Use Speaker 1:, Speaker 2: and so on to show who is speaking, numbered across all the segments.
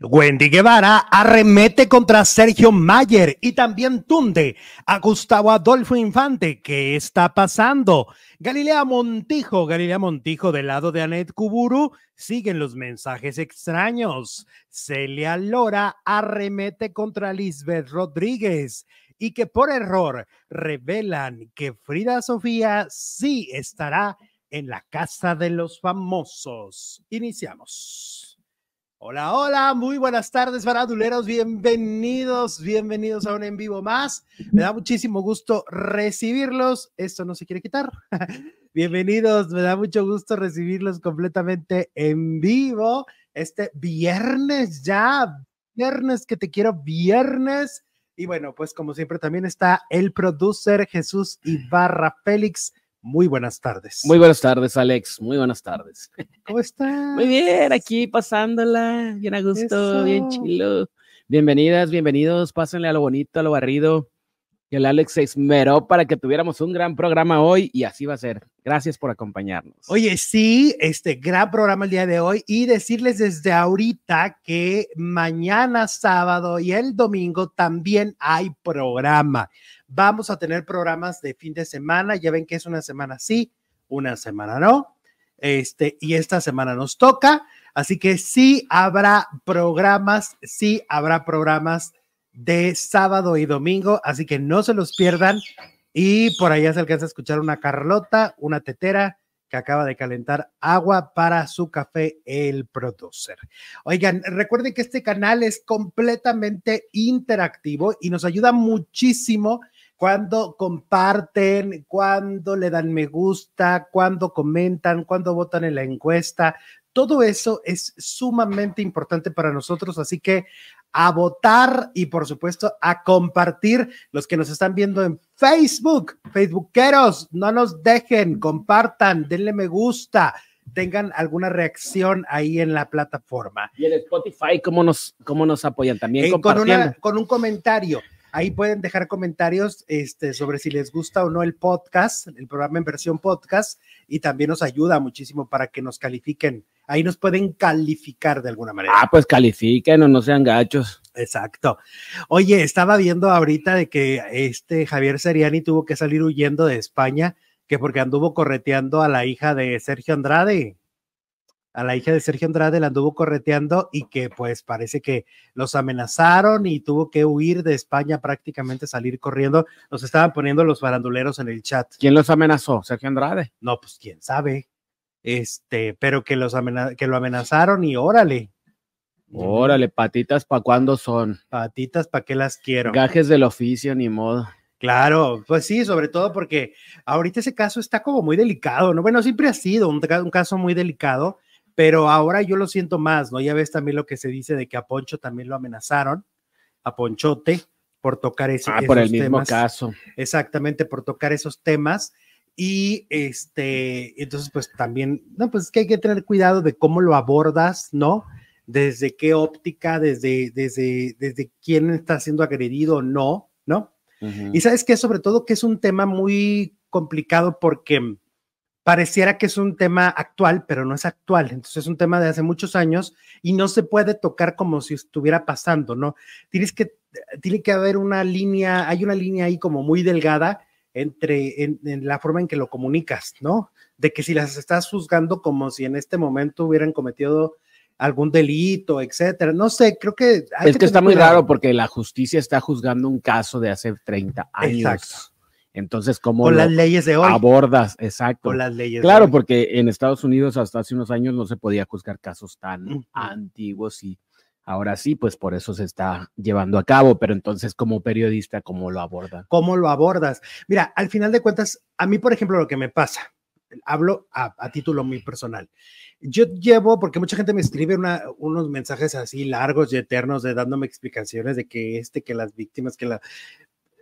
Speaker 1: Wendy Guevara arremete contra Sergio Mayer y también tunde a Gustavo Adolfo Infante. ¿Qué está pasando? Galilea Montijo, Galilea Montijo del lado de Anet Kuburu, siguen los mensajes extraños. Celia Lora arremete contra Lisbeth Rodríguez y que por error revelan que Frida Sofía sí estará en la casa de los famosos. Iniciamos. Hola, hola, muy buenas tardes, faraduleros, bienvenidos, bienvenidos a un en vivo más. Me da muchísimo gusto recibirlos, esto no se quiere quitar. bienvenidos, me da mucho gusto recibirlos completamente en vivo este viernes ya, viernes que te quiero, viernes. Y bueno, pues como siempre también está el producer Jesús Ibarra Félix. Muy buenas tardes.
Speaker 2: Muy buenas tardes, Alex. Muy buenas tardes.
Speaker 1: ¿Cómo estás?
Speaker 2: Muy bien, aquí pasándola, bien a gusto,
Speaker 1: Eso.
Speaker 2: bien chilo. Bienvenidas, bienvenidos, pásenle a lo bonito, a lo barrido. Y el Alex se esmeró para que tuviéramos un gran programa hoy y así va a ser. Gracias por acompañarnos.
Speaker 1: Oye, sí, este gran programa el día de hoy y decirles desde ahorita que mañana sábado y el domingo también hay programa. Vamos a tener programas de fin de semana, ya ven que es una semana sí, una semana no. Este, y esta semana nos toca, así que sí habrá programas, sí habrá programas de sábado y domingo, así que no se los pierdan y por allá se alcanza a escuchar una Carlota, una tetera que acaba de calentar agua para su café, el producer. Oigan, recuerden que este canal es completamente interactivo y nos ayuda muchísimo cuando comparten, cuando le dan me gusta, cuando comentan, cuando votan en la encuesta. Todo eso es sumamente importante para nosotros, así que a votar y por supuesto a compartir los que nos están viendo en Facebook. Facebookeros, no nos dejen, compartan, denle me gusta, tengan alguna reacción ahí en la plataforma.
Speaker 2: Y en Spotify, ¿cómo nos, cómo nos apoyan también?
Speaker 1: Eh, con,
Speaker 2: compartiendo.
Speaker 1: una- con un comentario. Ahí pueden dejar comentarios este, sobre si les gusta o no el podcast, el programa en versión podcast, y también nos ayuda muchísimo para que nos califiquen. Ahí nos pueden calificar de alguna manera.
Speaker 2: Ah, pues califiquen o no sean gachos.
Speaker 1: Exacto. Oye, estaba viendo ahorita de que este Javier Seriani tuvo que salir huyendo de España, que porque anduvo correteando a la hija de Sergio Andrade. A la hija de Sergio Andrade la anduvo correteando y que pues parece que los amenazaron y tuvo que huir de España prácticamente salir corriendo. Nos estaban poniendo los faranduleros en el chat.
Speaker 2: ¿Quién los amenazó? Sergio Andrade.
Speaker 1: No, pues quién sabe. Este, pero que los amena- que lo amenazaron y órale.
Speaker 2: Órale, patitas, ¿pa' cuándo son?
Speaker 1: Patitas, ¿para qué las quiero?
Speaker 2: Gajes del oficio, ni modo.
Speaker 1: Claro, pues sí, sobre todo porque ahorita ese caso está como muy delicado, ¿no? Bueno, siempre ha sido un, ca- un caso muy delicado, pero ahora yo lo siento más, ¿no? Ya ves también lo que se dice de que a Poncho también lo amenazaron, a Ponchote, por tocar ese,
Speaker 2: Ah, por el
Speaker 1: esos
Speaker 2: mismo
Speaker 1: temas.
Speaker 2: caso.
Speaker 1: Exactamente, por tocar esos temas. Y este, entonces, pues también, no, pues es que hay que tener cuidado de cómo lo abordas, ¿no? Desde qué óptica, desde, desde, desde quién está siendo agredido o no, ¿no?
Speaker 2: Ujú.
Speaker 1: Y sabes que sobre todo que es un tema muy complicado porque pareciera que es un tema actual, pero no es actual. Entonces es un tema de hace muchos años y no se puede tocar como si estuviera pasando, ¿no? Tienes que, tiene que haber una línea, hay una línea ahí como muy delgada entre en, en la forma en que lo comunicas, ¿no? De que si las estás juzgando como si en este momento hubieran cometido algún delito, etcétera. No sé, creo que... hay
Speaker 2: es que, está
Speaker 1: tener
Speaker 2: muy
Speaker 1: cuidado.
Speaker 2: raro pues, porque la justicia está juzgando un caso de hace 30 años. Ah,
Speaker 1: Exacto.
Speaker 2: Entonces, ¿cómo
Speaker 1: Con
Speaker 2: lo
Speaker 1: las leyes de hoy.
Speaker 2: abordas? Exacto.
Speaker 1: Con las leyes. de
Speaker 2: Claro,
Speaker 1: hoy.
Speaker 2: porque en Estados Unidos hasta hace unos años no se podía juzgar casos tan
Speaker 1: Ujú.
Speaker 2: antiguos y ahora sí, pues por eso se está llevando a cabo. Pero entonces, como periodista, ¿cómo lo abordan?
Speaker 1: cómo lo abordas. Mira, al final de cuentas, a mí, por ejemplo, lo que me pasa, hablo a, a título muy personal. Yo llevo, porque mucha gente me escribe una- unos mensajes así largos y eternos de dándome explicaciones de que este, que las víctimas, que la...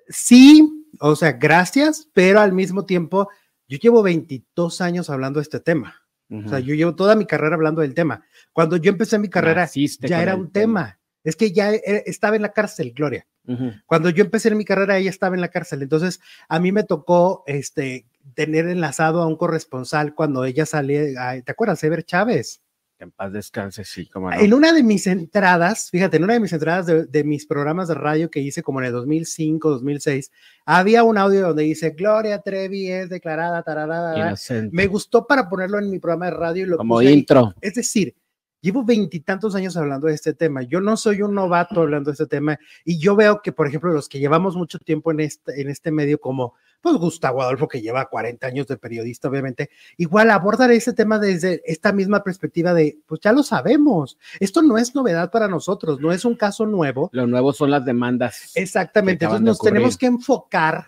Speaker 1: Sí, o sea, gracias, pero al mismo tiempo, yo llevo 22 años hablando de este tema. O sea,
Speaker 2: Ujú.
Speaker 1: yo llevo toda mi carrera hablando del tema. Cuando yo empecé mi carrera,
Speaker 2: Naciste
Speaker 1: ya
Speaker 2: con
Speaker 1: era
Speaker 2: el
Speaker 1: un tema. Es que ya eh, estaba en la cárcel, Gloria.
Speaker 2: Ujú.
Speaker 1: Cuando yo empecé en mi carrera, ella estaba en la cárcel. Entonces, a mí me tocó este, tener enlazado a un corresponsal cuando ella salía. ay, ¿Te acuerdas? Ever Chávez.
Speaker 2: Que en paz descanse, sí, como
Speaker 1: En una de mis entradas, fíjate, en una de mis entradas de, de mis programas de radio que hice como en el 2005, 2006, había un audio donde dice Gloria Trevi es declarada tararada. ah, Me gustó para ponerlo en mi programa de radio y lo
Speaker 2: Como
Speaker 1: puse ahí.
Speaker 2: intro.
Speaker 1: Es decir, llevo veintitantos años hablando de este tema. Yo no soy un novato hablando de este tema y yo veo que, por ejemplo, los que llevamos mucho tiempo en este, en este medio, como pues Gustavo Adolfo, que lleva 40 años de periodista, obviamente, igual abordar este tema desde esta misma perspectiva de, pues ya lo sabemos, esto no es novedad para nosotros, no es un caso nuevo.
Speaker 2: Lo nuevo son las demandas.
Speaker 1: Exactamente,
Speaker 2: que acaban
Speaker 1: entonces
Speaker 2: de
Speaker 1: nos tenemos
Speaker 2: ocurrir.
Speaker 1: que enfocar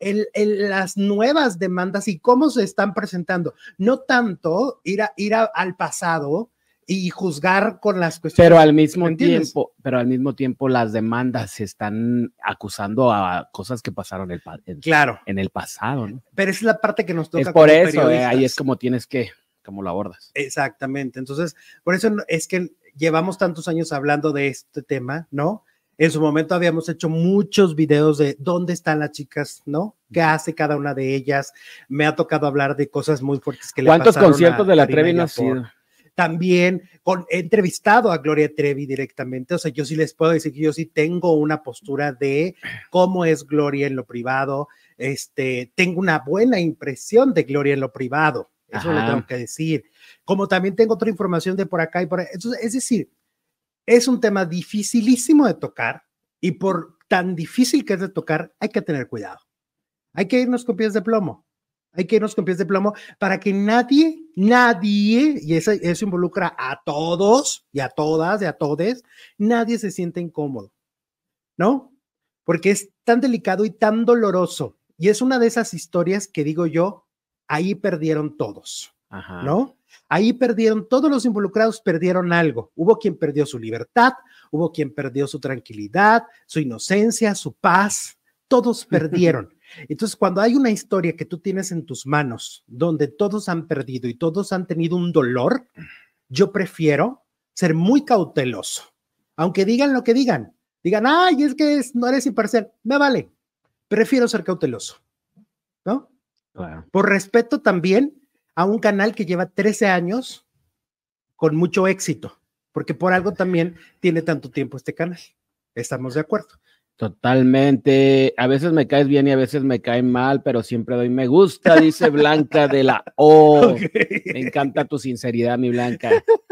Speaker 1: en, en las nuevas demandas y cómo se están presentando, no tanto ir, a, ir a- al pasado y juzgar con las cuestiones.
Speaker 2: Pero al mismo
Speaker 1: ¿Entiendes?
Speaker 2: tiempo, pero al mismo tiempo las demandas se están acusando a cosas que pasaron el pa- en,
Speaker 1: claro,
Speaker 2: en el pasado, ¿no?
Speaker 1: pero esa es la parte que nos toca.
Speaker 2: Es por
Speaker 1: como
Speaker 2: eso, eh, ahí es
Speaker 1: periodistas.
Speaker 2: como tienes que, como lo abordas.
Speaker 1: Exactamente, entonces, por eso no- es que llevamos tantos años hablando de este tema, ¿no? En su momento habíamos hecho muchos videos de dónde están las chicas, ¿no? ¿Qué hace cada una de ellas? Me ha tocado hablar de cosas muy fuertes que le
Speaker 2: ¿Cuántos
Speaker 1: pasaron a
Speaker 2: conciertos de la
Speaker 1: Karina
Speaker 2: Trevi no ha
Speaker 1: Yapor?
Speaker 2: sido?
Speaker 1: también con, he entrevistado a Gloria Trevi directamente. O sea, yo sí les puedo decir que yo sí tengo una postura de cómo es Gloria en lo privado. Este, tengo una buena impresión de Gloria en lo privado. Eso
Speaker 2: Ajá.
Speaker 1: lo tengo que decir. Como también tengo otra información de por acá y por ahí. Entonces, es decir, es un tema dificilísimo de tocar y por tan difícil que es de tocar, hay que tener cuidado. Hay que irnos con pies de plomo. Hay que irnos con pies de plomo para que nadie, nadie, y eso, eso involucra a todos y a todas y a todes, nadie se sienta incómodo, ¿no? Porque es tan delicado y tan doloroso. Y es una de esas historias que digo yo, ahí perdieron todos.
Speaker 2: Ajá.
Speaker 1: ¿no? Ahí perdieron, todos los involucrados perdieron algo. Hubo quien perdió su libertad, hubo quien perdió su tranquilidad, su inocencia, su paz, todos perdieron. Entonces, cuando hay una historia que tú tienes en tus manos, donde todos han perdido y todos han tenido un dolor, yo prefiero ser muy cauteloso, aunque digan lo que digan, digan, ay, es que es- no eres imparcial, me vale, prefiero ser cauteloso, ¿no?
Speaker 2: Claro.
Speaker 1: por respeto también a un canal que lleva 13 años con mucho éxito, porque por algo también tiene tanto tiempo este canal. Estamos de acuerdo.
Speaker 2: Totalmente. A veces me caes bien y a veces me caen mal, pero siempre doy me gusta, dice Blanca de la O. Oh, Me encanta tu sinceridad, mi Blanca.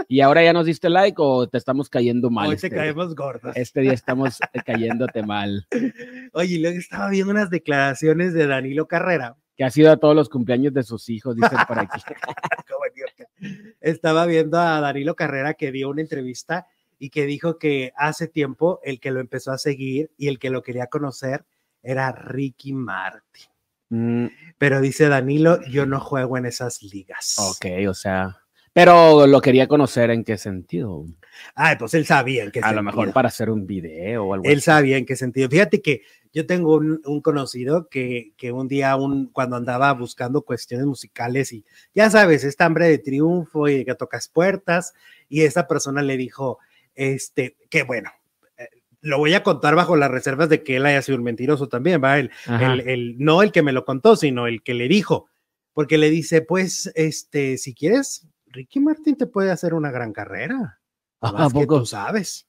Speaker 2: ¿Y ahora ya nos diste like o te estamos cayendo mal?
Speaker 1: Hoy
Speaker 2: este,
Speaker 1: te caemos gordos.
Speaker 2: este día estamos cayéndote mal.
Speaker 1: Oye, y luego estaba viendo unas declaraciones de Danilo Carrera.
Speaker 2: Que ha sido a todos los cumpleaños de sus hijos, dicen por aquí.
Speaker 1: Como idiota. Estaba viendo a Danilo Carrera que dio una entrevista y que dijo que hace tiempo el que lo empezó a seguir y el que lo quería conocer era Ricky Martin.
Speaker 2: Mm,
Speaker 1: Pero dice Danilo, yo no juego en esas ligas.
Speaker 2: ok, o sea. Pero lo quería conocer en qué sentido.
Speaker 1: Ay, pues él sabía en qué
Speaker 2: A
Speaker 1: sentido.
Speaker 2: lo mejor para hacer un video o algo
Speaker 1: Él
Speaker 2: así.
Speaker 1: sabía en qué sentido. Fíjate que yo tengo un, un conocido que, que un día, un, cuando andaba buscando cuestiones musicales y ya sabes, esta hambre de triunfo y de que tocas puertas, y esta persona le dijo, este, que bueno, eh, lo voy a contar bajo las reservas de que él haya sido un mentiroso también, ¿va? El,
Speaker 2: Ajá.
Speaker 1: el- el- no el que me lo contó, sino el que le dijo, porque le dice, pues, este, si quieres, Ricky Martin te puede hacer una gran carrera.
Speaker 2: ¿A
Speaker 1: Más que
Speaker 2: poco?
Speaker 1: tú sabes.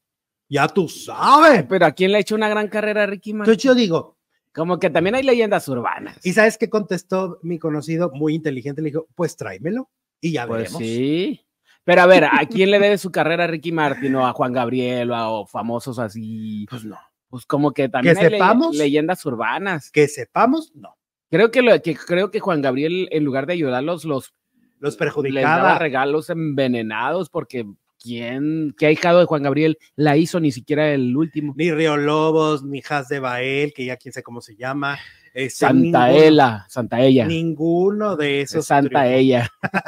Speaker 1: Ya tú sabes.
Speaker 2: Pero ¿a quién le ha hecho una gran carrera a Ricky Martin?
Speaker 1: Entonces yo digo,
Speaker 2: Como que también hay leyendas urbanas.
Speaker 1: ¿y sabes qué contestó mi conocido muy inteligente? Le dijo, pues tráemelo y ya
Speaker 2: Pues
Speaker 1: veremos.
Speaker 2: sí. Pero a ver, ¿a quién le debe su carrera a Ricky Martin o a Juan Gabriel o a o famosos así?
Speaker 1: Pues no.
Speaker 2: Pues como que también hay le-
Speaker 1: sepamos.
Speaker 2: leyendas urbanas.
Speaker 1: Que sepamos, no.
Speaker 2: Creo que, lo, que creo que Juan Gabriel en lugar de ayudarlos los
Speaker 1: Los
Speaker 2: les daba
Speaker 1: perjudicaba.
Speaker 2: regalos envenenados porque quién qué ahijado de Juan Gabriel la hizo ni siquiera el último.
Speaker 1: Ni Río Lobos, ni Has de Bael, que ya quién sé cómo se llama. este, ninguno-
Speaker 2: Santaela, Santaella.
Speaker 1: Ninguno de
Speaker 2: Santaella,
Speaker 1: esos. triunfó.
Speaker 2: Santaella.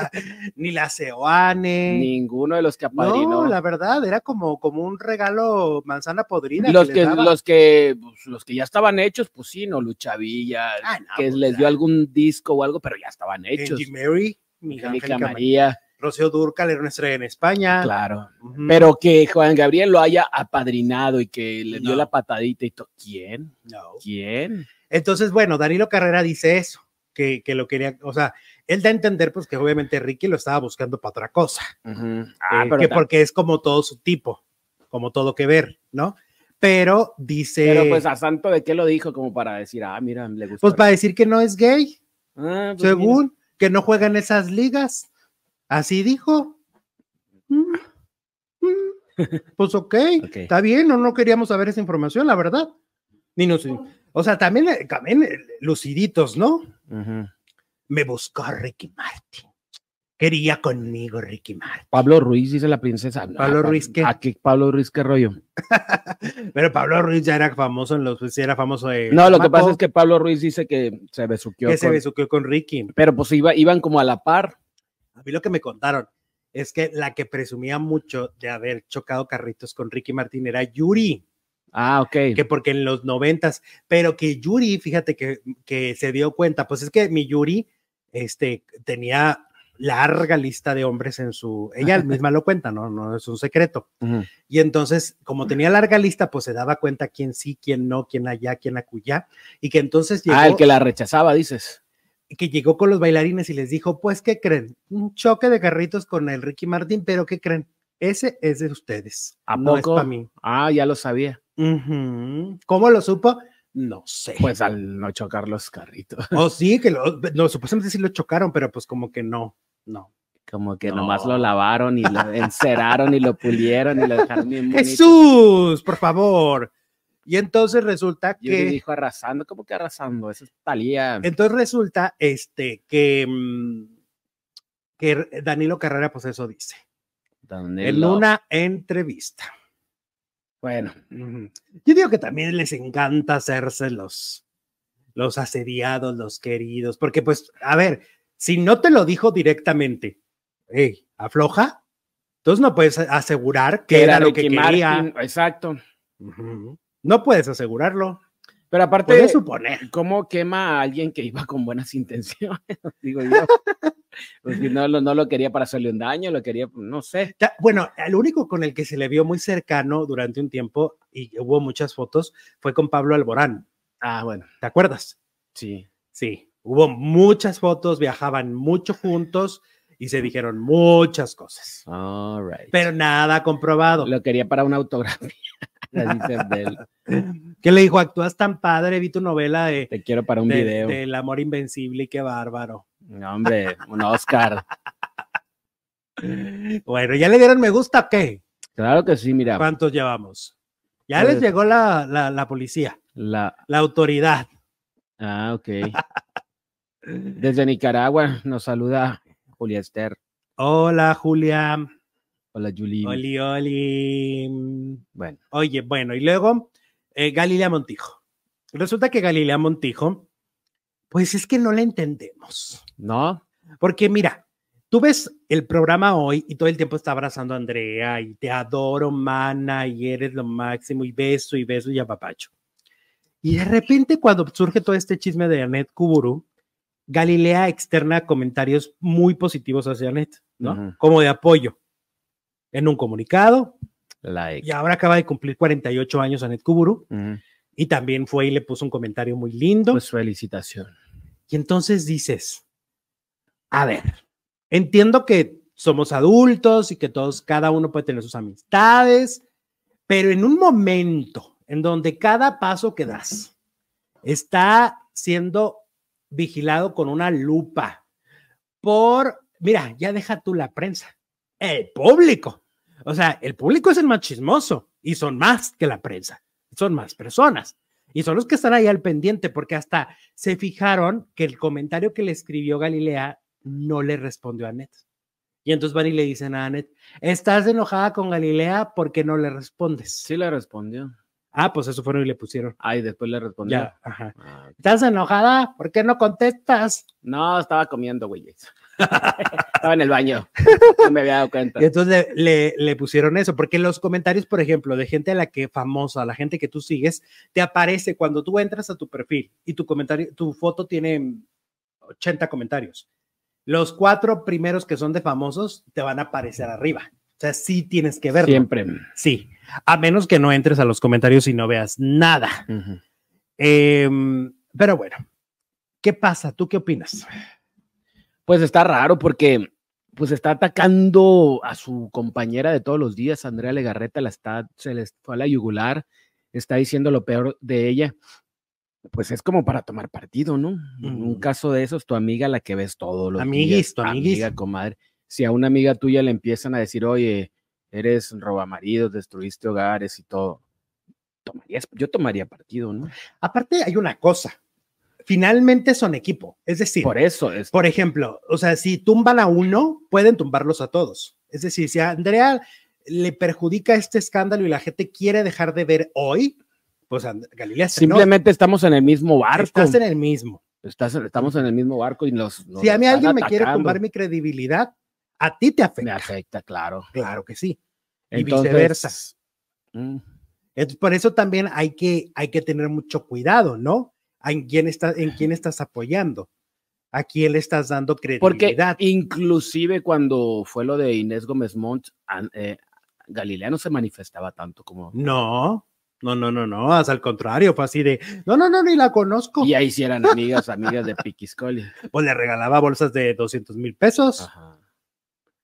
Speaker 1: Ni la Seoane.
Speaker 2: Ninguno de los que apadrinó.
Speaker 1: No, la verdad, era como, como un regalo manzana podrida.
Speaker 2: los
Speaker 1: les
Speaker 2: que
Speaker 1: daba.
Speaker 2: los que pues, los que ya estaban hechos, pues sí, no Luchavilla,
Speaker 1: Ah, no,
Speaker 2: que
Speaker 1: pues,
Speaker 2: les
Speaker 1: ya.
Speaker 2: dio algún disco o algo, pero ya estaban hechos.
Speaker 1: Angie Mary, Miguel
Speaker 2: Angélica
Speaker 1: Angélica María. Ah.
Speaker 2: María,
Speaker 1: Rocío Durcal era una estrella en España.
Speaker 2: claro.
Speaker 1: Ujú.
Speaker 2: Pero que Juan Gabriel lo haya apadrinado y que le dio
Speaker 1: No.
Speaker 2: la patadita y todo. ¿Quién?
Speaker 1: No.
Speaker 2: ¿Quién?
Speaker 1: Entonces, bueno, Danilo Carrera dice eso, que, que lo quería, o sea, Él da a entender, pues, que obviamente Ricky lo estaba buscando para otra cosa.
Speaker 2: Ujú.
Speaker 1: eh,
Speaker 2: Ah, pero
Speaker 1: que
Speaker 2: ta-
Speaker 1: porque es como todo su tipo, como todo que ver, ¿no? Pero dice,
Speaker 2: pero
Speaker 1: pues,
Speaker 2: pues a santo de qué lo dijo como para decir, ah, mira, le gusta.
Speaker 1: para decir que no es gay,
Speaker 2: Ah, pues
Speaker 1: Pues, según, que no juega en esas ligas. Así dijo. Mm, mm, Pues ok,
Speaker 2: Ok.
Speaker 1: está bien, no, no queríamos saber esa información, la verdad. Ni nos- o sea, también, eh, también eh, luciditos, ¿no?
Speaker 2: mira. Ujú.
Speaker 1: Me buscó Ricky Martin. Quería conmigo Ricky Martin.
Speaker 2: Pablo Ruiz dice la princesa. No,
Speaker 1: Pablo
Speaker 2: pa-
Speaker 1: Ruiz, ¿qué?
Speaker 2: ¿A qué Pablo Ruiz qué rollo?
Speaker 1: Pero Pablo Ruiz ya era famoso en los, sí era famoso. eh,
Speaker 2: No, lo que
Speaker 1: chamaco,
Speaker 2: pasa es que Pablo Ruiz dice que se besuqueó.
Speaker 1: que se
Speaker 2: con-
Speaker 1: besuqueó con Ricky.
Speaker 2: Pero pues iba, iban como a la par.
Speaker 1: A mí lo que me contaron es que la que presumía mucho de haber chocado carritos con Ricky Martin era Yuri,
Speaker 2: Ah, ok.
Speaker 1: que porque en los noventas, pero que Yuri, fíjate que, que se dio cuenta, pues es que mi Yuri este, tenía larga lista de hombres en su, ella misma lo cuenta, no, no es un secreto.
Speaker 2: Ujú. Ah,
Speaker 1: Y entonces, como tenía larga lista, pues se daba cuenta quién sí, quién no, quién allá, quién acullá, y que entonces llegó,
Speaker 2: Ah, el que la rechazaba, dices.
Speaker 1: que llegó con los bailarines y les dijo, pues, ¿qué creen? Un choque de carritos con el Ricky Martin, pero ¿qué creen? Ese es de ustedes.
Speaker 2: ¿A
Speaker 1: no
Speaker 2: poco?
Speaker 1: es para mí.
Speaker 2: Ah, ya lo sabía.
Speaker 1: Ujú. ¿Cómo lo supo? No sé.
Speaker 2: Pues al no chocar los carritos.
Speaker 1: O sí, que lo, no, supuestamente sí lo chocaron, pero pues como que no, no.
Speaker 2: Como que
Speaker 1: No.
Speaker 2: nomás lo lavaron y lo enceraron y lo pulieron y lo dejaron bien bonito.
Speaker 1: Jesús, por favor. Y entonces resulta
Speaker 2: Yuri
Speaker 1: que...
Speaker 2: dijo arrasando, ¿cómo que arrasando? Esa es Talía.
Speaker 1: Entonces resulta este, que, mm, que Danilo Carrera, pues eso dice, en una entrevista.
Speaker 2: Bueno,
Speaker 1: Ujú. Yo digo que también les encanta hacerse los, los asediados, los queridos, porque pues, a ver, si no te lo dijo directamente, hey, afloja, entonces no puedes a- asegurar que era, lo que
Speaker 2: Ricky
Speaker 1: quería.
Speaker 2: Martin, Exacto.
Speaker 1: Ujú. No puedes asegurarlo,
Speaker 2: Pero aparte,
Speaker 1: puedes suponer.
Speaker 2: ¿cómo quema a alguien que iba con buenas intenciones? Digo yo. Pues si no, lo- no lo quería para hacerle un daño, lo quería, no sé.
Speaker 1: Ta- Bueno, el único con el que se le vio muy cercano durante un tiempo y hubo muchas fotos fue con Pablo Alborán,
Speaker 2: Ah, bueno,
Speaker 1: ¿te acuerdas?
Speaker 2: sí.
Speaker 1: Sí, hubo muchas fotos, viajaban mucho juntos y se dijeron muchas cosas,
Speaker 2: All right.
Speaker 1: pero nada comprobado.
Speaker 2: Lo quería para una autografía. Así se ve el-
Speaker 1: Que le dijo, actúas tan padre, vi tu novela de,
Speaker 2: Te quiero para un
Speaker 1: de-
Speaker 2: video.
Speaker 1: del amor invencible y qué bárbaro.
Speaker 2: No, hombre, un Oscar.
Speaker 1: Bueno, ¿ya le dieron me gusta o qué?
Speaker 2: Claro que sí, mira.
Speaker 1: ¿Cuántos llevamos? Ya
Speaker 2: Pues-
Speaker 1: les llegó la, la- la policía,
Speaker 2: La,
Speaker 1: la autoridad.
Speaker 2: ah, ok. Desde Nicaragua nos saluda Julia Esther.
Speaker 1: Hola, Julia.
Speaker 2: Hola, Julie.
Speaker 1: Oli, oli.
Speaker 2: Bueno,
Speaker 1: Oye, bueno, y luego eh, Galilea Montijo. Resulta que Galilea Montijo, pues es que no la entendemos.
Speaker 2: ¿no?
Speaker 1: Porque mira, tú ves el programa hoy y todo el tiempo está abrazando a Andrea y te adoro, mana, y eres lo máximo, y beso, y beso, y apapacho. Y de repente, cuando surge todo este chisme de Anet Kuburu, Galilea externa comentarios muy positivos hacia Anet, ¿no?
Speaker 2: Ujú.
Speaker 1: Como de apoyo. En un comunicado,
Speaker 2: Like.
Speaker 1: y ahora acaba de cumplir 48 años Anet Kuburu
Speaker 2: Ujú.
Speaker 1: y también fue y le puso un comentario muy lindo.
Speaker 2: Pues felicitación.
Speaker 1: y entonces dices, a ver, entiendo que somos adultos y que todos, cada uno puede tener sus amistades, pero en un momento en donde cada paso que das está siendo vigilado con una lupa por, mira, ya deja tú la prensa, el público. O sea, el público es el más chismoso y son más que la prensa, son más personas y son los que están ahí al pendiente porque hasta se fijaron que el comentario que le escribió Galilea no le respondió a Anet. Y entonces van y le dicen a Anet, estás enojada con Galilea porque no le respondes.
Speaker 2: Sí le respondió.
Speaker 1: Ah, pues eso fueron y le pusieron.
Speaker 2: Ay, después le respondió.
Speaker 1: Ya, ajá.
Speaker 2: Ah, ok.
Speaker 1: ¿Estás enojada? ¿Por qué no contestas?
Speaker 2: No, estaba comiendo, güey. estaba en el baño. No me había dado cuenta.
Speaker 1: Y entonces le, le- le pusieron eso, porque los comentarios, por ejemplo, de gente a la que famosa, la gente que tú sigues, te aparece cuando tú entras a tu perfil y tu comentario, tu foto tiene 80 comentarios. Los cuatro primeros que son de famosos te van a aparecer arriba. O sea, sí tienes que verlo.
Speaker 2: Siempre.
Speaker 1: Sí. A menos que no entres a los comentarios y no veas nada.
Speaker 2: Ujú.
Speaker 1: Em, pero bueno, ¿qué pasa? ¿Tú qué opinas?
Speaker 2: pues está raro porque pues está atacando a su compañera de todos los días, Andrea Legarreta, la está, se les fue a la yugular, está diciendo lo peor de ella. Pues es como para tomar partido, ¿no? En
Speaker 1: Mm.
Speaker 2: Un caso de esos, tu amiga la que ves todos los
Speaker 1: Amiguis,
Speaker 2: días.
Speaker 1: tu amiguis.
Speaker 2: Amiga, comadre. Si a una amiga tuya le empiezan a decir, oye, eres robamaridos, destruiste hogares y todo, tomarías, yo tomaría partido, ¿no?
Speaker 1: Aparte, hay una cosa. Finalmente son equipo. Es decir,
Speaker 2: Por eso es
Speaker 1: Por ejemplo, o sea, si tumban a uno, pueden tumbarlos a todos. Es decir, si a Andrea le perjudica este escándalo y la gente quiere dejar de ver hoy, pues And- Galilea se enoja.
Speaker 2: Simplemente estamos en el mismo barco.
Speaker 1: estás en el mismo.
Speaker 2: Estás- estamos en el mismo barco y los. nos
Speaker 1: si a mí
Speaker 2: están
Speaker 1: alguien me quiere
Speaker 2: atacando.
Speaker 1: tumbar mi credibilidad, a ti te
Speaker 2: Me
Speaker 1: afecta.
Speaker 2: afecta, claro.
Speaker 1: Claro que sí. Y
Speaker 2: Entonces,
Speaker 1: viceversa.
Speaker 2: mm,
Speaker 1: Entonces, por eso también hay que, hay que tener mucho cuidado, ¿no? En quién, está, en quién estás apoyando, a quién le estás dando
Speaker 2: Porque
Speaker 1: credibilidad.
Speaker 2: inclusive cuando fue lo de Inés Gómez Montt, an- eh, Galilea no se manifestaba tanto como.
Speaker 1: No, no, no, no, no, hasta al contrario, fue así de, no, no, no, ni la conozco.
Speaker 2: Y ahí sí eran amigas, amigas de Piquiscoli.
Speaker 1: Pues le regalaba bolsas de 200 mil pesos.
Speaker 2: Ajá.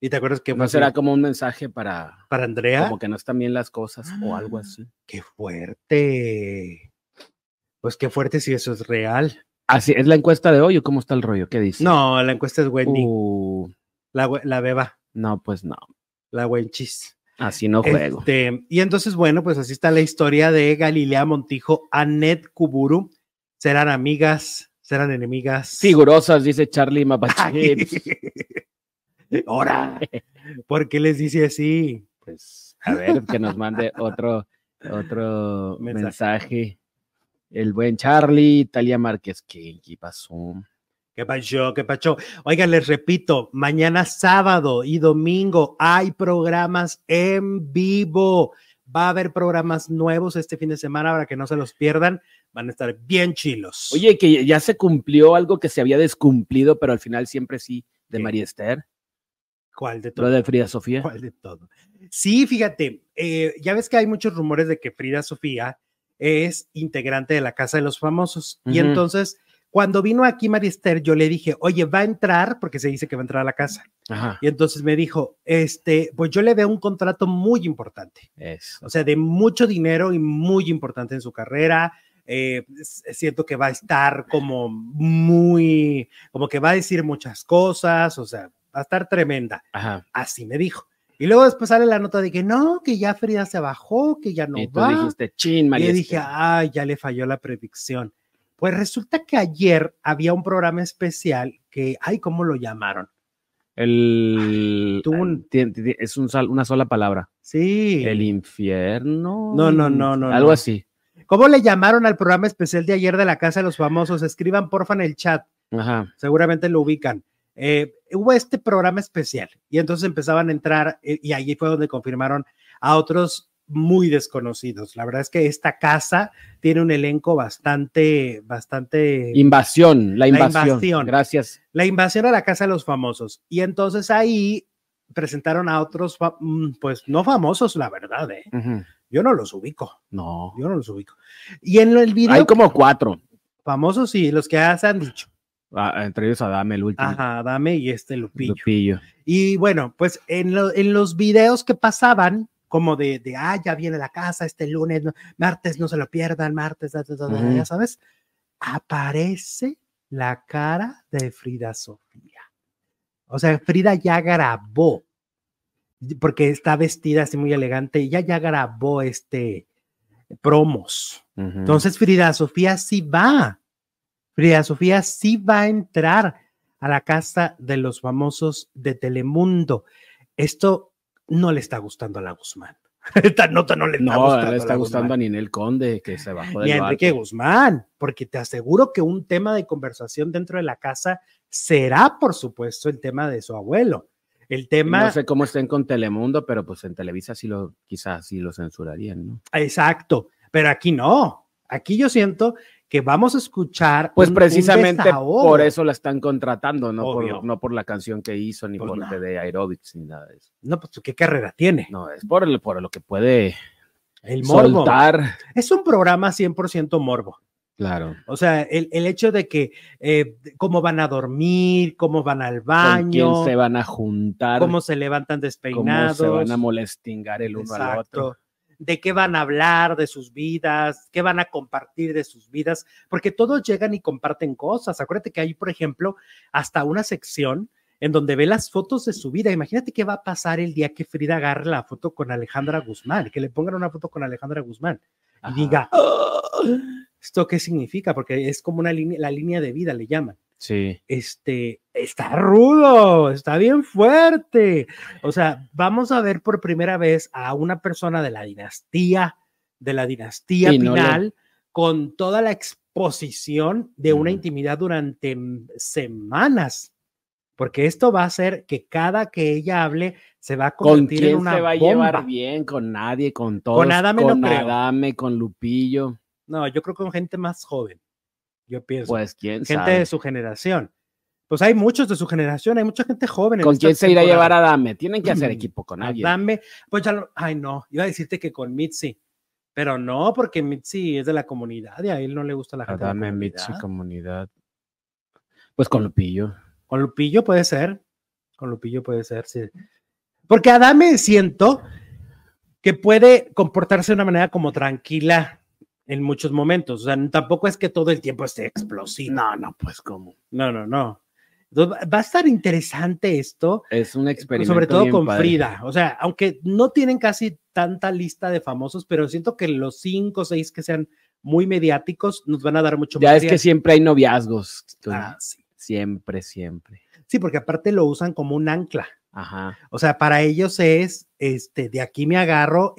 Speaker 1: ¿Y te acuerdas que
Speaker 2: No
Speaker 1: fue
Speaker 2: será
Speaker 1: así
Speaker 2: como un mensaje para.
Speaker 1: para Andrea?
Speaker 2: Como que no están bien las cosas o algo así.
Speaker 1: Qué fuerte. Pues qué fuerte si eso es real.
Speaker 2: Así Ah, es la encuesta de hoy o cómo está el rollo, ¿qué dice?
Speaker 1: No, la encuesta es Wendy,
Speaker 2: Uh,
Speaker 1: la, we- la beba,
Speaker 2: no, pues no.
Speaker 1: la Wenchis.
Speaker 2: Así no juego.
Speaker 1: Este, y entonces, bueno, pues así está la historia de Galilea Montijo, Annette Kuburu. Serán amigas, serán enemigas.
Speaker 2: Figurosas, dice Charlie
Speaker 1: Ay.
Speaker 2: Mapachips.
Speaker 1: Ahora, ¿por qué les dice así?
Speaker 2: Pues, a ver, que nos mande otro, otro
Speaker 1: Mensaje.
Speaker 2: mensaje. El buen Charlie, Talia Márquez, ¿qué, qué pasó?
Speaker 1: ¿Qué pacho? ¿Qué pacho? Oigan, les repito, mañana sábado y domingo hay programas en vivo. Va a haber programas nuevos este fin de semana para que no se los pierdan. Van a estar bien chilos.
Speaker 2: Oye, que ya se cumplió algo que se había descumplido, pero al final siempre sí, de
Speaker 1: ¿Qué?
Speaker 2: María Esther,
Speaker 1: ¿cuál de
Speaker 2: lo
Speaker 1: todo?
Speaker 2: de Frida Sofía.
Speaker 1: ¿Cuál de todo? Sí, fíjate, eh, ya ves que hay muchos rumores de que Frida Sofía es integrante de la Casa de los Famosos. Y
Speaker 2: Ujú.
Speaker 1: entonces, cuando vino aquí Marister, yo le dije, oye, va a entrar, porque se dice que va a entrar a la casa.
Speaker 2: Ajá.
Speaker 1: Y entonces me dijo, este, pues yo le veo un contrato muy importante,
Speaker 2: Eso.
Speaker 1: o sea, de mucho dinero y muy importante en su carrera. Eh, s- siento que va a estar como muy, como que va a decir muchas cosas, o sea, va a estar tremenda.
Speaker 2: Ajá.
Speaker 1: Así me dijo. Y luego después sale la nota de que no, que ya Frida se bajó, que ya no
Speaker 2: y tú
Speaker 1: va.
Speaker 2: dijiste, chin,
Speaker 1: Y
Speaker 2: María
Speaker 1: yo dije,
Speaker 2: Esther.
Speaker 1: ay, ya le falló la predicción. Pues resulta que ayer había un programa especial que, ay, ¿cómo lo llamaron?
Speaker 2: El,
Speaker 1: Tú un-
Speaker 2: tien- tien- es un sol- una sola palabra.
Speaker 1: Sí.
Speaker 2: El infierno.
Speaker 1: No, no, no, no,
Speaker 2: Algo
Speaker 1: no.
Speaker 2: así.
Speaker 1: ¿Cómo le llamaron al programa especial de ayer de la Casa de los Famosos? Escriban porfa en el chat,
Speaker 2: Ajá.
Speaker 1: seguramente lo ubican. Eh, hubo este programa especial y entonces empezaban a entrar eh, y allí fue donde confirmaron a otros muy desconocidos. La verdad es que esta casa tiene un elenco bastante, bastante...
Speaker 2: Invasión, la invasión.
Speaker 1: invasión.
Speaker 2: Gracias.
Speaker 1: la invasión a la Casa de los Famosos y entonces ahí presentaron a otros, fa- mm, pues no famosos, la verdad, eh.
Speaker 2: Ujú.
Speaker 1: yo no los ubico,
Speaker 2: No.
Speaker 1: yo no los ubico. Y en el video...
Speaker 2: Hay como cuatro.
Speaker 1: famosos y los que ya se han dicho.
Speaker 2: Ah, entre ellos Adame, el último.
Speaker 1: Ajá, dame y este Lupillo.
Speaker 2: Lupillo.
Speaker 1: Y bueno, pues en, lo- en los videos que pasaban, como de, de, ah, ya viene la casa este lunes, no- martes no se lo pierdan, martes, da, da, da, da,
Speaker 2: Ujú.
Speaker 1: ya sabes, aparece la cara de Frida Sofía. O sea, Frida ya grabó, porque está vestida así muy elegante, y ya ya grabó este promos.
Speaker 2: Ujú.
Speaker 1: Entonces Frida Sofía sí va. Frida Sofía sí va a entrar a la casa de los famosos de Telemundo. Esto no le está gustando a la Guzmán. Esta nota no le está
Speaker 2: no,
Speaker 1: gustando.
Speaker 2: le
Speaker 1: a
Speaker 2: está
Speaker 1: la
Speaker 2: gustando a
Speaker 1: Guzmán.
Speaker 2: Ninel Conde, que se bajó
Speaker 1: Ni
Speaker 2: del
Speaker 1: a
Speaker 2: barco.
Speaker 1: Enrique Guzmán, porque te aseguro que un tema de conversación dentro de la casa será, por supuesto, el tema de su abuelo. El tema.
Speaker 2: No sé cómo estén con Telemundo, pero pues en Televisa sí lo, quizás sí lo censurarían, ¿no?
Speaker 1: Exacto, pero aquí no. Aquí yo siento que vamos a escuchar.
Speaker 2: Pues
Speaker 1: un- un
Speaker 2: precisamente
Speaker 1: desahogo.
Speaker 2: por eso la están contratando, no
Speaker 1: Obvio.
Speaker 2: por, no por la canción que hizo, ni
Speaker 1: Pues
Speaker 2: por
Speaker 1: no.
Speaker 2: el de aerobics, ni nada de eso.
Speaker 1: No, pues qué carrera tiene.
Speaker 2: No, es por, el- por lo que puede
Speaker 1: El morbo.
Speaker 2: soltar.
Speaker 1: Es un programa 100% morbo.
Speaker 2: Claro.
Speaker 1: O sea, el, el hecho de que eh, cómo van a dormir, cómo van al
Speaker 2: ¿Con quién
Speaker 1: baño,
Speaker 2: se van a juntar?
Speaker 1: cómo se levantan
Speaker 2: cómo
Speaker 1: despeinados,
Speaker 2: se van a molestingar el uno al otro?
Speaker 1: Exacto. de qué van a hablar de sus vidas, qué van a compartir de sus vidas, porque todos llegan y comparten cosas. Acuérdate que hay, por ejemplo, hasta una sección en donde ve las fotos de su vida. Imagínate qué va a pasar el día que Frida agarre la foto con Alejandra Guzmán, que le pongan una foto con Alejandra Guzmán
Speaker 2: Ajá.
Speaker 1: y diga, "Ah, ¿esto qué significa? Porque es como una línea, la línea de vida, le llaman
Speaker 2: Sí.
Speaker 1: este, está rudo, está bien fuerte. O sea, vamos a ver por primera vez a una persona de la dinastía, de la dinastía
Speaker 2: Y no le-
Speaker 1: Pinal, con toda la exposición de una
Speaker 2: Ujú.
Speaker 1: intimidad durante mm, semanas. Porque esto va a hacer que cada que ella hable se va a
Speaker 2: ¿Con
Speaker 1: convertir en
Speaker 2: quién
Speaker 1: una
Speaker 2: se va a
Speaker 1: bomba.
Speaker 2: llevar bien? ¿Con nadie? ¿Con todos?
Speaker 1: Adame no
Speaker 2: con
Speaker 1: creo.
Speaker 2: Adame, con Lupillo.
Speaker 1: No, yo creo que con gente más joven, yo pienso.
Speaker 2: Pues quién
Speaker 1: gente
Speaker 2: sabe.
Speaker 1: de su generación. Pues hay muchos de su generación, hay mucha gente joven. en
Speaker 2: ¿Con
Speaker 1: esta
Speaker 2: quién se irá a
Speaker 1: temporada. Ah,
Speaker 2: llevar a Adame? Tienen que hacer equipo con alguien.
Speaker 1: Dame, pues ya lo, ay no, iba a decirte que con Mitzi, pero no, porque Mitzi es de la comunidad y a él no le gusta la gente. de la
Speaker 2: Adame,
Speaker 1: comunidad.
Speaker 2: Ah, Mitzi, comunidad. Pues con Lupillo.
Speaker 1: Con Lupillo puede ser, con Lupillo puede ser, sí. Porque Adame siento que puede comportarse de una manera como tranquila en muchos momentos, o sea, tampoco es que todo el tiempo esté explosivo.
Speaker 2: No, no, pues cómo.
Speaker 1: No, no, no. Entonces, va- va a estar interesante esto.
Speaker 2: Es un experimento.
Speaker 1: Pues, Sobre todo
Speaker 2: bien
Speaker 1: con
Speaker 2: padre.
Speaker 1: Frida. O sea, aunque no tienen casi tanta lista de famosos, pero siento que los cinco o seis que sean muy mediáticos nos van a dar mucho
Speaker 2: Ya
Speaker 1: más
Speaker 2: es que
Speaker 1: riesgo.
Speaker 2: siempre hay noviazgos. con-
Speaker 1: Ah, sí.
Speaker 2: Siempre, siempre.
Speaker 1: Sí, porque aparte lo usan como un ancla.
Speaker 2: Ajá.
Speaker 1: O sea, para ellos es, este, de aquí me agarro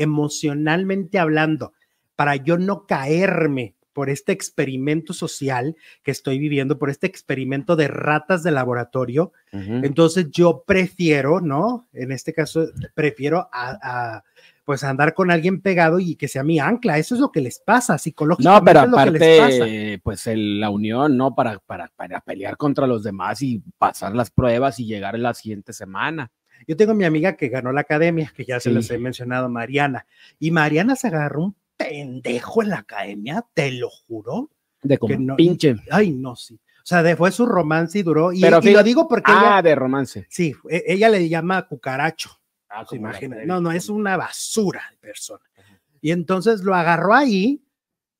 Speaker 1: emocionalmente hablando, para yo no caerme por este experimento social que estoy viviendo, por este experimento de ratas de laboratorio,
Speaker 2: Ujú.
Speaker 1: Entonces yo prefiero, ¿no? En este caso, prefiero a, a, pues andar con alguien pegado y que sea mi ancla. Eso es lo que les pasa psicológicamente.
Speaker 2: No, pero
Speaker 1: es lo que les pasa.
Speaker 2: aparte, pues el- la unión, ¿no? Para, para, para pelear contra los demás y pasar las pruebas y llegar la siguiente semana.
Speaker 1: Yo tengo mi amiga que ganó la academia, que ya se
Speaker 2: Sí.
Speaker 1: las he mencionado, Mariana. Y Mariana se agarró un pendejo en la academia, te lo juro.
Speaker 2: De como
Speaker 1: no-
Speaker 2: pinche.
Speaker 1: Ay, no, sí. O sea, de- fue su romance y duró. Y,
Speaker 2: Pero
Speaker 1: y lo
Speaker 2: fíjate-
Speaker 1: digo porque
Speaker 2: Ah,
Speaker 1: ella,
Speaker 2: de romance.
Speaker 1: sí, e- ella le llama cucaracho.
Speaker 2: Ah,
Speaker 1: se
Speaker 2: como la
Speaker 1: imagina.
Speaker 2: de-
Speaker 1: No, no, es una basura de persona. Y entonces lo agarró ahí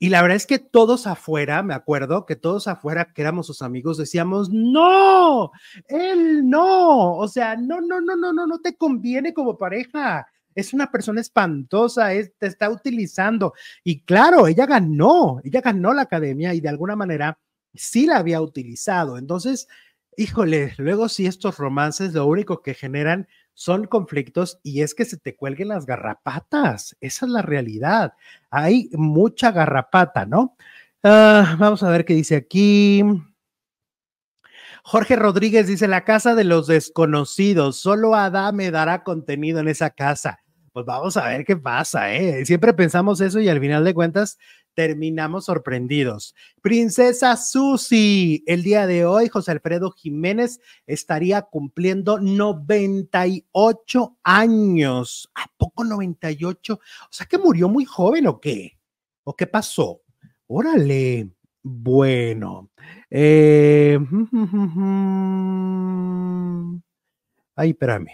Speaker 1: y la verdad es que todos afuera, me acuerdo que todos afuera que éramos sus amigos decíamos, no, él no, o sea, no, no, no, no, no, no te conviene como pareja. Es una persona espantosa, es- te está utilizando. Y claro, ella ganó, ella ganó la academia y de alguna manera sí la había utilizado. Entonces, híjole, luego sí estos romances lo único que generan son conflictos y es que se te cuelguen las garrapatas. Esa es la realidad. Hay mucha garrapata, ¿no? Ah, vamos a ver qué dice aquí. Jorge Rodríguez dice, la casa de los desconocidos, solo Adame dará contenido en esa casa. Pues vamos a ver qué pasa, ¿eh? Siempre pensamos eso y al final de cuentas terminamos sorprendidos. Princesa Susi, el día de hoy José Alfredo Jiménez estaría cumpliendo 98 años. ¿A poco 98? O sea que murió muy joven o qué? ¿O qué pasó? Órale. Bueno. eh, Ay, espérame.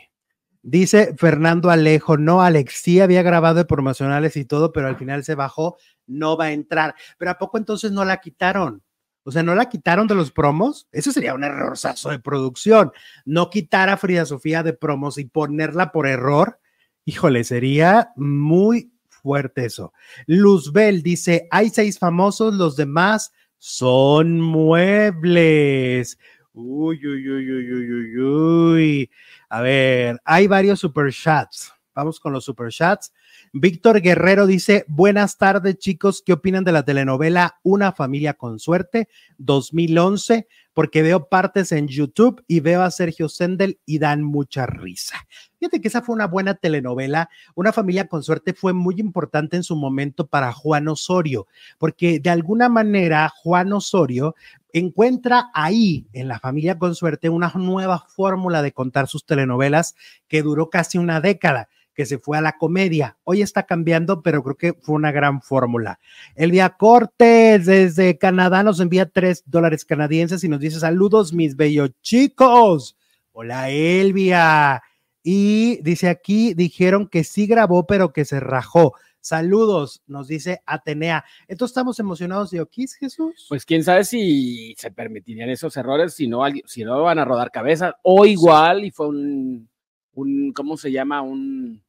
Speaker 1: Dice Fernando Alejo, no, Alex, sí había grabado de promocionales y todo, pero al final se bajó, no va a entrar. Pero ¿a poco entonces no la quitaron? O sea, ¿no la quitaron de los promos? Eso sería un errorzazo de producción. No quitar a Frida Sofía de promos y ponerla por error, híjole, sería muy fuerte eso. Luzbel dice, hay seis famosos, los demás son muebles. Uy, uy, uy, uy, uy, uy, uy. A ver, hay varios superchats. Vamos con los superchats. Víctor Guerrero dice, buenas tardes chicos, ¿qué opinan de la telenovela Una familia con suerte 2011? Porque veo partes en YouTube y veo a Sergio Sendel y dan mucha risa. Fíjate que esa fue una buena telenovela. Una familia con suerte fue muy importante en su momento para Juan Osorio, porque de alguna manera Juan Osorio encuentra ahí en la familia con suerte una nueva fórmula de contar sus telenovelas que duró casi una década que se fue a la comedia. Hoy está cambiando, pero creo que fue una gran fórmula. Elvia Cortés desde Canadá nos envía tres dólares canadienses y nos dice saludos, mis bellos chicos. Hola, Elvia. Y dice aquí, dijeron que sí grabó, pero que se rajó. Saludos, nos dice Atenea. Entonces estamos emocionados de Oquis, Jesús.
Speaker 2: Pues quién sabe si se permitirían esos errores, si no, alguien- si no van a rodar cabezas, o igual, y fue un, un, ¿cómo se llama? Un,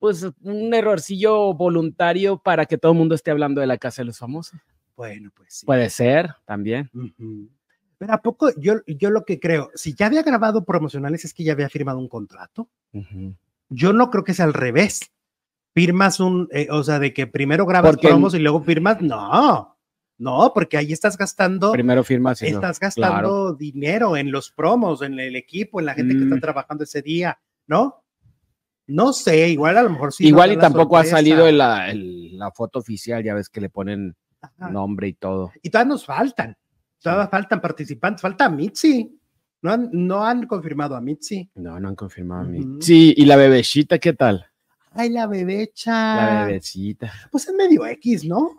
Speaker 2: pues un errorcillo voluntario para que todo el mundo esté hablando de la casa de los famosos.
Speaker 1: Bueno, pues sí.
Speaker 2: Puede ser, también.
Speaker 1: Ujú. Pero a poco, yo, yo lo que creo, si ya había grabado promocionales es que ya había firmado un contrato. Yo no creo que sea al revés. Firmas un, eh, o sea, de que primero grabas
Speaker 2: Porque-
Speaker 1: promos y luego firmas. No, no, porque ahí estás gastando,
Speaker 2: Primero firmas y luego-
Speaker 1: estás gastando dinero en los promos, en el equipo, en la gente que está
Speaker 2: Mm.
Speaker 1: trabajando ese día, ¿no? No sé, igual a lo mejor sí.
Speaker 2: Igual
Speaker 1: nos
Speaker 2: y
Speaker 1: da la
Speaker 2: tampoco ha
Speaker 1: sorpresa.
Speaker 2: salido en la, en la foto oficial, ya ves que le ponen
Speaker 1: Ajá.
Speaker 2: nombre y todo.
Speaker 1: Y todavía nos faltan, todavía faltan participantes, falta Mitzi. No han, no han confirmado a Mitzi.
Speaker 2: No, no han confirmado a mí.
Speaker 1: Ujú.
Speaker 2: Sí, y la bebecita, ¿qué tal?
Speaker 1: Ay, la bebecha.
Speaker 2: La bebecita.
Speaker 1: Pues es medio X, ¿no?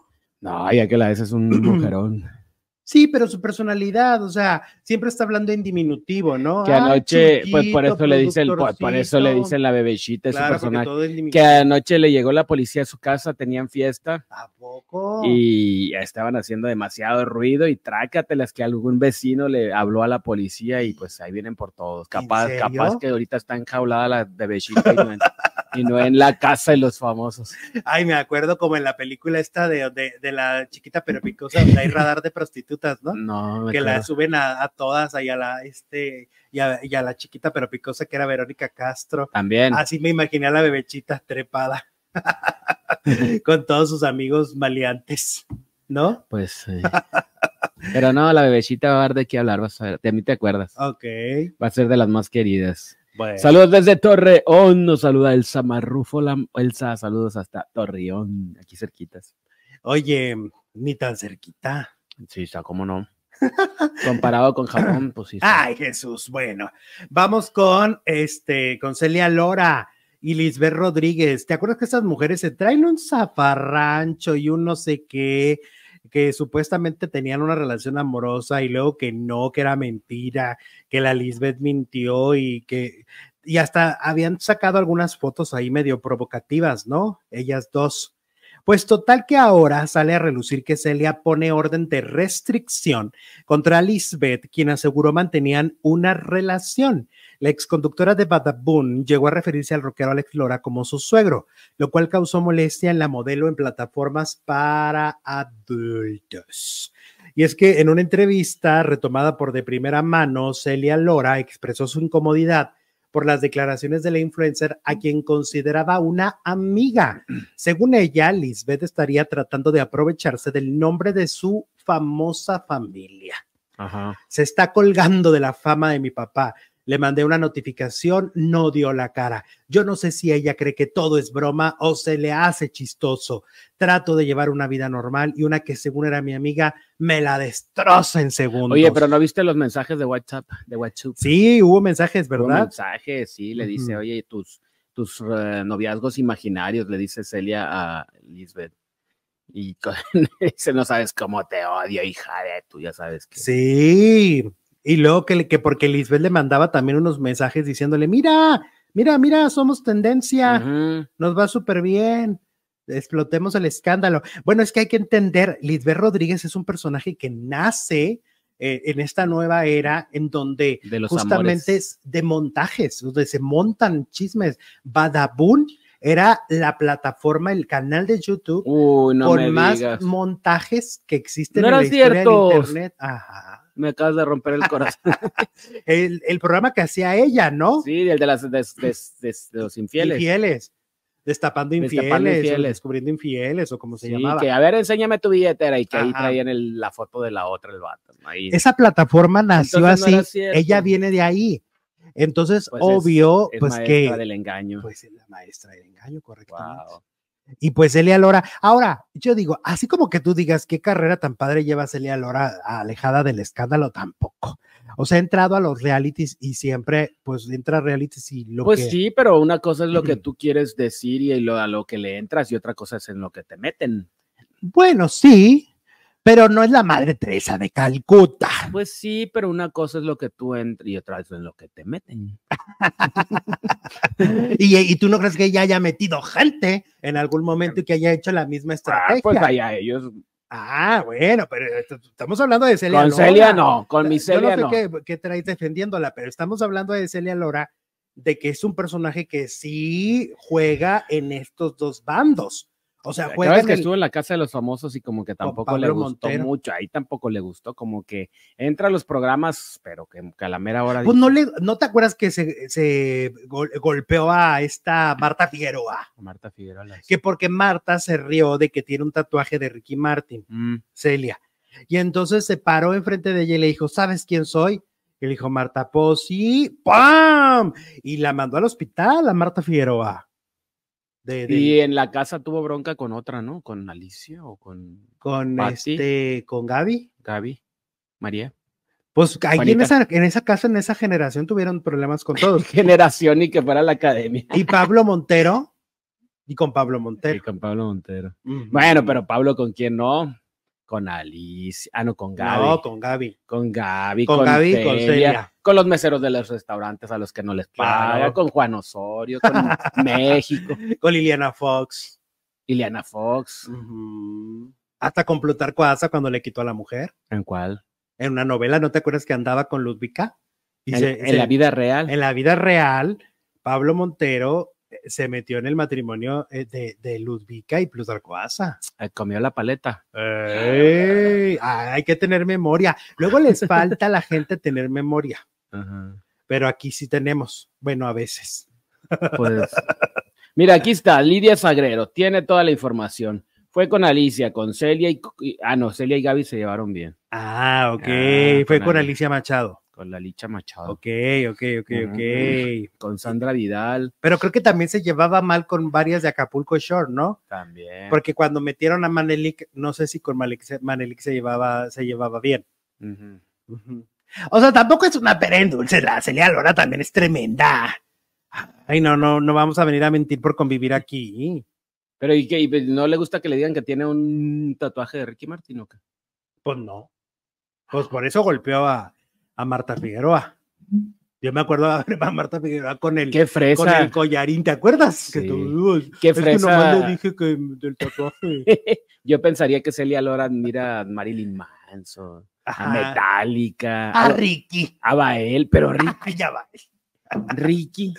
Speaker 2: No, ya que la esa es un mujerón.
Speaker 1: Sí, pero su personalidad, o sea, siempre está hablando en diminutivo, ¿no? Ah,
Speaker 2: Que
Speaker 1: Ay,
Speaker 2: anoche, pues
Speaker 1: Chuyito,
Speaker 2: por eso le dicen, por, por eso le
Speaker 1: productorcito.
Speaker 2: dicen la bebecita, ese
Speaker 1: Claro, porque
Speaker 2: personaje.
Speaker 1: todo es diminutivo.
Speaker 2: Que anoche le llegó la policía a su casa, tenían fiesta
Speaker 1: ¿A poco?
Speaker 2: y estaban haciendo demasiado ruido y trácatelas que algún vecino le habló a la policía y pues ahí vienen por todos.
Speaker 1: ¿En
Speaker 2: Capaz,
Speaker 1: serio?
Speaker 2: capaz que ahorita está enjaulada la bebecita y no en, y no en la casa de los famosos.
Speaker 1: Ay, me acuerdo como en la película esta de, de, de la chiquita pero picosa, donde hay radar de prostitutas, ¿no?
Speaker 2: No, me
Speaker 1: que la
Speaker 2: acuerdo.
Speaker 1: suben a, a todas, ahí a la, este, y a, y a la chiquita pero picosa que era Verónica Castro.
Speaker 2: también.
Speaker 1: Así me imaginé a la bebechita trepada con todos sus amigos maleantes, ¿no?
Speaker 2: Pues. eh, Pero no, la bebecita va a dar de qué hablar, vas a ver. De mí te acuerdas.
Speaker 1: Ok.
Speaker 2: Va a ser de las más queridas.
Speaker 1: Bueno.
Speaker 2: Saludos desde Torreón. Nos saluda Elsa Marrufo. La, Elsa, saludos hasta Torreón, aquí cerquitas.
Speaker 1: Oye, ni tan cerquita.
Speaker 2: Sí, está, cómo no. Comparado con Japón, pues sí. está.
Speaker 1: Ay, Jesús. Bueno, vamos con este, con Celia Lora y Lisbeth Rodríguez. ¿Te acuerdas que estas mujeres se traen un zafarrancho y un no sé qué? que supuestamente tenían una relación amorosa y luego que no, que era mentira, que la Lisbeth mintió y que y hasta habían sacado algunas fotos ahí medio provocativas, ¿no? Ellas dos. Pues total que ahora sale a relucir que Celia pone orden de restricción contra Lisbeth, quien aseguró mantenían una relación. La exconductora de Badaboom llegó a referirse al rockero Alex Lora como su suegro, lo cual causó molestia en la modelo en plataformas para adultos. Y es que en una entrevista retomada por de primera mano, Celia Lora expresó su incomodidad por las declaraciones de la influencer a quien consideraba una amiga. Según ella, Lisbeth estaría tratando de aprovecharse del nombre de su famosa familia
Speaker 2: Ajá.
Speaker 1: se está colgando de la fama de mi papá. Le mandé una notificación, no dio la cara. Yo no sé si ella cree que todo es broma o se le hace chistoso. Trato de llevar una vida normal y una que según era mi amiga, me la destroza en segundos.
Speaker 2: Oye, pero no viste los mensajes de WhatsApp, de WhatsApp.
Speaker 1: Sí, hubo mensajes,
Speaker 2: Hubo
Speaker 1: ¿verdad?
Speaker 2: mensajes, sí, le dice,
Speaker 1: Ujú.
Speaker 2: oye, tus, tus eh, noviazgos imaginarios, le dice Celia a Lisbeth. Y con- dice, no sabes cómo te odio, hija de tú, ya sabes que.
Speaker 1: Sí. Y luego que, le- que porque Lisbeth le mandaba también unos mensajes diciéndole, mira, mira, mira, somos tendencia.
Speaker 2: Ujú.
Speaker 1: nos va súper bien. Explotemos el escándalo. Bueno, es que hay que entender, Lisbeth Rodríguez es un personaje que nace eh, en esta nueva era en donde
Speaker 2: De los
Speaker 1: justamente es
Speaker 2: amores.
Speaker 1: de montajes, donde se montan chismes. Badaboom era la plataforma, el canal de YouTube
Speaker 2: Uy, no me
Speaker 1: con más
Speaker 2: digas.
Speaker 1: montajes que existen
Speaker 2: No
Speaker 1: en la
Speaker 2: eran
Speaker 1: historia
Speaker 2: ciertos.
Speaker 1: del internet. Ajá.
Speaker 2: Me acabas de romper el corazón.
Speaker 1: El, el programa que hacía ella, ¿no?
Speaker 2: sí, el de, las, de, de- de- de los infieles.
Speaker 1: Infieles. Destapando infieles,
Speaker 2: Destapando
Speaker 1: o
Speaker 2: infieles.
Speaker 1: descubriendo infieles, o como se
Speaker 2: Sí,
Speaker 1: llamaba.
Speaker 2: que a ver, enséñame tu billetera y que ahí
Speaker 1: Ajá.
Speaker 2: traían el- la foto de la otra, el vato. Ahí.
Speaker 1: esa plataforma nació
Speaker 2: Entonces no era
Speaker 1: así,
Speaker 2: cierto.
Speaker 1: ella viene de ahí. Entonces,
Speaker 2: Pues es-
Speaker 1: obvio,
Speaker 2: es
Speaker 1: pues
Speaker 2: maestra
Speaker 1: que
Speaker 2: del engaño.
Speaker 1: pues es la maestra del engaño, correctamente.
Speaker 2: Wow.
Speaker 1: Y pues Elia Lora, ahora yo digo, así como que tú digas qué carrera tan padre llevas Elia Lora alejada del escándalo, tampoco. O sea, ha entrado a los realities y siempre, pues entra a realities y lo
Speaker 2: Pues
Speaker 1: que-
Speaker 2: sí, pero una cosa es lo que tú quieres decir y lo, a lo que le entras y otra cosa es en lo que te meten.
Speaker 1: Bueno, sí, pero no es la madre Teresa de Calcuta.
Speaker 2: Pues sí, pero una cosa es lo que tú entras y otra es en lo que te meten.
Speaker 1: Y, y tú no crees que ella haya metido gente en algún momento y que haya hecho la misma
Speaker 2: Ah, pues
Speaker 1: estrategia.
Speaker 2: allá ellos.
Speaker 1: Ah, bueno, pero esto- estamos hablando de Celia
Speaker 2: Con
Speaker 1: Lora.
Speaker 2: Celia no, con mi
Speaker 1: Yo
Speaker 2: Celia
Speaker 1: no
Speaker 2: no.
Speaker 1: sé qué, qué traes defendiéndola, pero estamos hablando de Celia Lora, de que es un personaje que sí juega en estos dos bandos. O sea,
Speaker 2: Cada
Speaker 1: juega
Speaker 2: vez
Speaker 1: en
Speaker 2: que
Speaker 1: el-
Speaker 2: estuvo en la casa de los famosos y como que tampoco le
Speaker 1: Pablo
Speaker 2: gustó
Speaker 1: Montero.
Speaker 2: mucho, ahí tampoco le gustó, como que entra a los programas, pero que, que a la mera hora
Speaker 1: Pues
Speaker 2: dice,
Speaker 1: no, le, ¿No te acuerdas que se, se gol- golpeó a esta Marta Figueroa?
Speaker 2: Marta Figueroa. las-
Speaker 1: Que porque Marta se rió de que tiene un tatuaje de Ricky Martin.
Speaker 2: Mm.
Speaker 1: Celia. Y entonces se paró enfrente de ella y le dijo, ¿sabes quién soy? Y le dijo, Marta, pues sí, ¡pam! Y la mandó al hospital a Marta Figueroa. De, de-
Speaker 2: Y en la casa tuvo bronca con otra, ¿no? Con Alicia o con
Speaker 1: con,
Speaker 2: Pati.
Speaker 1: este, con Gaby.
Speaker 2: Gaby, María.
Speaker 1: Pues ahí en
Speaker 2: Juanita.
Speaker 1: esa, en esa casa, en esa generación tuvieron problemas con todos.
Speaker 2: Generación y que fuera a la academia.
Speaker 1: y Pablo Montero, y con Pablo
Speaker 2: Y
Speaker 1: Montero.
Speaker 2: con Pablo Montero.
Speaker 1: Ujú.
Speaker 2: Bueno, pues, pero Pablo, ¿con quién no? Con Alicia, ah, no, con Gaby.
Speaker 1: No, con Gaby.
Speaker 2: con Gaby,
Speaker 1: Con
Speaker 2: con,
Speaker 1: Gaby,
Speaker 2: Celia,
Speaker 1: con
Speaker 2: con
Speaker 1: Celia.
Speaker 2: los meseros de los restaurantes a los que no les paga,
Speaker 1: Claro.
Speaker 2: con Juan Osorio, con México,
Speaker 1: Con Liliana Fox.
Speaker 2: Ileana Fox,
Speaker 1: Ujú. Hasta con Plutarco Asa cuando le quitó a la mujer.
Speaker 2: ¿en cuál?
Speaker 1: en una novela, ¿no te acuerdas que andaba con Ludvica? Y
Speaker 2: en,
Speaker 1: se-
Speaker 2: en
Speaker 1: se-
Speaker 2: la vida real.
Speaker 1: en la vida real, Pablo Montero eh, se metió en el matrimonio eh, de, de Ludvica y Plutarco Asa.
Speaker 2: eh, comió la paleta.
Speaker 1: ¡Ey! Ah, hay que tener memoria. Luego les falta a la gente tener memoria, pero aquí sí tenemos, bueno, a veces.
Speaker 2: Pues, mira, aquí está, Lidia Sagrero, tiene toda la información. Fue con Alicia, con Celia y, y- ah, no, Celia y Gaby se llevaron bien.
Speaker 1: Ah, ok.
Speaker 2: Ah,
Speaker 1: Fue
Speaker 2: con
Speaker 1: con
Speaker 2: Ale-
Speaker 1: Alicia Machado.
Speaker 2: Con la Licha Machado,
Speaker 1: Ok, ok, ok, ok.
Speaker 2: Ujú. con Sandra Vidal
Speaker 1: Pero creo que también se llevaba mal con varias de Acapulco Shore, ¿no?
Speaker 2: también.
Speaker 1: Porque cuando metieron a Manelik, no sé si con Manelik se, Manelik se llevaba, se llevaba bien.
Speaker 2: Ujú.
Speaker 1: O sea, tampoco es una pera en dulce, la Celia Lora también es tremenda. Ay, no, no, no vamos a venir a mentir por convivir aquí.
Speaker 2: Pero ¿y qué? ¿Y pues, no le gusta que le digan que tiene un tatuaje de Ricky Martin o qué?
Speaker 1: Pues no. Pues por eso golpeó a, a Marta Figueroa. Yo me acuerdo a, a Marta Figueroa con el,
Speaker 2: Qué
Speaker 1: con
Speaker 2: fresa,
Speaker 1: el collarín, ¿te acuerdas?
Speaker 2: Sí.
Speaker 1: tú-
Speaker 2: qué
Speaker 1: es que nomás le
Speaker 2: fresa.
Speaker 1: dije que del tatuaje.
Speaker 2: Yo pensaría que Celia Lora admira a Marilyn Manson, a
Speaker 1: Ajá.
Speaker 2: Metallica,
Speaker 1: A
Speaker 2: a,
Speaker 1: Ah. Ricky.
Speaker 2: a Bael, pero Ri-
Speaker 1: Ay, ya va.
Speaker 2: Ricky,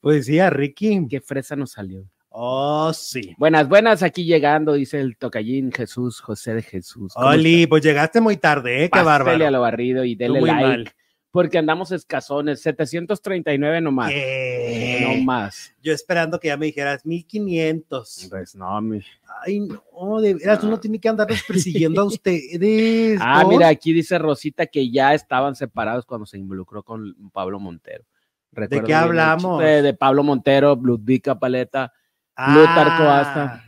Speaker 1: Pues sí, a Ricky.
Speaker 2: qué fresa nos salió.
Speaker 1: Oh, sí.
Speaker 2: Buenas, buenas, aquí llegando, dice el tocallín Jesús, José de Jesús. ¿Cómo
Speaker 1: Oli, pues llegaste muy tarde, ¿eh? Qué
Speaker 2: estás? este. Pásele
Speaker 1: bárbaro.
Speaker 2: a lo barrido y
Speaker 1: Tú
Speaker 2: denle
Speaker 1: muy
Speaker 2: like,
Speaker 1: mal.
Speaker 2: porque andamos escasones, 739 nomás.
Speaker 1: ¿Qué?
Speaker 2: No más.
Speaker 1: Eh, Yo esperando que ya me dijeras 1500.
Speaker 2: Pues no, mi-
Speaker 1: Ay, no, de veras, uno tiene que andarlos persiguiendo a ustedes.
Speaker 2: Ah,
Speaker 1: dos.
Speaker 2: mira, aquí dice Rosita que ya estaban separados cuando se involucró con Pablo Montero. Recuerdo
Speaker 1: qué
Speaker 2: bien el
Speaker 1: hablamos?
Speaker 2: chisme De, Pablo Montero, Ludvica Paleta.
Speaker 1: Ah,
Speaker 2: Plutarco Asta.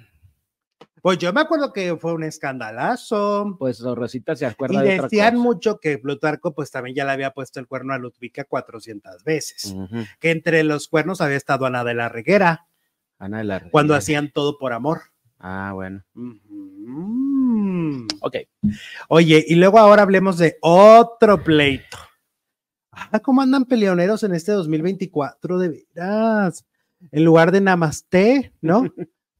Speaker 1: Pues yo me acuerdo que fue un escandalazo.
Speaker 2: Pues Rosita se
Speaker 1: Y
Speaker 2: acuerda de otra
Speaker 1: decían
Speaker 2: cosa.
Speaker 1: mucho que Plutarco, pues también ya le había puesto el cuerno a Ludvica 400 veces.
Speaker 2: Ujú.
Speaker 1: Que entre los cuernos había estado Ana de la Reguera,
Speaker 2: Ana de la Reguera.
Speaker 1: cuando hacían todo por amor.
Speaker 2: Ah, bueno.
Speaker 1: Ujú.
Speaker 2: Ok.
Speaker 1: Oye, y luego ahora hablemos de otro pleito. Ah, ¿cómo andan peleoneros en este 2024 de veras? En lugar de namaste, ¿no?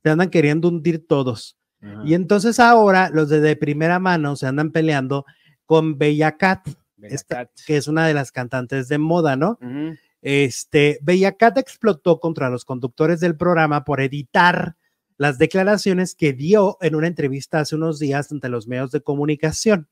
Speaker 1: Se andan queriendo hundir todos. Y entonces ahora los de, de primera mano se andan peleando con Bella Cat,
Speaker 2: Venga,
Speaker 1: esta-
Speaker 2: Kat.
Speaker 1: que es una de las cantantes de moda, ¿no?
Speaker 2: Ujú.
Speaker 1: Este, Bella Cat explotó contra los conductores del programa por editar las declaraciones que dio en una entrevista hace unos días ante los medios de comunicación.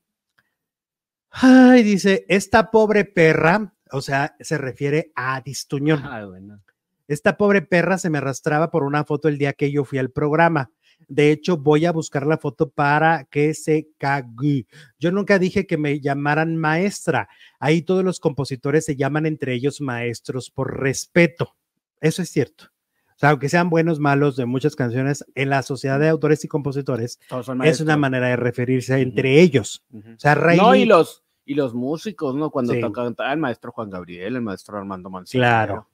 Speaker 1: Ay, dice, esta pobre perra, o sea, se refiere a Distuñón.
Speaker 2: Ah, bueno.
Speaker 1: Esta pobre perra se me arrastraba por una foto el día que yo fui al programa. De hecho, voy a buscar la foto para que se cague. Yo nunca dije que me llamaran maestra. Ahí todos los compositores se llaman entre ellos maestros por respeto. Eso es cierto. O sea, aunque sean buenos, malos de muchas canciones, en la sociedad de autores y compositores
Speaker 2: Todos son
Speaker 1: es
Speaker 2: maestros.
Speaker 1: una manera de referirse entre ellos.
Speaker 2: Ujú.
Speaker 1: O sea, Ray
Speaker 2: No,
Speaker 1: Lee-
Speaker 2: y los, y los músicos, ¿no? Cuando
Speaker 1: Sí.
Speaker 2: tocan, ah, el maestro Juan Gabriel, el maestro Armando Mancini.
Speaker 1: Claro.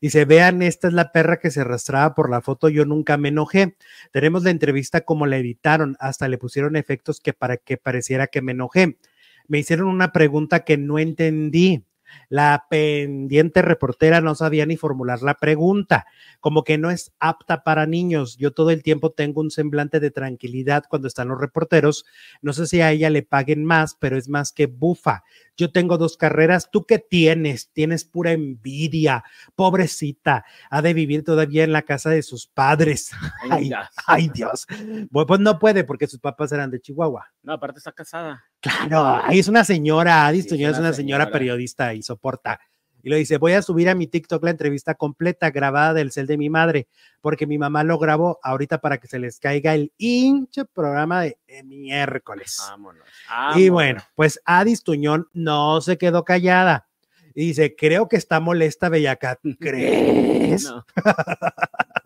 Speaker 1: Dice, vean, esta es la perra que se arrastraba por la foto, yo nunca me enojé. Tenemos la entrevista como la editaron, hasta le pusieron efectos que para que pareciera que me enojé. Me hicieron una pregunta que no entendí. La pendiente reportera no sabía ni formular la pregunta, como que no es apta para niños. Yo todo el tiempo tengo un semblante de tranquilidad cuando están los reporteros. No sé si a ella le paguen más, pero es más que bufa. Yo tengo dos carreras. ¿Tú qué tienes? Tienes pura envidia. Pobrecita. Ha de vivir todavía en la casa de sus padres. Ay,
Speaker 2: Venga.
Speaker 1: Ay, Dios. Bueno, pues no puede porque sus papás eran de Chihuahua.
Speaker 2: No, aparte está casada.
Speaker 1: Claro, ahí es una señora. Adi
Speaker 2: Sí, es
Speaker 1: Tuñón es
Speaker 2: una
Speaker 1: una señora
Speaker 2: señora.
Speaker 1: periodista y soporta. Y lo dice, voy a subir a mi TikTok la entrevista completa grabada del cel de mi madre, porque mi mamá lo grabó ahorita para que se les caiga el hinche programa de, de miércoles.
Speaker 2: Vámonos.
Speaker 1: Y
Speaker 2: vámonos.
Speaker 1: bueno, pues Adis Tuñón no se quedó callada. Y dice, creo que está molesta Bellacat. ¿Crees?
Speaker 2: No.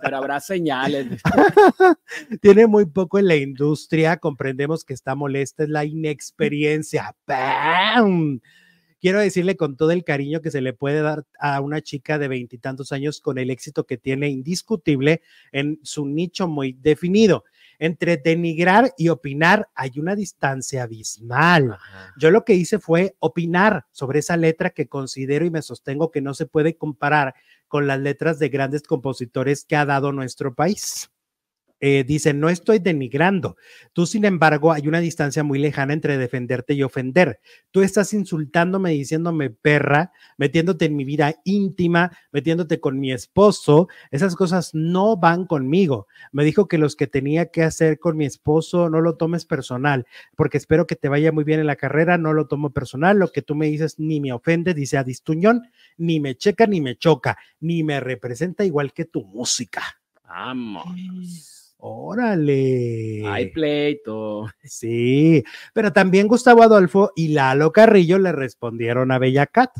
Speaker 2: Pero habrá señales.
Speaker 1: Tiene muy poco en la industria. Comprendemos que está molesta, es la inexperiencia. ¡Pam! Quiero decirle con todo el cariño que se le puede dar a una chica de veintitantos años con el éxito que tiene indiscutible en su nicho muy definido. Entre denigrar y opinar hay una distancia abismal.
Speaker 2: Ajá.
Speaker 1: Yo lo que hice fue opinar sobre esa letra que considero y me sostengo que no se puede comparar con las letras de grandes compositores que ha dado nuestro país. Eh, dice, no estoy denigrando. Tú, sin embargo, hay una distancia muy lejana entre defenderte y ofender. Tú estás insultándome, diciéndome perra, metiéndote en mi vida íntima, metiéndote con mi esposo. Esas cosas no van conmigo. Me dijo que los que tenía que hacer con mi esposo no lo tomes personal porque espero que te vaya muy bien en la carrera, no lo tomo personal, lo que tú me dices ni me ofende, dice Adistuñón, ni me checa, ni me choca, ni me representa igual que tu música.
Speaker 2: Vámonos.
Speaker 1: Órale.
Speaker 2: Hay pleito.
Speaker 1: Sí, pero también Gustavo Adolfo y Lalo Carrillo le respondieron a Bella Cat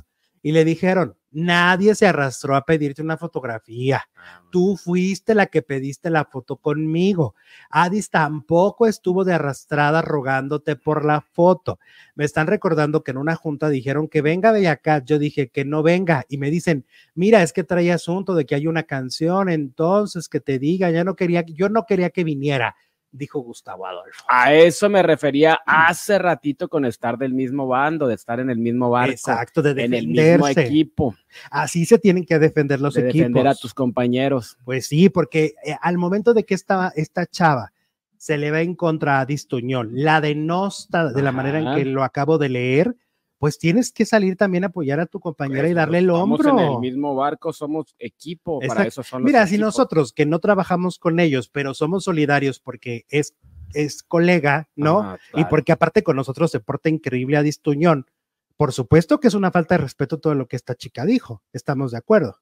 Speaker 1: y le dijeron, nadie se arrastró a pedirte una fotografía. Tú fuiste la que pediste la foto conmigo. Adis tampoco estuvo de arrastrada rogándote por la foto. Me están recordando que en una junta dijeron que venga de acá. Yo dije que no venga y me dicen, mira, es que trae asunto de que hay una canción, entonces que te diga, ya no quería, yo no quería que viniera, dijo Gustavo Adolfo.
Speaker 2: A eso me refería hace ratito con estar del mismo bando, de estar en el mismo barco,
Speaker 1: Exacto, de
Speaker 2: en el mismo
Speaker 1: defenderse.
Speaker 2: equipo,
Speaker 1: Así se tienen que defender los
Speaker 2: de
Speaker 1: equipos.
Speaker 2: defender a tus compañeros.
Speaker 1: Pues sí, porque eh, al momento de que esta, esta chava se le va en contra a Distuñón, la denosta de la manera en
Speaker 2: Ajá.
Speaker 1: que lo acabo de leer, pues tienes que salir también a apoyar a tu compañera y
Speaker 2: Pues,
Speaker 1: darle el
Speaker 2: estamos
Speaker 1: hombro.
Speaker 2: en el mismo barco, somos equipo, para
Speaker 1: Exacto.
Speaker 2: eso son los
Speaker 1: Mira, si
Speaker 2: equipos.
Speaker 1: nosotros que no trabajamos con ellos, pero somos solidarios porque es, es colega, ¿no?
Speaker 2: Ajá,
Speaker 1: Y
Speaker 2: Ah, claro.
Speaker 1: porque aparte con nosotros se porta increíble a Distuñón. Por supuesto que es una falta de respeto todo lo que esta chica dijo. Estamos de acuerdo.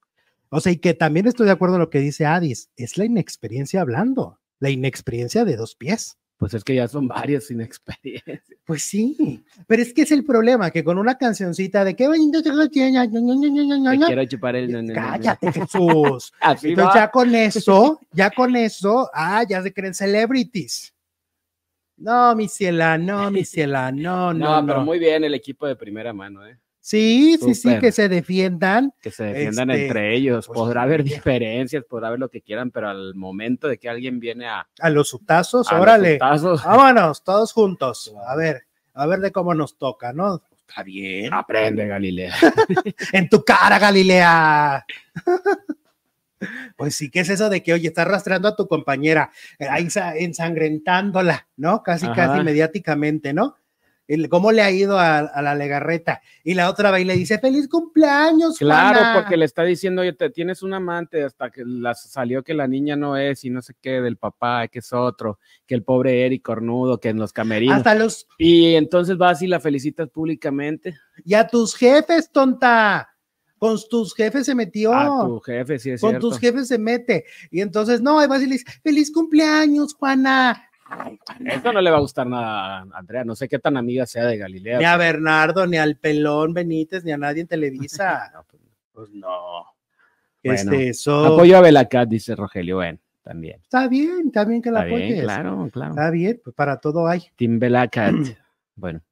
Speaker 1: O sea, y que también estoy de acuerdo en lo que dice Adis. Es la inexperiencia hablando. La inexperiencia de dos pies.
Speaker 2: Pues es que ya son varios sin experiencia.
Speaker 1: Pues sí. Pero es que es el problema, que con una cancioncita de qué bonito te lo tiene, ña, ña, ña, ña, ña, ña,
Speaker 2: Te
Speaker 1: ña".
Speaker 2: quiero chupar el. no, no, no, no.
Speaker 1: Cállate, Jesús.
Speaker 2: Así
Speaker 1: Entonces
Speaker 2: va.
Speaker 1: ya con eso, ya con eso, ah, ya se creen celebrities. No, mi ciela, no, mi ciela, no, no,
Speaker 2: No,
Speaker 1: no.
Speaker 2: pero muy bien el equipo de primera mano, ¿eh?
Speaker 1: Sí, sí, sí,
Speaker 2: Súper.
Speaker 1: que se defiendan.
Speaker 2: que se defiendan
Speaker 1: Este,
Speaker 2: entre ellos.
Speaker 1: pues,
Speaker 2: podrá haber
Speaker 1: ya.
Speaker 2: diferencias, podrá haber lo que quieran, pero al momento de que alguien viene a,
Speaker 1: A los sutazos,
Speaker 2: a los
Speaker 1: órale.
Speaker 2: putazos,
Speaker 1: Vámonos, todos juntos. A ver, a ver de cómo nos toca, ¿no? Está bien.
Speaker 2: aprende Galilea.
Speaker 1: En tu cara, Galilea. Pues sí, ¿qué es eso de que, oye, está arrastrando a tu compañera, eh, ahí sa- ensangrentándola, ¿no? Casi,
Speaker 2: Ajá.
Speaker 1: casi mediáticamente, ¿no? El- ¿Cómo le ha ido a, a la legarreta? Y la otra va y le dice, feliz cumpleaños, Juana".
Speaker 2: Claro, porque le está diciendo, oye, te tienes un amante hasta que las salió que la niña no es y no sé qué del papá, que es otro, que el pobre Eric Cornudo, que en los camerinos.
Speaker 1: Hasta los
Speaker 2: Y entonces vas y la felicitas públicamente
Speaker 1: Y a tus jefes, tonta. Con tus jefes se metió.
Speaker 2: a tu jefe, si Ah, es
Speaker 1: con
Speaker 2: cierto.
Speaker 1: tus jefes se mete. Y entonces, no, ahí vas y le dices, feliz cumpleaños, Juana.
Speaker 2: Eso no le va a gustar nada a Andrea, no sé qué tan amiga sea de Galilea.
Speaker 1: Ni a Bernardo, ni al pelón Benítez, ni a nadie en Televisa.
Speaker 2: No, pues,
Speaker 1: pues no.
Speaker 2: Bueno,
Speaker 1: este, so-
Speaker 2: Apoyo a Belacat, dice Rogelio. Bueno, también.
Speaker 1: está bien, está bien que la
Speaker 2: Está
Speaker 1: apoyes.
Speaker 2: bien, claro, claro.
Speaker 1: Está bien, pues para todo hay.
Speaker 2: Team Belacat. Bueno,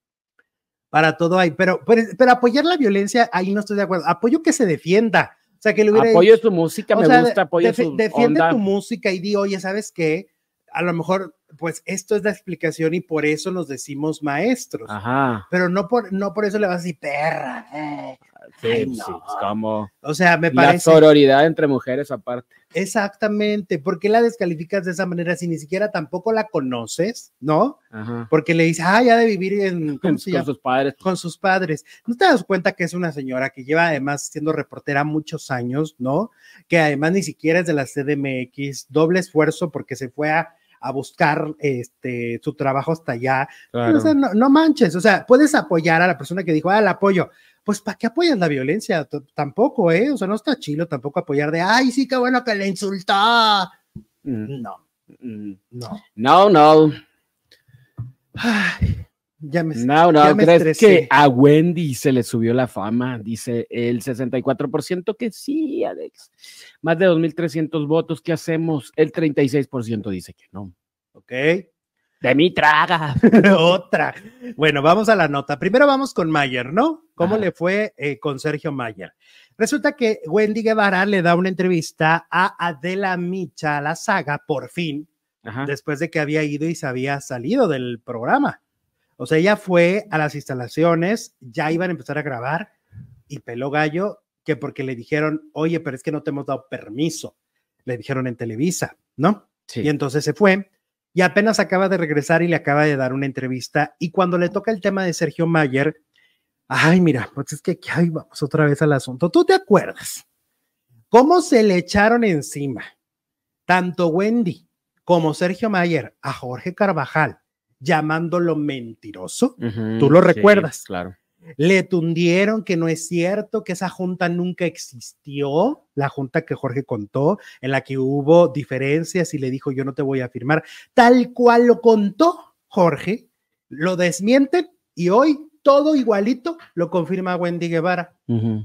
Speaker 1: para todo hay, pero, pero, pero apoyar la violencia, ahí no estoy de acuerdo. Apoyo que se defienda. O sea, que le hubiera
Speaker 2: apoyo su música,
Speaker 1: o
Speaker 2: me
Speaker 1: sea,
Speaker 2: gusta, apoyo
Speaker 1: defi-
Speaker 2: su
Speaker 1: defiende
Speaker 2: onda.
Speaker 1: tu música y di, oye, ¿sabes qué? A lo mejor, pues esto es la explicación y por eso nos decimos maestros.
Speaker 2: Ah. Ajá.
Speaker 1: Pero no por, no por eso le vas a decir perra. eh".
Speaker 2: Sí,
Speaker 1: Ay,
Speaker 2: sí,
Speaker 1: no.
Speaker 2: es como
Speaker 1: O sea, me
Speaker 2: la
Speaker 1: parece.
Speaker 2: sororidad entre mujeres aparte.
Speaker 1: Exactamente. ¿Por qué la descalificas de esa manera si ni siquiera tampoco la conoces, no?
Speaker 2: Ajá.
Speaker 1: Porque le dices, ah, ya de vivir en. ¿cómo
Speaker 2: Con,
Speaker 1: se llama?
Speaker 2: sus padres.
Speaker 1: con sus padres. ¿No te das cuenta que es una señora que lleva además siendo reportera muchos años, ¿no? Que además ni siquiera es de la CDMX, doble esfuerzo porque se fue a, a buscar este, su trabajo hasta allá.
Speaker 2: Claro.
Speaker 1: O sea, no, no manches, o sea, puedes apoyar a la persona que dijo, ah, la apoyo. Pues, ¿para qué apoyas la violencia? T- tampoco, ¿eh? O sea, no está chilo tampoco apoyar de, ay, sí, qué bueno que le insultó.
Speaker 2: Mm,
Speaker 1: No,
Speaker 2: mm.
Speaker 1: no.
Speaker 2: No, no,
Speaker 1: Ay, ya me...
Speaker 2: no,
Speaker 1: Pues, ya
Speaker 2: no.
Speaker 1: me
Speaker 2: ¿Crees
Speaker 1: estresé.
Speaker 2: que a Wendy se le subió la fama? Dice el 64% que sí, Alex. Más de 2.300 votos, ¿qué hacemos? El 36% dice que no.
Speaker 1: Ok.
Speaker 2: De mí traga.
Speaker 1: Otra. Bueno, vamos a la nota. Primero vamos con Mayer, ¿no? ¿Cómo
Speaker 2: Ajá.
Speaker 1: le fue eh, con Sergio Mayer? Resulta que Wendy Guevara le da una entrevista a Adela Micha, a la saga, por fin,
Speaker 2: Ajá.
Speaker 1: después de que había ido y se había salido del programa. O sea, ella fue a las instalaciones, ya iban a empezar a grabar y peló gallo que porque le dijeron, oye, pero es que no te hemos dado permiso. Le dijeron en Televisa, ¿no?
Speaker 2: Sí.
Speaker 1: Y entonces se fue y apenas acaba de regresar y le acaba de dar una entrevista. Y cuando le toca el tema de Sergio Mayer, ay, mira, pues es que aquí ay, vamos otra vez al asunto. ¿Tú te acuerdas cómo se le echaron encima tanto Wendy como Sergio Mayer a Jorge Carvajal llamándolo mentiroso?
Speaker 2: Ujú,
Speaker 1: Tú lo
Speaker 2: sí,
Speaker 1: recuerdas.
Speaker 2: claro.
Speaker 1: Le tundieron que no es cierto, que esa junta nunca existió, la junta que Jorge contó, en la que hubo diferencias y le dijo yo no te voy a firmar, tal cual lo contó Jorge, lo desmienten y hoy todo igualito lo confirma Wendy Guevara.
Speaker 2: Ujú.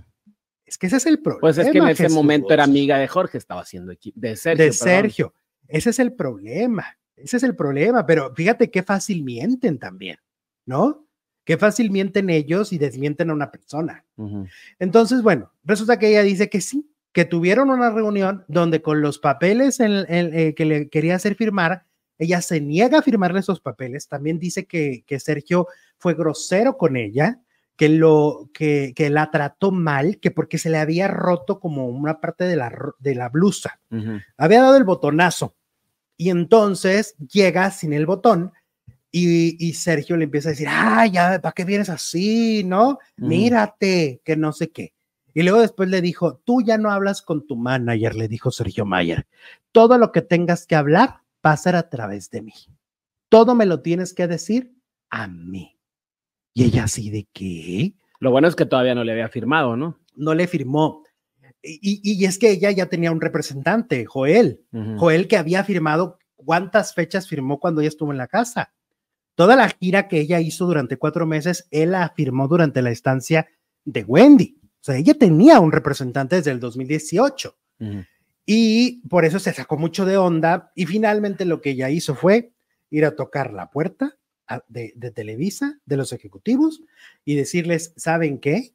Speaker 1: Es que ese es el problema.
Speaker 2: Pues es que en ese
Speaker 1: Jesús.
Speaker 2: momento era amiga de Jorge, estaba haciendo equipo. De Sergio.
Speaker 1: de
Speaker 2: perdón.
Speaker 1: Sergio. Ese es el problema. Ese es el problema. Pero fíjate qué fácil mienten también, ¿no? Qué fácil mienten ellos y desmienten a una persona.
Speaker 2: Ujú.
Speaker 1: Entonces, bueno, resulta que ella dice que sí, que tuvieron una reunión donde con los papeles en- en- eh, que le quería hacer firmar, ella se niega a firmarle esos papeles. También dice que, que Sergio fue grosero con ella, que, lo, que, que la trató mal, que porque se le había roto como una parte de la, ro- de la blusa
Speaker 2: Ujú.
Speaker 1: había dado el botonazo y entonces llega sin el botón y, y Sergio le empieza a decir, ah, ya, ¿para qué vienes así? ¿No?
Speaker 2: Ujú.
Speaker 1: Mírate, que no sé qué. Y luego después le dijo, tú ya no hablas con tu manager, le dijo Sergio Mayer. Todo lo que tengas que hablar va a ser a través de mí. Todo me lo tienes que decir a mí. Y ella así de qué?
Speaker 2: Lo bueno es que todavía no le había firmado, ¿no?
Speaker 1: No le firmó. Y- y- y es que ella ya tenía un representante, Joel.
Speaker 2: Ujú.
Speaker 1: Joel que había firmado, ¿cuántas fechas firmó cuando ella estuvo en la casa? Toda la gira que ella hizo durante cuatro meses, él la firmó durante la estancia de Wendy. O sea, ella tenía un representante desde el 2018
Speaker 2: Ujú.
Speaker 1: y por eso se sacó mucho de onda y finalmente lo que ella hizo fue ir a tocar la puerta a- de, de Televisa, de los ejecutivos y decirles, ¿saben qué?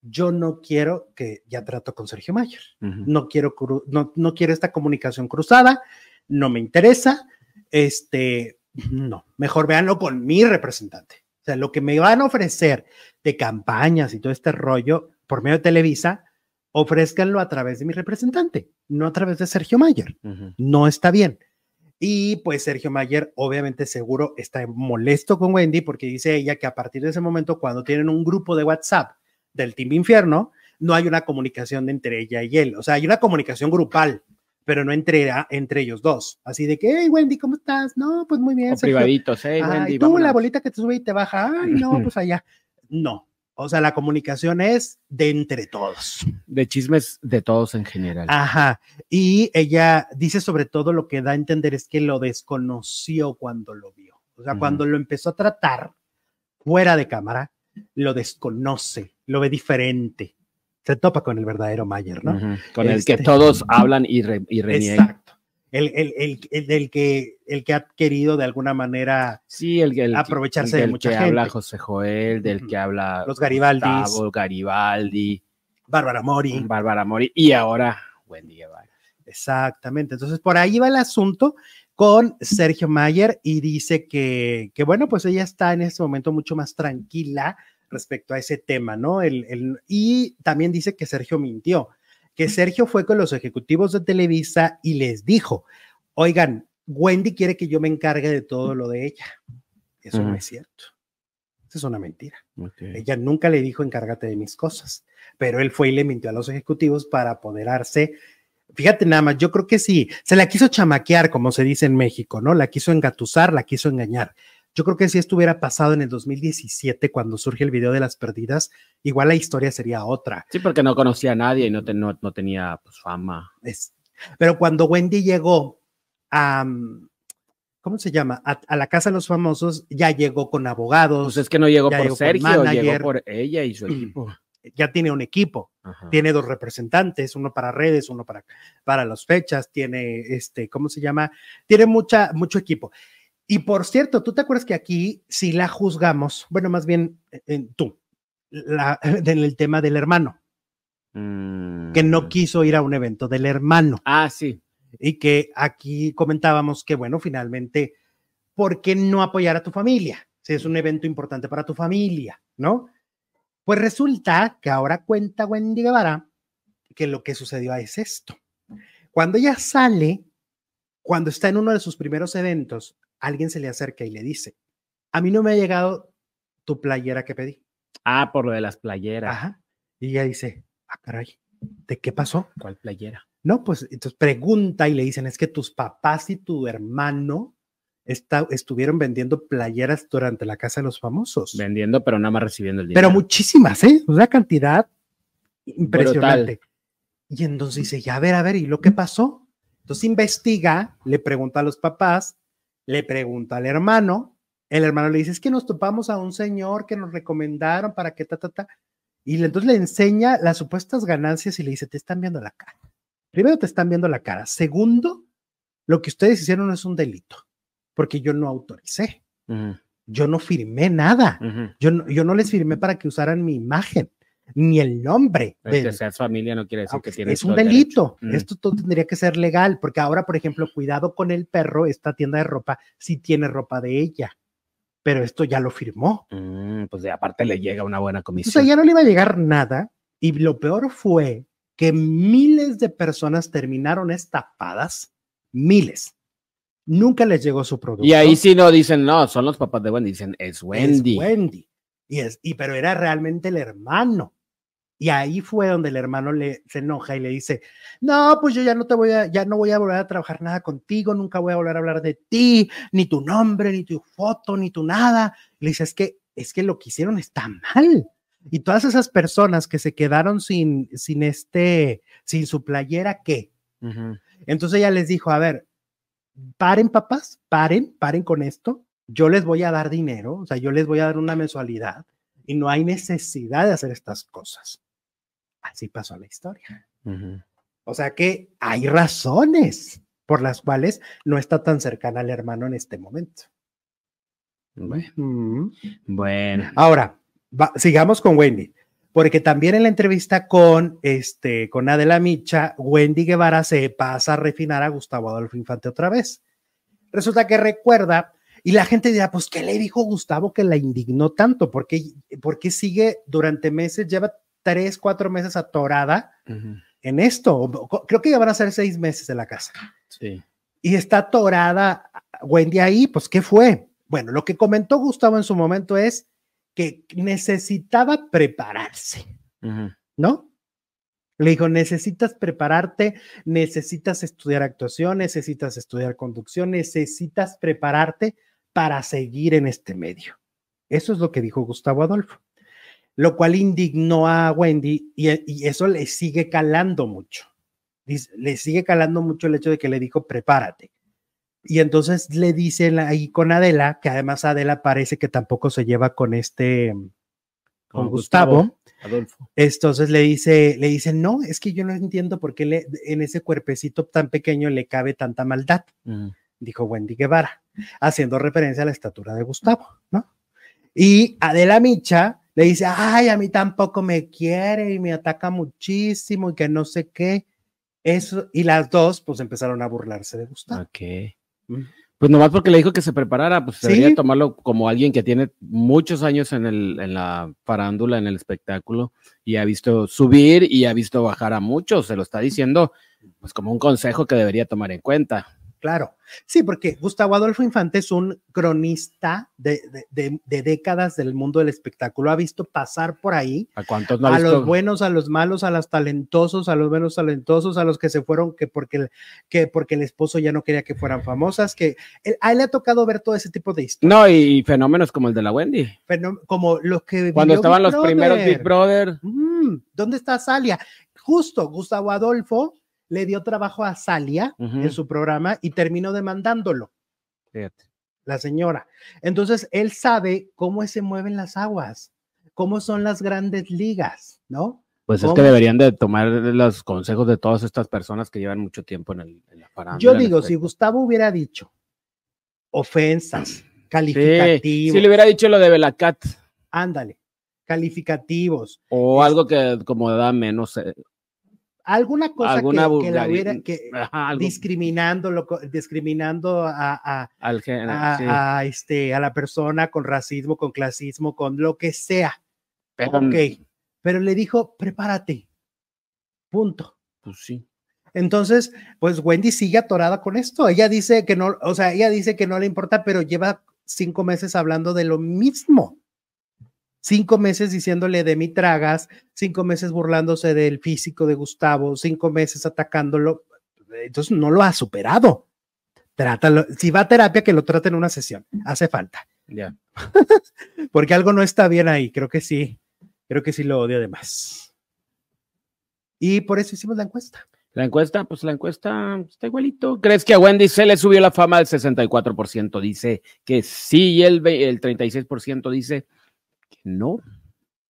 Speaker 1: Yo no quiero que ya trato con Sergio Mayer
Speaker 2: Ujú.
Speaker 1: no quiero, cru- no, no quiero esta comunicación cruzada, no me interesa, este, no, mejor véanlo con mi representante. O sea, lo que me van a ofrecer de campañas y todo este rollo por medio de Televisa, ofrézcanlo a través de mi representante, no a través de Sergio Mayer.
Speaker 2: Ujú.
Speaker 1: No está bien. Y pues Sergio Mayer obviamente seguro está molesto con Wendy porque dice ella que a partir de ese momento cuando tienen un grupo de WhatsApp del Team Infierno, no hay una comunicación de entre ella y él. O sea, hay una comunicación grupal, pero no entre, entre ellos dos. Así de que, hey Wendy, ¿cómo estás? No, pues muy bien.
Speaker 2: O
Speaker 1: Sergio.
Speaker 2: privaditos, ¿eh?
Speaker 1: Ay,
Speaker 2: Wendy,
Speaker 1: tú la
Speaker 2: vámonos.
Speaker 1: bolita que te sube y te baja. Ay, no, pues allá. No. O sea, la comunicación es de entre todos.
Speaker 2: De chismes de todos en general.
Speaker 1: Ajá. Y ella dice sobre todo lo que da a entender es que lo desconoció cuando lo vio. O sea,
Speaker 2: Ujú.
Speaker 1: cuando lo empezó a tratar fuera de cámara, lo desconoce, lo ve diferente. se topa con el verdadero Mayer, ¿no?
Speaker 2: Ujú, Con el
Speaker 1: Este-
Speaker 2: que todos hablan y, re- y reniegan.
Speaker 1: Exacto. El, el, el, el del que, el que ha querido de alguna manera
Speaker 2: Sí, el, el-
Speaker 1: Aprovecharse
Speaker 2: el
Speaker 1: de
Speaker 2: del
Speaker 1: mucha
Speaker 2: que
Speaker 1: gente.
Speaker 2: habla José Joel, del
Speaker 1: Ujú.
Speaker 2: que habla
Speaker 1: los Garibaldis,
Speaker 2: Gustavo Garibaldi,
Speaker 1: Bárbara Mori.
Speaker 2: Bárbara Mori y ahora Wendy Guevara.
Speaker 1: Exactamente. Entonces, por ahí va el asunto con Sergio Mayer y dice que, que, bueno, pues ella está en este momento mucho más tranquila respecto a ese tema, ¿no? El, el- y también dice que Sergio mintió, que Sergio fue con los ejecutivos de Televisa y les dijo, oigan, Wendy quiere que yo me encargue de todo lo de ella. Eso no
Speaker 2: Ujú.
Speaker 1: es cierto. Eso es una mentira. Ella nunca le dijo encárgate de mis cosas, pero él fue y le mintió a los ejecutivos para apoderarse. Fíjate nada más, yo creo que sí, se la quiso chamaquear, como se dice en México, ¿no? La quiso engatusar, la quiso engañar. Yo creo que si esto hubiera pasado en el 2017, cuando surge el video de las perdidas, igual la historia sería otra.
Speaker 2: Sí, porque no conocía a nadie y no, te- no, no tenía pues, fama.
Speaker 1: Es- pero cuando Wendy llegó a, mm, ¿cómo se llama? A, a la Casa de los Famosos, ya llegó con abogados,
Speaker 2: Pues es que no llegó
Speaker 1: ya
Speaker 2: por
Speaker 1: llegó con
Speaker 2: Sergio,
Speaker 1: manager.
Speaker 2: llegó por ella y su equipo.
Speaker 1: ya tiene un equipo.
Speaker 2: Ajá.
Speaker 1: tiene dos representantes, uno para redes, uno para, para las fechas, tiene este, ¿cómo se llama? Tiene mucha, mucho equipo. Y por cierto, ¿tú te acuerdas que aquí si la juzgamos? Bueno, más bien eh, en tú, la, en el tema del hermano,
Speaker 2: Mm.
Speaker 1: que no quiso ir a un evento del hermano
Speaker 2: Ah, sí.
Speaker 1: y que aquí comentábamos que, bueno, finalmente, ¿por qué no apoyar a tu familia? Si es un evento importante para tu familia, ¿no? Pues resulta que ahora cuenta Wendy Guevara que lo que sucedió es esto. Cuando ella sale, cuando está en uno de sus primeros eventos, alguien se le acerca y le dice, a mí no me ha llegado tu playera que pedí.
Speaker 2: Ah, por lo de las playeras.
Speaker 1: Ajá. Y ella dice, ah, caray, ¿de qué pasó?
Speaker 2: ¿Cuál playera?
Speaker 1: No, pues entonces pregunta y le dicen, es que tus papás y tu hermano está- estuvieron vendiendo playeras durante la casa de los famosos.
Speaker 2: Vendiendo, pero nada más recibiendo el dinero.
Speaker 1: Pero muchísimas, ¿eh? Una cantidad impresionante. Y entonces dice, ya a ver, a ver, ¿y lo que pasó? Entonces investiga, le pregunta a los papás, le pregunta al hermano, el hermano le dice, es que nos topamos a un señor que nos recomendaron para que ta, ta, ta. Y le- entonces le enseña las supuestas ganancias y le dice, te están viendo la cara. Primero, te están viendo la cara. Segundo, lo que ustedes hicieron es un delito, porque yo no autoricé,
Speaker 2: Ujú,
Speaker 1: yo no firmé nada.
Speaker 2: ujú.
Speaker 1: Yo no, yo no les firmé para que usaran mi imagen, ni el nombre.
Speaker 2: El
Speaker 1: del-
Speaker 2: que Este, seas familia no quiere decir
Speaker 1: aunque
Speaker 2: que tienes.
Speaker 1: es un
Speaker 2: todo el derecho.
Speaker 1: delito.
Speaker 2: Mm.
Speaker 1: Esto todo tendría que ser legal, porque ahora, por ejemplo, cuidado con el perro, esta tienda de ropa sí tiene ropa de ella, pero esto ya lo firmó.
Speaker 2: Mm, pues de aparte le llega una buena
Speaker 1: Entonces a
Speaker 2: comisión.
Speaker 1: ella no le iba a llegar nada, y lo peor fue que miles de personas terminaron estafadas, miles. Nunca les llegó su producto.
Speaker 2: Y ahí sí no dicen, no, son los papás de Wendy, dicen, es
Speaker 1: es
Speaker 2: Wendy.
Speaker 1: Wendy. Y es, y, pero era realmente el hermano. Y ahí fue donde el hermano le, se enoja y le dice, no, pues yo ya no te voy a, ya no voy a volver a trabajar nada contigo, nunca voy a volver a hablar de ti, ni tu nombre, ni tu foto, ni tu nada. Le dice, es que, es que lo que hicieron está mal. Y todas esas personas que se quedaron sin, sin este, sin su playera, ¿qué?
Speaker 2: Ujú.
Speaker 1: Entonces ella les dijo, a ver, paren papás, paren, paren con esto, yo les voy a dar dinero, o sea, yo les voy a dar una mensualidad y no hay necesidad de hacer estas cosas. Así pasó la historia.
Speaker 2: Ujú.
Speaker 1: O sea que hay razones por las cuales no está tan cercana al hermano en este momento.
Speaker 2: Bueno,
Speaker 1: Ujú.
Speaker 2: bueno.
Speaker 1: Ahora, va- sigamos con Wendy, porque también en la entrevista con, este, con Adela Micha, Wendy Guevara se pasa a refinar a Gustavo Adolfo Infante otra vez. Resulta que recuerda, y la gente dirá, pues, ¿qué le dijo Gustavo que la indignó tanto? ¿Por qué, por qué sigue durante meses, lleva tres, cuatro meses atorada
Speaker 2: Ujú.
Speaker 1: en esto? O- o- Creo que ya van a ser seis meses en la casa
Speaker 2: Sí.
Speaker 1: y está atorada Wendy ahí, pues ¿qué fue? Bueno, lo que comentó Gustavo en su momento es que necesitaba prepararse,
Speaker 2: Ujú.
Speaker 1: ¿no? Le dijo, necesitas prepararte, necesitas estudiar actuación, necesitas estudiar conducción, necesitas prepararte para seguir en este medio. Eso es lo que dijo Gustavo Adolfo, lo cual indignó a Wendy y, y eso le sigue calando mucho. Dice- Le sigue calando mucho el hecho de que le dijo, prepárate. Y entonces le dicen ahí con Adela, que además Adela parece que tampoco se lleva con este, con Gustavo.
Speaker 2: Adolfo.
Speaker 1: Entonces le dice, le dice, no, es que yo no entiendo por qué le, en ese cuerpecito tan pequeño le cabe tanta maldad, dijo Wendy Guevara, haciendo referencia a la estatura de Gustavo, ¿no? Y Adela Micha le dice, ay, a mí tampoco me quiere y me ataca muchísimo y que no sé qué. Eso, y las dos, pues empezaron a burlarse de Gustavo.
Speaker 2: Ok.
Speaker 1: Mm.
Speaker 2: Pues nomás porque le dijo que se preparara, pues
Speaker 1: Sí.
Speaker 2: debería tomarlo como alguien que tiene muchos años en, el, en la farándula, en el espectáculo, y ha visto subir y ha visto bajar a muchos. Se lo está diciendo, pues como un consejo que debería tomar en cuenta.
Speaker 1: Claro, sí, porque Gustavo Adolfo Infante es un cronista de, de- de- de décadas del mundo del espectáculo, ha visto pasar por ahí
Speaker 2: ¿A cuántos no ha
Speaker 1: a
Speaker 2: visto?
Speaker 1: los buenos, a los malos, a los talentosos, a los menos talentosos, a los que se fueron que porque, el- que porque el esposo ya no quería que fueran famosas, que él- a él le ha tocado ver todo ese tipo de historias,
Speaker 2: No, y, fenómenos como el de la Wendy.
Speaker 1: como los que...
Speaker 2: Cuando
Speaker 1: vivió
Speaker 2: estaban
Speaker 1: Big
Speaker 2: los primeros Big
Speaker 1: Brother.
Speaker 2: Brother.
Speaker 1: Mm, ¿Dónde está Salia? Justo Gustavo Adolfo le dio trabajo a Salia
Speaker 2: Ujú.
Speaker 1: en su programa y terminó demandándolo,
Speaker 2: Fíjate.
Speaker 1: la señora. Entonces, él sabe cómo se mueven las aguas, cómo son las grandes ligas, ¿no?
Speaker 2: Pues es
Speaker 1: ¿Cómo?
Speaker 2: que deberían de tomar los consejos de todas estas personas que llevan mucho tiempo en, el, en la farándula.
Speaker 1: Yo
Speaker 2: en el
Speaker 1: digo, si
Speaker 2: espectáculo.
Speaker 1: Gustavo hubiera dicho ofensas,
Speaker 2: Sí,
Speaker 1: calificativos,
Speaker 2: si le hubiera dicho lo de Belacat
Speaker 1: ándale, calificativos,
Speaker 2: o algo que como da menos, eh,
Speaker 1: alguna cosa que-
Speaker 2: Alguna
Speaker 1: que, la
Speaker 2: vulgaridad,
Speaker 1: hubiera, que
Speaker 2: ajá, algo
Speaker 1: discriminándolo, co- discriminando a- a
Speaker 2: al género,
Speaker 1: a,
Speaker 2: sí.
Speaker 1: a, este, a la persona con racismo, con clasismo, con lo que sea.
Speaker 2: Pero,
Speaker 1: ok. Pero le dijo, prepárate. Punto.
Speaker 2: pues sí.
Speaker 1: Entonces, pues Wendy sigue atorada con esto. Ella dice que no, o sea, ella dice que no le importa, pero lleva cinco meses hablando de lo mismo. Cinco meses diciéndole de mi tragas, cinco meses burlándose del físico de Gustavo, cinco meses atacándolo. Entonces no lo ha superado. Trátalo. Si va a terapia, que lo trate en una sesión. Hace falta
Speaker 2: Ya.
Speaker 1: porque algo no está bien ahí. Creo que sí, creo que sí lo odio además. Y por eso hicimos la encuesta.
Speaker 2: La encuesta, pues la encuesta está igualito. ¿Crees que a Wendy se le subió la fama? El 64% dice que sí y el, ve- el 36% dice que no.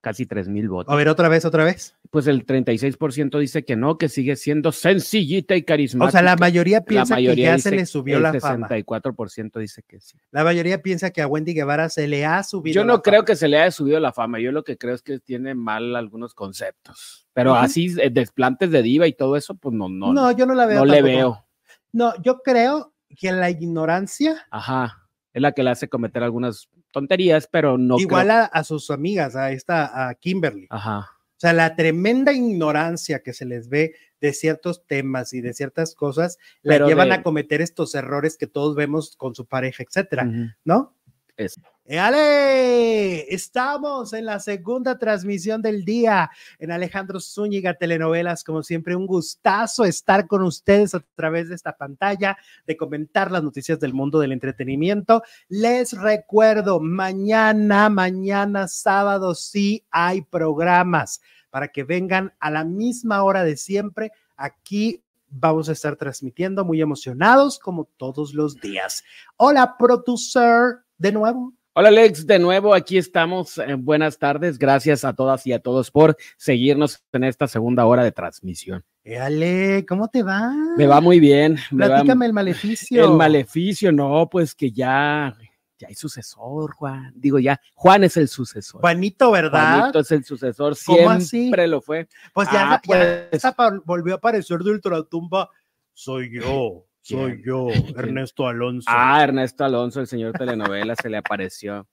Speaker 2: Casi 3 mil
Speaker 1: A
Speaker 2: votos.
Speaker 1: ver, otra vez, otra vez.
Speaker 2: Pues el 36% dice que no, que sigue siendo sencillita y carismática.
Speaker 1: O sea, la mayoría
Speaker 2: La
Speaker 1: piensa
Speaker 2: mayoría
Speaker 1: que ya
Speaker 2: dice
Speaker 1: se le subió
Speaker 2: el
Speaker 1: la fama.
Speaker 2: 64% dice que sí.
Speaker 1: La mayoría piensa que a Wendy Guevara se le ha subido.
Speaker 2: Yo
Speaker 1: la
Speaker 2: no
Speaker 1: fama.
Speaker 2: creo que se le haya subido la fama, yo lo que creo es que tiene mal algunos conceptos, pero
Speaker 1: Ujú.
Speaker 2: así eh, desplantes de diva y todo eso, pues no, no,
Speaker 1: No,
Speaker 2: no,
Speaker 1: yo no la veo.
Speaker 2: le
Speaker 1: tampoco.
Speaker 2: veo.
Speaker 1: No, yo creo que la ignorancia,
Speaker 2: Ajá, es la que le hace cometer algunas tonterías, pero no
Speaker 1: igual
Speaker 2: creo-
Speaker 1: a, a sus amigas, a esta, a Kimberly.
Speaker 2: Ajá,
Speaker 1: O sea, la tremenda ignorancia que se les ve de ciertos temas y de ciertas cosas, la
Speaker 2: Pero
Speaker 1: llevan
Speaker 2: de-
Speaker 1: a cometer estos errores que todos vemos con su pareja, etcétera.
Speaker 2: ujú.
Speaker 1: ¿no?
Speaker 2: Es.
Speaker 1: Eh, ¡Ale! Estamos en la segunda transmisión del día en Alejandro Zúñiga Telenovelas. Como siempre, un gustazo estar con ustedes a través de esta pantalla, de comentar las noticias del mundo del entretenimiento. Les recuerdo, mañana, mañana sábado sí hay programas para que vengan a la misma hora de siempre. Aquí vamos a estar transmitiendo muy emocionados como todos los días. Hola, producer, de nuevo.
Speaker 2: Hola Alex, de nuevo aquí estamos. eh, buenas tardes, gracias a todas y a todos por seguirnos en esta segunda hora de transmisión.
Speaker 1: Ale, ¿cómo te va?
Speaker 2: Me va muy bien. Me va,
Speaker 1: Platícame el maleficio.
Speaker 2: El maleficio, no, pues que ya, ya hay sucesor, Juan. Digo, ya, Juan es el sucesor.
Speaker 1: Juanito, ¿verdad?
Speaker 2: Juanito es el sucesor,
Speaker 1: ¿Cómo así?
Speaker 2: siempre lo fue.
Speaker 1: Pues ya,
Speaker 2: Ah,
Speaker 1: ya
Speaker 2: pues.
Speaker 1: zapa- volvió a aparecer de ultratumba. Soy yo, soy yo, Ernesto Alonso.
Speaker 2: Ah, Ernesto Alonso, el señor telenovela, se le apareció.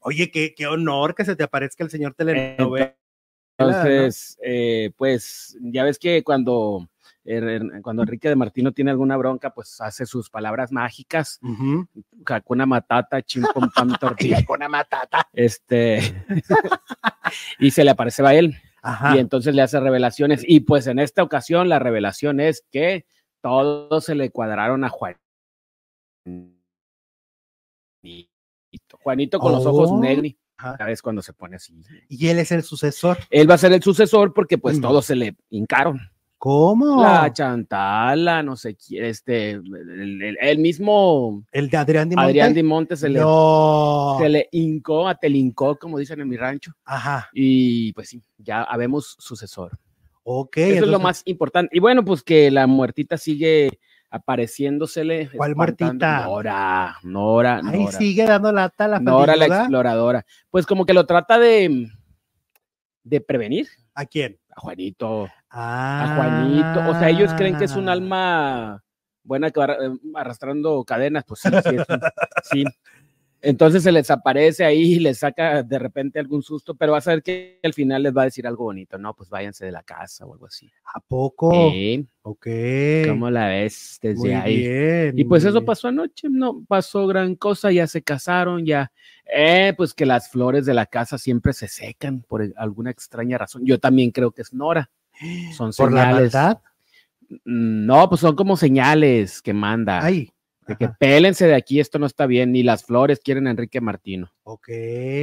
Speaker 1: Oye, qué, qué honor que se te aparezca el señor telenovela.
Speaker 2: Entonces, eh, pues ya ves que cuando, Er- Er- cuando Enrique de Martino tiene alguna bronca, pues hace sus palabras mágicas,
Speaker 1: Ujú.
Speaker 2: Hakuna Matata, chimpom pam tortilla.
Speaker 1: Hakuna Matata.
Speaker 2: Este, y se le aparece a él.
Speaker 1: Ajá.
Speaker 2: y entonces le hace revelaciones. Y pues en esta ocasión la revelación es que todos se le cuadraron a Juan. Juanito con los
Speaker 1: Oh.
Speaker 2: ojos negros,
Speaker 1: Ajá.
Speaker 2: ya ves cuando se pone así.
Speaker 1: Y él es el sucesor.
Speaker 2: Él va a ser el sucesor porque pues
Speaker 1: Mm.
Speaker 2: todos se le hincaron.
Speaker 1: ¿Cómo?
Speaker 2: La Chantala, no sé quién, este, el, el- el mismo
Speaker 1: El de Adrián Di Monte.
Speaker 2: Adrián Di Monte se le,
Speaker 1: No.
Speaker 2: se le hincó, atelincó, como dicen en mi rancho.
Speaker 1: Ajá.
Speaker 2: Y pues sí, ya habemos sucesor.
Speaker 1: Ok.
Speaker 2: Eso es lo
Speaker 1: entonces,
Speaker 2: más importante. Y bueno, pues que la muertita sigue apareciéndosele.
Speaker 1: ¿Cuál
Speaker 2: espantando.
Speaker 1: muertita?
Speaker 2: Nora, Nora, Nora.
Speaker 1: Ahí sigue dando lata la
Speaker 2: Nora la
Speaker 1: fatiga.
Speaker 2: exploradora. Pues como que lo trata de, de prevenir
Speaker 1: ¿A quién?
Speaker 2: a Juanito,
Speaker 1: Ah.
Speaker 2: a Juanito. O sea, ellos creen que es un alma buena que va eh, arrastrando cadenas, pues sí, sí, es un- sí. Entonces se les aparece ahí y les saca de repente algún susto, pero vas a ver que al final les va a decir algo bonito, no, pues váyanse de la casa o algo así.
Speaker 1: ¿A poco?
Speaker 2: Sí.
Speaker 1: Oh, Ok.
Speaker 2: ¿Cómo la ves desde
Speaker 1: Muy
Speaker 2: ahí?
Speaker 1: bien.
Speaker 2: Y pues
Speaker 1: muy
Speaker 2: eso
Speaker 1: bien.
Speaker 2: pasó anoche, no pasó gran cosa, ya se casaron, ya, eh, pues que las flores de la casa siempre se secan por alguna extraña razón. Yo también creo que es Nora. Son
Speaker 1: ¿Por la
Speaker 2: señales.
Speaker 1: maldad?
Speaker 2: Mm, No, pues son como señales que manda.
Speaker 1: Ay.
Speaker 2: Ah. de que
Speaker 1: Ajá,
Speaker 2: pélense de aquí, esto no está bien, ni las flores quieren a Enrique Martino.
Speaker 1: Ok.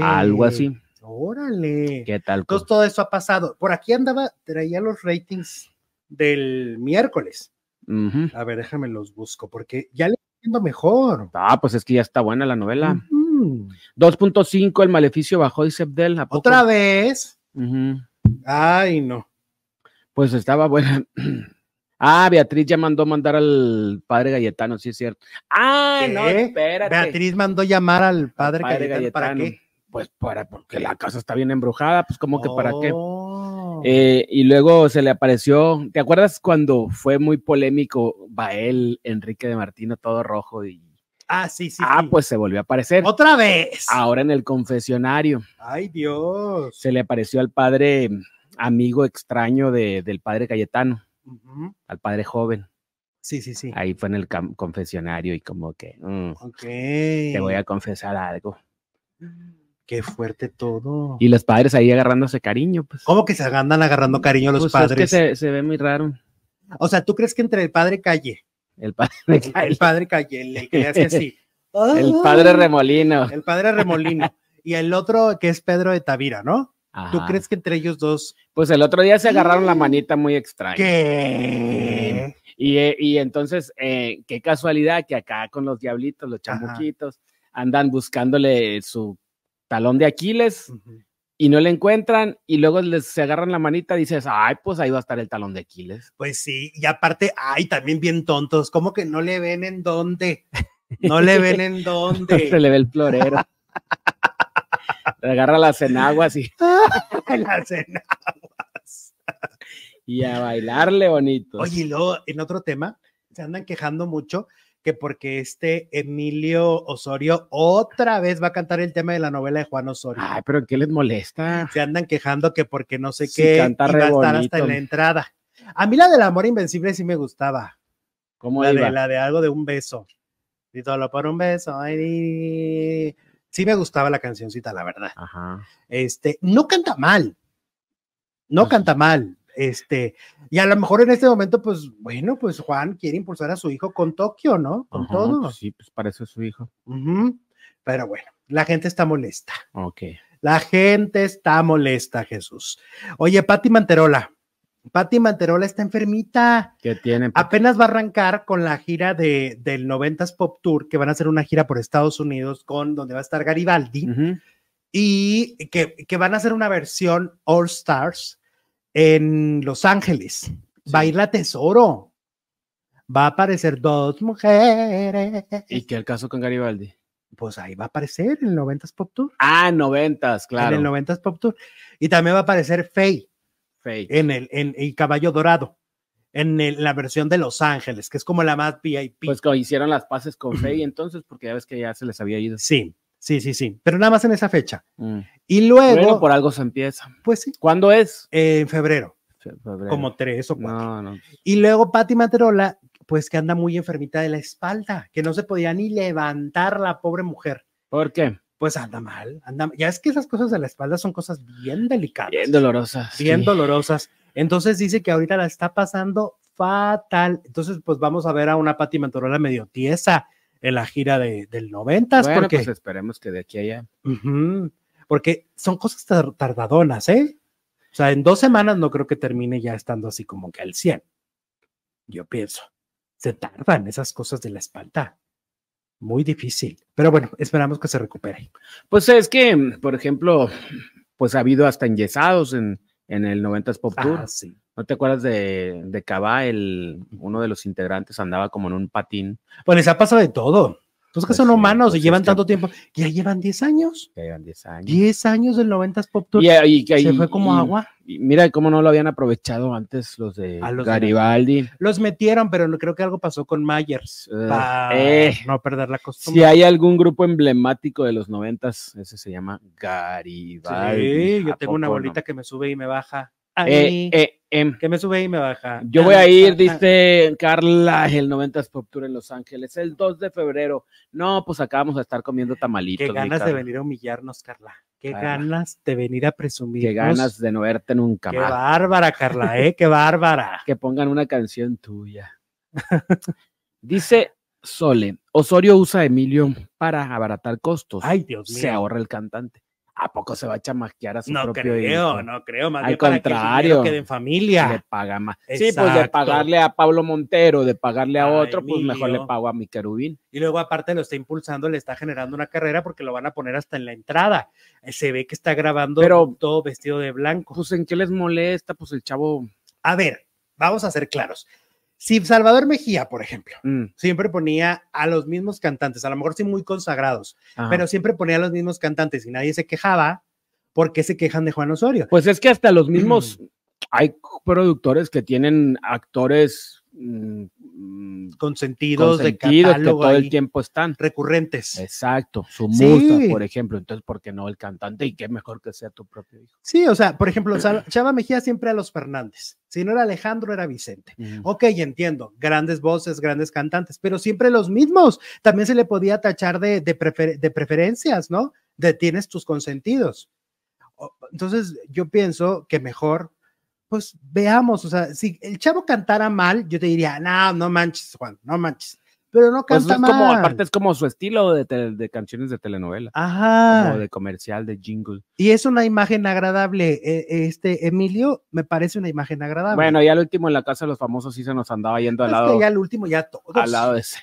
Speaker 2: Algo así.
Speaker 1: Órale.
Speaker 2: ¿Qué tal? pues?
Speaker 1: Entonces todo eso ha pasado. Por aquí andaba, traía los ratings del miércoles.
Speaker 2: Ujú.
Speaker 1: A ver, déjame los busco porque ya le estoy viendo mejor.
Speaker 2: Ah, pues es que ya está buena la novela.
Speaker 1: Ujú.
Speaker 2: 2.5, el maleficio bajó, dice Abdel. ¿a poco?
Speaker 1: Otra vez.
Speaker 2: Ujú.
Speaker 1: Ay, no.
Speaker 2: Pues estaba buena. Ah, Beatriz ya mandó mandar al padre Galletano, sí es cierto. Ah,
Speaker 1: ¿Qué?
Speaker 2: no, espérate.
Speaker 1: Beatriz mandó llamar al padre,
Speaker 2: Al padre
Speaker 1: Cayetano, ¿Para
Speaker 2: Cayetano.
Speaker 1: qué?
Speaker 2: Pues para, porque la casa está bien embrujada, pues como que para qué.
Speaker 1: Oh.
Speaker 2: Eh, y luego se le apareció, ¿te acuerdas cuando fue muy polémico Bael, Enrique de Martino, todo rojo? Y,
Speaker 1: ah, sí, sí.
Speaker 2: ah,
Speaker 1: sí.
Speaker 2: pues ah. se volvió a aparecer.
Speaker 1: Otra vez.
Speaker 2: Ahora en el confesionario
Speaker 1: Ay, Dios.
Speaker 2: se le apareció al padre mm, amigo extraño de- del padre Cayetano,
Speaker 1: Ujú.
Speaker 2: al padre joven.
Speaker 1: Sí, sí, sí.
Speaker 2: ahí fue en el cam- confesionario y como que mm,
Speaker 1: Ok.
Speaker 2: te voy a confesar algo.
Speaker 1: Qué fuerte todo.
Speaker 2: Y los padres ahí agarrándose cariño, pues.
Speaker 1: ¿Cómo que se andan agarrando cariño los
Speaker 2: Pues es
Speaker 1: padres?
Speaker 2: que se, se ve muy raro.
Speaker 1: O sea, ¿tú crees que entre el padre Calle,
Speaker 2: El padre,
Speaker 1: el padre Calle, le creas que sí?
Speaker 2: el padre
Speaker 1: Ay.
Speaker 2: remolino.
Speaker 1: El padre Remolino. Y el otro que es Pedro de Tavira, ¿no? ¿Tú
Speaker 2: Ajá.
Speaker 1: crees que entre ellos dos?
Speaker 2: Pues el otro día se agarraron la manita muy extraña.
Speaker 1: ¿Qué?
Speaker 2: Y, eh, y entonces, eh, qué casualidad que acá con los diablitos, los
Speaker 1: Ajá.
Speaker 2: chambuquitos, andan buscándole su talón de Aquiles
Speaker 1: Mm.
Speaker 2: y no le encuentran y luego les se agarran la manita y dices, ay, pues ahí va a estar el talón de Aquiles.
Speaker 1: Pues sí, y aparte, ay, también bien tontos, ¿cómo que no le ven en dónde? No le ven en
Speaker 2: Se
Speaker 1: dónde.
Speaker 2: le ve el florero. Le agarra las enaguas y,
Speaker 1: Las enaguas.
Speaker 2: y a bailarle bonito.
Speaker 1: Oye, y luego, en otro tema, se andan quejando mucho que porque este Emilio Osorio otra vez va a cantar el tema de la novela de Juan Osorio.
Speaker 2: Ay, pero ¿qué les molesta?
Speaker 1: se andan quejando que porque no sé
Speaker 2: Sí,
Speaker 1: qué
Speaker 2: canta
Speaker 1: iba
Speaker 2: re
Speaker 1: a estar hasta
Speaker 2: bonito.
Speaker 1: en la entrada. A mí la del amor invencible sí me gustaba,
Speaker 2: ¿Cómo
Speaker 1: la
Speaker 2: iba?
Speaker 1: de, la de algo de un beso. Y todo por un beso. ay, di, di, di. Sí me gustaba la cancioncita, la verdad.
Speaker 2: Ajá.
Speaker 1: Este, no canta mal. No
Speaker 2: Ajá.
Speaker 1: canta mal. Este, y a lo mejor en este momento pues bueno, pues Juan quiere impulsar a su hijo con Tokio, ¿no? Con
Speaker 2: Ajá,
Speaker 1: todo.
Speaker 2: pues sí, pues para eso es su hijo.
Speaker 1: Ujú. Pero bueno, la gente está molesta.
Speaker 2: Ok.
Speaker 1: La gente está molesta, Jesús. Oye, Patti Manterola. Patti Manterola está enfermita.
Speaker 2: ¿Qué tienen?
Speaker 1: Apenas va a arrancar con la gira de, del 90s Pop Tour, que van a hacer una gira por Estados Unidos con donde va a estar Garibaldi
Speaker 2: Ujú.
Speaker 1: y que, que van a hacer una versión All Stars en Los Ángeles. Va a ir la Tesoro. Va a aparecer dos mujeres.
Speaker 2: ¿Y qué el caso con Garibaldi?
Speaker 1: Pues ahí va a aparecer en el 90s Pop Tour.
Speaker 2: Ah, noventas, claro.
Speaker 1: En el 90s Pop Tour. Y también va a aparecer Faye.
Speaker 2: Fake.
Speaker 1: en el, en el caballo dorado, en el- la versión de Los Ángeles, que es como la más VIP.
Speaker 2: Pues que hicieron las paces con Fey entonces, porque ya ves que ya se les había ido.
Speaker 1: sí, sí, sí, sí, pero nada más en esa fecha.
Speaker 2: Mm.
Speaker 1: Y luego,
Speaker 2: Bueno, por algo se empieza.
Speaker 1: pues sí,
Speaker 2: ¿Cuándo es?
Speaker 1: eh, en febrero,
Speaker 2: Febrero.
Speaker 1: como tres o cuatro.
Speaker 2: No, no.
Speaker 1: Y luego Patti Materola, pues que anda muy enfermita de la espalda, que no se podía ni levantar la pobre mujer.
Speaker 2: ¿Por qué?
Speaker 1: Pues anda mal, anda Ya es que esas cosas de la espalda son cosas bien delicadas,
Speaker 2: Bien dolorosa.
Speaker 1: bien dolorosas. Entonces dice que ahorita la está pasando fatal. Entonces, pues vamos a ver a una Pati Manterola medio tiesa en la gira de, del 90,
Speaker 2: Bueno,
Speaker 1: porque,
Speaker 2: pues esperemos que de aquí a allá.
Speaker 1: Ujú, porque son cosas tar- tardadonas, ¿eh? O sea, en dos semanas no creo que termine ya estando así como que al 100. Yo pienso, se tardan esas cosas de la espalda. Muy difícil. Pero bueno, esperamos que se recupere.
Speaker 2: Pues es que, por ejemplo, pues ha habido hasta enyesados en, en el 90s Pop Tour.
Speaker 1: Ah, sí.
Speaker 2: ¿No te acuerdas de, de Cava? El, uno de los integrantes andaba como en un patín.
Speaker 1: Pues les ha pasado de todo. Entonces que
Speaker 2: Pues
Speaker 1: son
Speaker 2: sí,
Speaker 1: humanos y
Speaker 2: pues
Speaker 1: llevan
Speaker 2: es que-
Speaker 1: tanto tiempo. Ya llevan 10 años.
Speaker 2: que llevan 10 años.
Speaker 1: 10 años del 90s Pop Tour.
Speaker 2: Y- y- y-
Speaker 1: se fue como
Speaker 2: y-
Speaker 1: agua.
Speaker 2: y mira cómo no lo habían aprovechado antes los de
Speaker 1: A los de
Speaker 2: Garibaldi.
Speaker 1: Los metieron, pero no- creo que algo pasó con Myers.
Speaker 2: Eh,
Speaker 1: Para
Speaker 2: eh,
Speaker 1: no perder la
Speaker 2: si
Speaker 1: costumbre.
Speaker 2: hay algún grupo emblemático de los noventas, ese se llama Garibaldi.
Speaker 1: Sí, yo
Speaker 2: ¿A
Speaker 1: tengo una
Speaker 2: poco no?
Speaker 1: bolita que me sube y me baja.
Speaker 2: Eh,
Speaker 1: Ay,
Speaker 2: eh, em.
Speaker 1: Que me sube y me baja.
Speaker 2: Yo
Speaker 1: Ay,
Speaker 2: voy a
Speaker 1: ah,
Speaker 2: ir, dice Carla, el 90s Pop Tour en Los Ángeles, el 2 de febrero. No, pues acá vamos a estar comiendo tamalitos.
Speaker 1: Qué
Speaker 2: mi
Speaker 1: ganas de
Speaker 2: Carla.
Speaker 1: venir a humillarnos, Carla. Qué
Speaker 2: Carla.
Speaker 1: ganas de venir a presumir.
Speaker 2: Qué ganas de no verte nunca
Speaker 1: Qué
Speaker 2: más.
Speaker 1: bárbara, Carla, ¿eh? Qué bárbara.
Speaker 2: que pongan una canción tuya. Dice Sole, Osorio usa a Emilio para abaratar costos.
Speaker 1: Ay, Dios mío.
Speaker 2: se ahorra el cantante. ¿A poco se va a chamaquear a su
Speaker 1: no
Speaker 2: propio
Speaker 1: creo,
Speaker 2: hijo?
Speaker 1: no creo. Más
Speaker 2: Al
Speaker 1: bien para que el
Speaker 2: contrario.
Speaker 1: dinero quede en familia.
Speaker 2: Le paga más. Sí, pues de
Speaker 1: Exacto.
Speaker 2: pagarle a Pablo Montero, de pagarle a
Speaker 1: A
Speaker 2: otro, pues mejor le
Speaker 1: Emilio.
Speaker 2: pago a mi querubín.
Speaker 1: Y luego, aparte, lo está impulsando, le está generando una carrera porque lo van a poner hasta en la entrada. Eh, Se ve que está grabando
Speaker 2: Pero-
Speaker 1: todo vestido de blanco.
Speaker 2: Pues en qué les molesta, pues el chavo.
Speaker 1: A ver, vamos a ser claros. Si Salvador Mejía, por ejemplo,
Speaker 2: mm,
Speaker 1: siempre ponía a los mismos cantantes, a lo mejor sí muy consagrados,
Speaker 2: ajá.
Speaker 1: pero siempre ponía a los mismos cantantes y nadie se quejaba, ¿por qué se quejan de Juan Osorio?
Speaker 2: Pues es que hasta los mismos hay productores que tienen actores mm, mm,
Speaker 1: Consentidos, de
Speaker 2: consentidos que
Speaker 1: catálogo
Speaker 2: todo el
Speaker 1: ahí,
Speaker 2: tiempo están.
Speaker 1: recurrentes.
Speaker 2: Exacto, su
Speaker 1: Sí.
Speaker 2: musa, por ejemplo. Entonces, ¿por qué no el cantante? Y qué mejor que sea tu propio hijo.
Speaker 1: Sí, o sea, por ejemplo, Sal- Chava Mejía siempre a los Fernández. Si no era Alejandro, era Vicente.
Speaker 2: Pues,
Speaker 1: Ok, entiendo, grandes voces, grandes cantantes, pero siempre los mismos. También se le podía tachar de, de, prefer- de preferencias, ¿no? De tienes tus consentidos. O- Entonces, yo pienso que mejor, pues veamos, o sea, si el chavo cantara mal, yo te diría, no, no manches, Juan, no manches, pero no
Speaker 2: Pues
Speaker 1: Oh, canta
Speaker 2: es como,
Speaker 1: mal.
Speaker 2: aparte es como su estilo de, tele- de canciones de telenovela,
Speaker 1: Ajá.
Speaker 2: como de comercial, de jingle.
Speaker 1: Y es una imagen agradable. eh, eh, Este Emilio me parece una imagen agradable.
Speaker 2: Bueno, ya al último en la casa de los famosos sí se nos andaba yendo al
Speaker 1: Ah, Es que
Speaker 2: lado,
Speaker 1: ya al último, ya todos.
Speaker 2: al lado de
Speaker 1: ya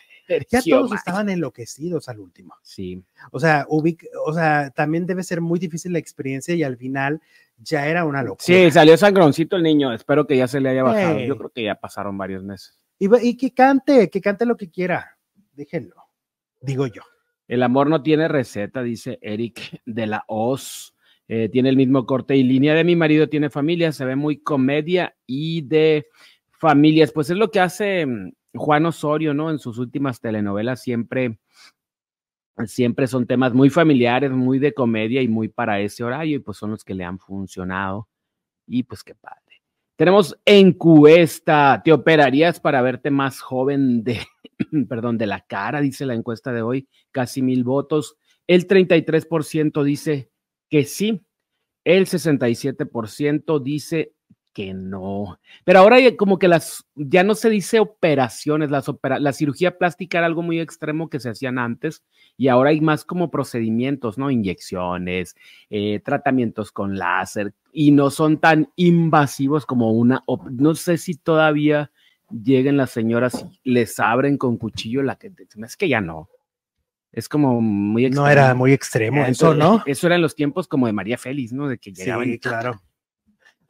Speaker 2: Sergio
Speaker 1: todos
Speaker 2: Mayer.
Speaker 1: estaban enloquecidos al último.
Speaker 2: Sí,
Speaker 1: O sea, ubic- o sea, también debe ser muy difícil la experiencia y al final ya era una locura.
Speaker 2: sí, salió sangroncito el niño. Espero que ya se le haya bajado.
Speaker 1: Sí.
Speaker 2: Yo creo que ya pasaron varios meses.
Speaker 1: Y, va- y que cante, que cante lo que quiera. Déjenlo. Digo yo.
Speaker 2: El amor no tiene receta, dice Eric de la Oz. Eh, tiene el mismo corte y línea de mi marido, tiene familia, se ve muy comedia y de familias. Pues es lo que hace mm, Juan Osorio, ¿no? En sus últimas telenovelas siempre, siempre son temas muy familiares, muy de comedia y muy para ese horario y pues son los que le han funcionado. Y pues qué padre. Tenemos encuesta. ¿Te operarías para verte más joven de, perdón, de la cara? Dice la encuesta de hoy casi mil votos. El 33% dice que sí, el 67% dice que no. Pero ahora ya como que las, ya no se dice operaciones, las opera- la cirugía plástica era algo muy extremo que se hacían antes y ahora hay más como procedimientos, ¿no? Inyecciones, eh, tratamientos con láser y no son tan invasivos como una, op- no sé si todavía lleguen las señoras y les abren con cuchillo la que, es que ya no. Es como muy
Speaker 1: No era
Speaker 2: extremo.
Speaker 1: muy extremo
Speaker 2: Ah,
Speaker 1: eso,
Speaker 2: entonces,
Speaker 1: ¿no?
Speaker 2: Eso era en los tiempos como de María Félix, ¿no? De que llegaban y-
Speaker 1: Sí, claro.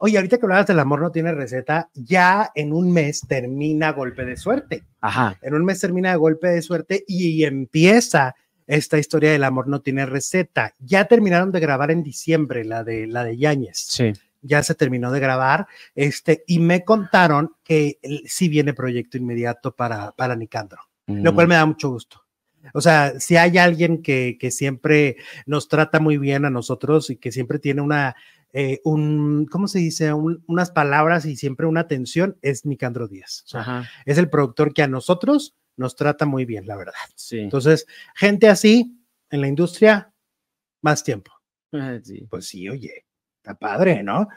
Speaker 1: Oye, ahorita que hablabas del amor no tiene receta, ya en un mes termina golpe de suerte.
Speaker 2: Ajá.
Speaker 1: En un mes termina de golpe de suerte y empieza esta historia del amor no tiene receta. Ya terminaron de grabar en diciembre la de la de Yáñez.
Speaker 2: Sí.
Speaker 1: Ya se terminó de grabar, este, y me contaron que el- sí viene proyecto inmediato para, para Nicandro, lo cual me da mucho gusto. O sea, si hay alguien que, que siempre nos trata muy bien a nosotros y que siempre tiene una, eh, un, ¿cómo se dice? Un- unas palabras y siempre una atención, es Nicandro Díaz. O sea,
Speaker 2: Ajá.
Speaker 1: es el productor que a nosotros nos trata muy bien, la verdad.
Speaker 2: Sí.
Speaker 1: Entonces, gente así en la industria, más tiempo.
Speaker 2: Ajá, Ah, sí.
Speaker 1: Pues sí, oye, está padre, ¿no?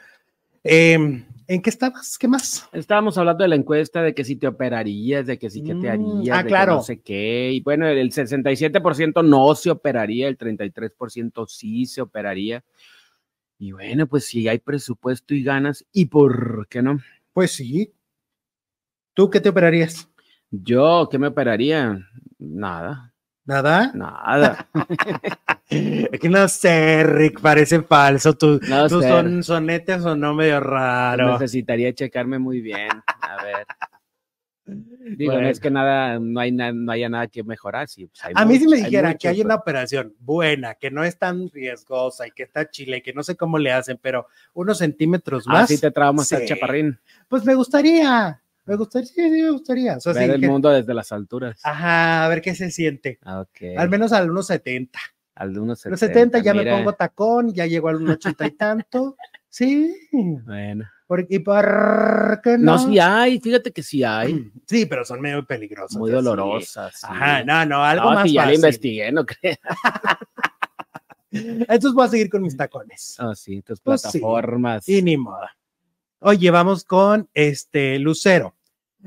Speaker 1: Em, ¿En qué estabas? ¿Qué más?
Speaker 2: Estábamos hablando de la encuesta de que si te operarías, de que si que te
Speaker 1: Mm,
Speaker 2: harías,
Speaker 1: ah,
Speaker 2: de que
Speaker 1: claro.
Speaker 2: no sé qué. Y bueno, el 67% no se operaría, el 33% sí se operaría. Y bueno, pues si hay presupuesto y ganas, ¿y por qué no?
Speaker 1: Pues sí. ¿Tú qué te operarías?
Speaker 2: Yo, ¿qué me operaría? Nada,
Speaker 1: ¿Nada?
Speaker 2: nada.
Speaker 1: Es que no sé, Rick, parece falso. Tú,
Speaker 2: No
Speaker 1: tú
Speaker 2: sé.
Speaker 1: son, sonetes o no medio raro.
Speaker 2: Necesitaría checarme muy bien. A ver. Digo,
Speaker 1: Bueno.
Speaker 2: no es que nada, no, hay na- no haya nada que mejorar. sí, pues hay
Speaker 1: A mí si me
Speaker 2: mucho-
Speaker 1: dijera que
Speaker 2: mucho,
Speaker 1: hay
Speaker 2: pero-
Speaker 1: una operación buena, que no es tan riesgosa y que está chile, que no sé cómo le hacen, pero unos centímetros pues, más,
Speaker 2: Así Ah, te traumas
Speaker 1: Sí.
Speaker 2: el chaparrín.
Speaker 1: pues me gustaría, me gustaría, sí, sí, me gustaría. O sea,
Speaker 2: ver
Speaker 1: sí
Speaker 2: el
Speaker 1: que-
Speaker 2: mundo desde las alturas.
Speaker 1: Ajá, a ver qué se siente.
Speaker 2: Ah, ok.
Speaker 1: Al menos al 1.70.
Speaker 2: Al de unos 70.
Speaker 1: Los 70 ya
Speaker 2: mira.
Speaker 1: me pongo tacón, ya llego al 1.80 y tanto. Sí,
Speaker 2: Bueno.
Speaker 1: por- y por qué
Speaker 2: No,
Speaker 1: no.
Speaker 2: sí hay, fíjate que sí hay.
Speaker 1: Sí, pero son medio peligrosos.
Speaker 2: Muy
Speaker 1: o sea, sí.
Speaker 2: dolorosas. sí.
Speaker 1: Ajá, no, no, algo
Speaker 2: No,
Speaker 1: más
Speaker 2: sí, ya le
Speaker 1: fácil.
Speaker 2: investigué, no crees.
Speaker 1: Entonces voy a seguir con mis tacones.
Speaker 2: Ah, sí, tus
Speaker 1: Pues sí.
Speaker 2: plataformas.
Speaker 1: Y ni modo. Oye, vamos con este Lucero.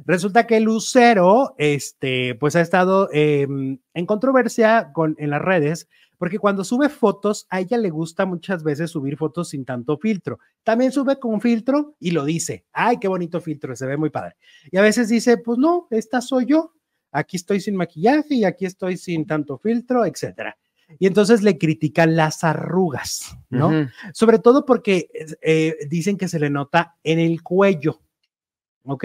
Speaker 1: Resulta que Lucero, este, pues ha estado eh, en controversia con, en las redes, porque cuando sube fotos, a ella le gusta muchas veces subir fotos sin tanto filtro. También sube con filtro y lo dice, ay, qué bonito filtro, se ve muy padre. Y a veces dice, pues no, esta soy yo, aquí estoy sin maquillaje y aquí estoy sin tanto filtro, etcétera. Y entonces le critican las arrugas, ¿no?
Speaker 2: Ujú.
Speaker 1: sobre todo porque es- eh, dicen que se le nota en el cuello, ¿ok?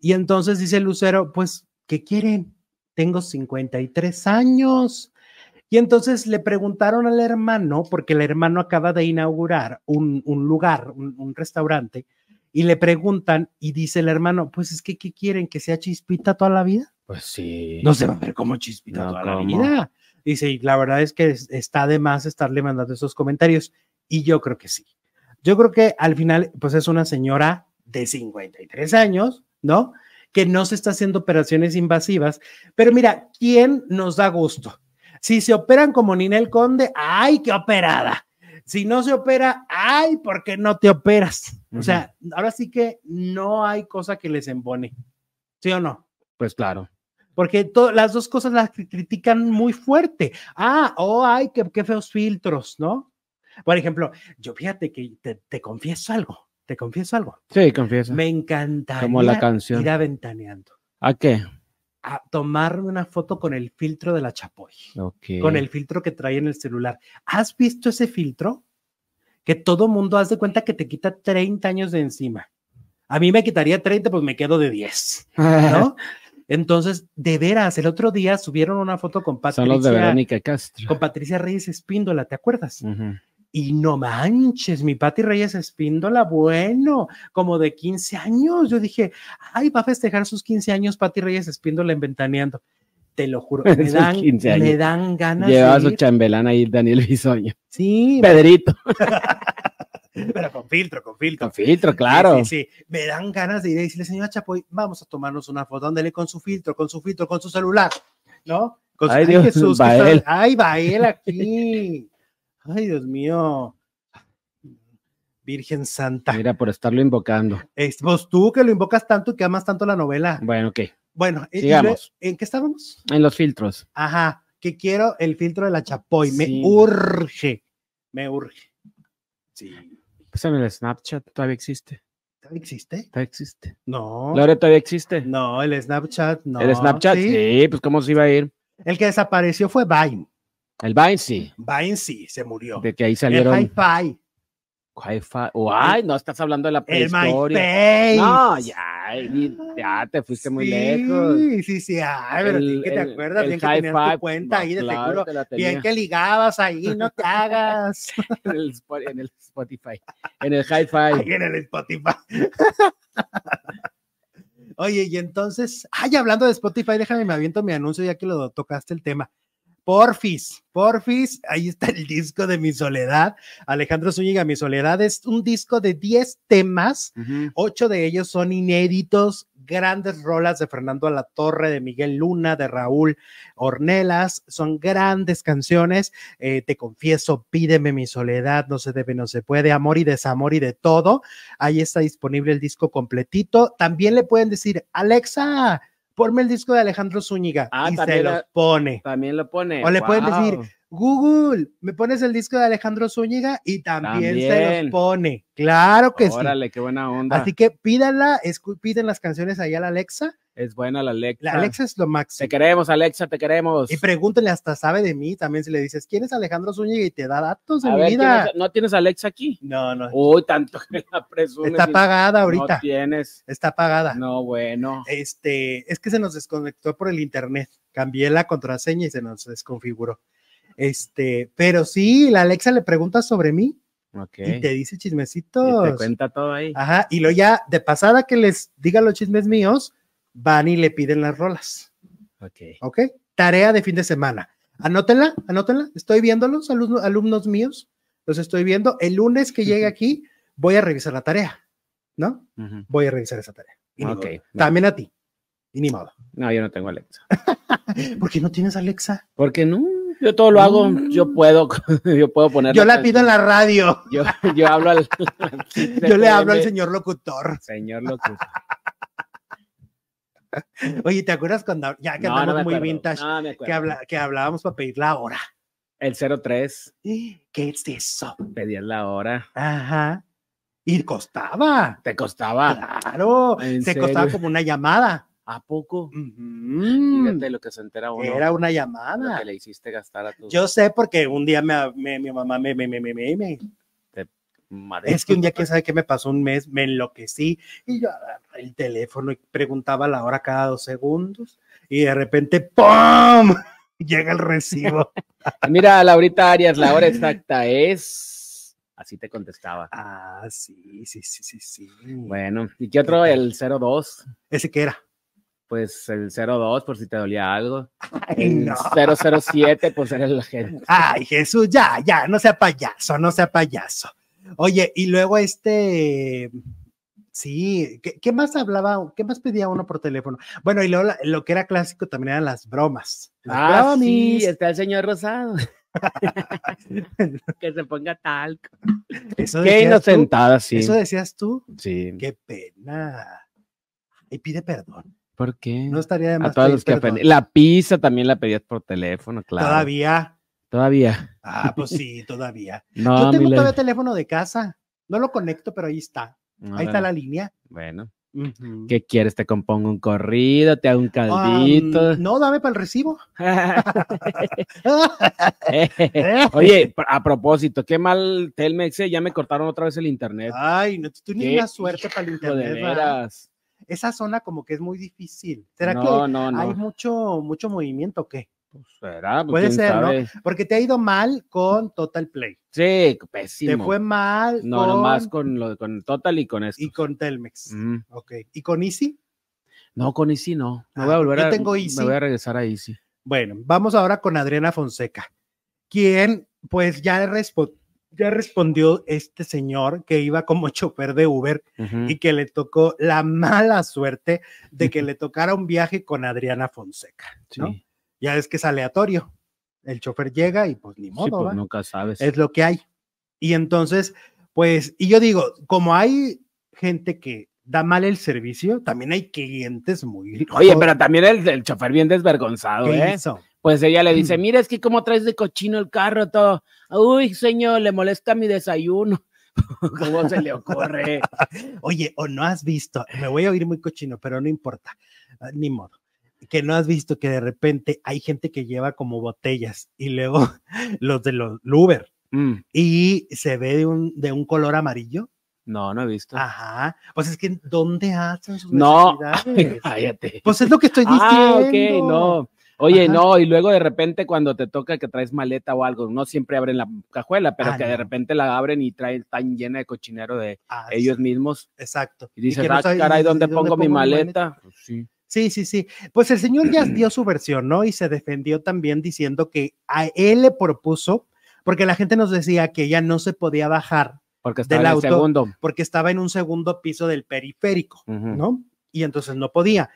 Speaker 1: Y entonces dice Lucero, pues, ¿qué quieren? Tengo 53 años. Y entonces le preguntaron al hermano, porque el hermano acaba de inaugurar un, un lugar, un, un restaurante, y le preguntan y dice el hermano, pues es que, ¿qué quieren? ¿Que sea chispita toda la vida?
Speaker 2: Pues sí.
Speaker 1: No se va a ver como chispita
Speaker 2: No,
Speaker 1: toda
Speaker 2: ¿cómo?
Speaker 1: la vida. Dice, y la verdad es que es- está de más estarle mandando esos comentarios. Y yo creo que sí. Yo creo que al final, pues es una señora de 53 años, ¿no? Que no se está haciendo operaciones invasivas. Pero mira, ¿quién nos da gusto? Si se operan como Ninel Conde, ¡ay, qué operada! Si no se opera, ¡ay, por qué no te operas! O sea, ahora sí que no hay cosa que les embone. ¿Sí o no?
Speaker 2: Pues claro.
Speaker 1: porque to- las dos cosas las cri- critican muy fuerte. Ah, oh, ay, qué, qué feos filtros, ¿no? Por ejemplo, yo fíjate que te, te confieso algo, te confieso algo.
Speaker 2: Sí, confieso.
Speaker 1: Me encantaría
Speaker 2: Como la canción.
Speaker 1: ir a ventaneando,
Speaker 2: ¿A qué?
Speaker 1: a tomarme una foto con el filtro de la Chapoy,
Speaker 2: Ok.
Speaker 1: con el filtro que trae en el celular. ¿Has visto ese filtro? Que todo mundo hace cuenta que te quita 30 años de encima. A mí me quitaría 30, pues me quedo de 10. ¿no? Entonces, de veras, el otro día subieron una foto con
Speaker 2: Son los
Speaker 1: Patricia,
Speaker 2: de Verónica Mm. Castro.
Speaker 1: con Patricia Reyes Espíndola, ¿te acuerdas?
Speaker 2: Ujú.
Speaker 1: Y no manches, mi Pati Reyes Espíndola, bueno, como de 15 años. Yo dije, ay, va a festejar sus 15 años Pati Reyes Espíndola en Ventaneando. Te lo juro, me
Speaker 2: Sus
Speaker 1: dan,
Speaker 2: 15
Speaker 1: me
Speaker 2: años.
Speaker 1: dan ganas
Speaker 2: Llevaba
Speaker 1: de
Speaker 2: su
Speaker 1: ir.
Speaker 2: chambelán ahí, Daniel Bisoño.
Speaker 1: Sí,
Speaker 2: Pedrito.
Speaker 1: pero con filtro, con filtro.
Speaker 2: Con filtro, claro.
Speaker 1: Sí, sí, sí. Me dan ganas de ir y decirle, señora Chapoy, vamos a tomarnos una foto, ándale con su filtro, con su filtro, con su celular, ¿no? Con su-
Speaker 2: Ay, Dios,
Speaker 1: qué
Speaker 2: va
Speaker 1: suave.
Speaker 2: él.
Speaker 1: Ay, va él aquí. Ay, Dios mío. Virgen Santa.
Speaker 2: Mira, por estarlo invocando.
Speaker 1: Es, vos tú que lo invocas tanto y que amas tanto la novela.
Speaker 2: Bueno, ok.
Speaker 1: Bueno, eh, y- y
Speaker 2: Sigamos.
Speaker 1: lo- ¿en qué estábamos?
Speaker 2: En los filtros.
Speaker 1: Ajá, que quiero el filtro de la Chapoy. Me
Speaker 2: Sí.
Speaker 1: urge, me urge. Sí.
Speaker 2: Pues en el Snapchat todavía existe.
Speaker 1: ¿Todavía existe?
Speaker 2: Todavía existe.
Speaker 1: No.
Speaker 2: Lore todavía existe.
Speaker 1: No, el Snapchat, no.
Speaker 2: el Snapchat,
Speaker 1: sí.
Speaker 2: ¿sí? pues cómo se iba a ir.
Speaker 1: El que desapareció fue Vine.
Speaker 2: El Vine, sí.
Speaker 1: Vine sí se murió.
Speaker 2: De que ahí
Speaker 1: El
Speaker 2: salieron.
Speaker 1: Hi-Fi,
Speaker 2: Hi-Fi. Oh, ay, no, estás hablando de la
Speaker 1: el
Speaker 2: prehistoria.
Speaker 1: MySpace.
Speaker 2: No, ya, y- ya te fuiste muy
Speaker 1: Sí,
Speaker 2: lejos.
Speaker 1: Sí, sí, ay, pero
Speaker 2: El-
Speaker 1: que te
Speaker 2: el-
Speaker 1: acuerdas
Speaker 2: el
Speaker 1: bien que tenías tu
Speaker 2: Hi-Fi,
Speaker 1: cuenta ahí de
Speaker 2: claro,
Speaker 1: seguro.
Speaker 2: te la
Speaker 1: Bien
Speaker 2: tenía.
Speaker 1: que ligabas ahí, no te hagas.
Speaker 2: en, el, Spo- en el Spotify, en el Hi-Fi.
Speaker 1: Ahí en el Spotify. Oye, y entonces, ay, hablando de Spotify, déjame, me aviento mi anuncio ya que lo tocaste el tema. Porfis, Porfis, ahí está el disco de Mi Soledad. Alejandro Zúñiga, Mi Soledad es un disco de 10 temas,
Speaker 2: Ujú.
Speaker 1: ocho de ellos son inéditos, grandes rolas de Fernando Alatorre, de Miguel Luna, de Raúl Ornelas, son grandes canciones. eh, te confieso, pídeme mi soledad, no se debe, no se puede, amor y desamor y de todo. Ahí está disponible el disco completito. También le pueden decir, Alexa, ponme el disco de Alejandro Zúñiga
Speaker 2: Ah,
Speaker 1: y se
Speaker 2: también
Speaker 1: los
Speaker 2: la-
Speaker 1: pone.
Speaker 2: También lo pone.
Speaker 1: O le pueden decir, Google, me pones el disco de Alejandro Zúñiga y también, se
Speaker 2: También.
Speaker 1: los pone. Claro que sí.
Speaker 2: Órale, qué buena onda.
Speaker 1: Así que pídala, escu- piden las canciones ahí a la Alexa.
Speaker 2: Es buena la Alexa.
Speaker 1: La Alexa es lo máximo.
Speaker 2: Te queremos, Alexa, te queremos.
Speaker 1: Y pregúntale, hasta sabe de mí también si le dices, ¿quién es Alejandro Zúñiga? Y te da datos de
Speaker 2: A
Speaker 1: mi
Speaker 2: ver,
Speaker 1: vida.
Speaker 2: ¿tienes- ¿no tienes Alexa aquí?
Speaker 1: No, no.
Speaker 2: Uy, tanto que la presumes.
Speaker 1: está
Speaker 2: y-
Speaker 1: apagada ahorita.
Speaker 2: No tienes.
Speaker 1: está apagada.
Speaker 2: No, bueno.
Speaker 1: Este, es que se nos desconectó por el internet. Cambié la contraseña y se nos desconfiguró. Este, pero sí, la Alexa le pregunta sobre mí
Speaker 2: Ok.
Speaker 1: y te Ah. dice
Speaker 2: Y te
Speaker 1: chismecitos.
Speaker 2: cuenta todo ahí.
Speaker 1: Ajá, y luego ya, de pasada que les diga los chismes míos, van y le piden las rolas.
Speaker 2: Ok.
Speaker 1: ¿Ok? Tarea de fin de semana. Anótenla, anótenla. Estoy viéndolos, alumno- alumnos míos. Los estoy viendo. El lunes que llegue aquí, voy a revisar la tarea. ¿No?
Speaker 2: Ujú.
Speaker 1: Voy a revisar esa tarea. Y ni
Speaker 2: Ok.
Speaker 1: modo. También a ti. Y ni modo.
Speaker 2: No, yo no tengo Alexa.
Speaker 1: ¿Por qué no tienes Alexa?
Speaker 2: ¿Por qué no? Yo todo lo hago, yo puedo, yo puedo poner.
Speaker 1: Mm. Yo la pido en la radio.
Speaker 2: Yo, yo hablo al.
Speaker 1: Yo le hablo al señor locutor.
Speaker 2: Señor locutor.
Speaker 1: Oye, ¿te acuerdas cuando ya que
Speaker 2: No,
Speaker 1: andamos
Speaker 2: no me
Speaker 1: muy
Speaker 2: acuerdo.
Speaker 1: vintage,
Speaker 2: No, me acuerdo.
Speaker 1: que, habla- que hablábamos para pedir la hora?
Speaker 2: El 03
Speaker 1: ¿Qué es eso?
Speaker 2: pedías la hora.
Speaker 1: Ajá. Y costaba.
Speaker 2: Te costaba.
Speaker 1: Claro. Se
Speaker 2: Ah. ¿En
Speaker 1: costaba
Speaker 2: serio?
Speaker 1: como una llamada.
Speaker 2: ¿A poco?
Speaker 1: Ujú.
Speaker 2: Fíjate lo que se entera uno.
Speaker 1: Mm. Era una
Speaker 2: lo
Speaker 1: llamada.
Speaker 2: que le hiciste gastar a tu
Speaker 1: Yo sé porque un día me- me- mi mamá me, me, me, me, me, me-
Speaker 2: madre.
Speaker 1: Es que un día, quién sabe qué me pasó, un mes me enloquecí y yo agarré el teléfono y preguntaba la hora cada dos segundos y de repente ¡pum! Llega el recibo.
Speaker 2: Ah, Mira, Laurita Arias, la hora exacta es. Así te contestaba.
Speaker 1: ah, sí, sí, sí, sí, sí.
Speaker 2: Bueno, ¿y qué otro? El 02.
Speaker 1: ¿Ese qué era?
Speaker 2: Pues el 02, por si te dolía algo.
Speaker 1: Ay,
Speaker 2: El
Speaker 1: no.
Speaker 2: 007, pues eres la gente.
Speaker 1: Ay, Jesús, ya, ya, no sea payaso, no sea payaso. Oye, y luego este, sí, ¿qué, qué más hablaba, qué más pedía uno por teléfono? Bueno, y luego la- lo que era clásico también eran las bromas. Las
Speaker 2: Ah,
Speaker 1: bromis.
Speaker 2: sí, está el señor Rosado. que se ponga talco.
Speaker 1: Eso
Speaker 2: Qué
Speaker 1: decías tú.
Speaker 2: inocentada, sí. Mm.
Speaker 1: Eso decías tú,
Speaker 2: Sí.
Speaker 1: qué pena. Y pide perdón.
Speaker 2: ¿Por qué?
Speaker 1: No estaría de más.
Speaker 2: a todos
Speaker 1: pedir
Speaker 2: los que
Speaker 1: perdón.
Speaker 2: aprendí. La pizza también la pedías por teléfono, claro. Todavía.
Speaker 1: Todavía. Ah, pues sí, todavía.
Speaker 2: No,
Speaker 1: Yo tengo
Speaker 2: mi
Speaker 1: todavía
Speaker 2: Lau-
Speaker 1: teléfono de casa. No lo conecto, pero ahí está. Ahí está
Speaker 2: Órale.
Speaker 1: la línea.
Speaker 2: Bueno,
Speaker 1: Ujú.
Speaker 2: ¿qué quieres? ¿Te compongo un corrido? ¿Te hago un
Speaker 1: Ah,
Speaker 2: caldito?
Speaker 1: no, dame para el recibo.
Speaker 2: Eh, Oye, a propósito, qué mal Telmex, eh, ya me cortaron otra vez el internet.
Speaker 1: Ay, no, tú ni
Speaker 2: Qué
Speaker 1: una suerte para el
Speaker 2: Hijo de
Speaker 1: internet. ¿verdad?
Speaker 2: veras.
Speaker 1: Esa zona como que es muy difícil. ¿Será
Speaker 2: no,
Speaker 1: que
Speaker 2: no, no.
Speaker 1: hay mucho, mucho movimiento o qué?
Speaker 2: Será, pues,
Speaker 1: Puede
Speaker 2: quién
Speaker 1: ser, ¿no?
Speaker 2: sabe.
Speaker 1: Porque te ha ido mal con Total Play. Te
Speaker 2: Sí, pésimo.
Speaker 1: fue mal
Speaker 2: no,
Speaker 1: con,
Speaker 2: nomás con, lo, con Total y con esto.
Speaker 1: y con Telmex.
Speaker 2: Mm.
Speaker 1: Ok. ¿Y con Easy?
Speaker 2: No, con Easy no. Me
Speaker 1: Ah,
Speaker 2: voy a volver
Speaker 1: yo
Speaker 2: a,
Speaker 1: tengo Easy.
Speaker 2: me voy a regresar a Easy.
Speaker 1: Bueno, vamos ahora con Adriana Fonseca, quien pues ya, respo- ya respondió este señor que iba como chofer de Uber
Speaker 2: Ujú.
Speaker 1: y que le tocó la mala suerte de que le tocara un viaje con Adriana Fonseca.
Speaker 2: Sí,
Speaker 1: ¿no?
Speaker 2: sí,
Speaker 1: Ya es que es aleatorio. El chofer llega y pues ni modo.
Speaker 2: pues,
Speaker 1: ¿va?
Speaker 2: nunca sabes.
Speaker 1: es lo que hay. Y entonces, pues, y yo digo, como hay gente que da mal el servicio, también hay clientes muy...
Speaker 2: Oye, pero también el, el chofer bien desvergonzado,
Speaker 1: ¿Qué
Speaker 2: ¿eh?
Speaker 1: hizo?
Speaker 2: Pues ella le dice, mira, es que cómo traes de cochino el carro todo. Uy, señor, le molesta mi desayuno. ¿Cómo se le ocurre?
Speaker 1: Oye, o no has visto, me voy a oír muy cochino, pero no importa, ah, ni modo. Que no has visto que de repente hay gente que lleva como botellas y luego los de los Uber
Speaker 2: Mm,
Speaker 1: y se ve de un, de un color amarillo.
Speaker 2: no, no he visto.
Speaker 1: Ajá. Pues es que ¿dónde hacen sus
Speaker 2: Ah. no,
Speaker 1: necesidades?
Speaker 2: cállate.
Speaker 1: Pues es lo que estoy diciendo.
Speaker 2: Ah, ok, no. Oye,
Speaker 1: Ajá.
Speaker 2: no, y luego de repente cuando te toca que traes maleta o algo, no siempre abren la cajuela, pero
Speaker 1: Ah,
Speaker 2: que
Speaker 1: no.
Speaker 2: de repente la abren y traen tan llena de cochinero de
Speaker 1: Ah,
Speaker 2: ellos mismos.
Speaker 1: Exacto.
Speaker 2: Y dices,
Speaker 1: que no
Speaker 2: ah,
Speaker 1: sabes
Speaker 2: caray,
Speaker 1: ni-
Speaker 2: ¿dónde,
Speaker 1: ni
Speaker 2: pongo, mi maleta? Pues sí.
Speaker 1: Sí, sí, sí. Pues el señor ya dio su versión, ¿no? Y se defendió también diciendo que a él le propuso, porque la gente nos decía que ella no se podía bajar
Speaker 2: Porque
Speaker 1: Del
Speaker 2: está en el
Speaker 1: auto.
Speaker 2: segundo.
Speaker 1: porque estaba en un segundo piso del periférico,
Speaker 2: Ujú.
Speaker 1: ¿no? Y entonces no podía.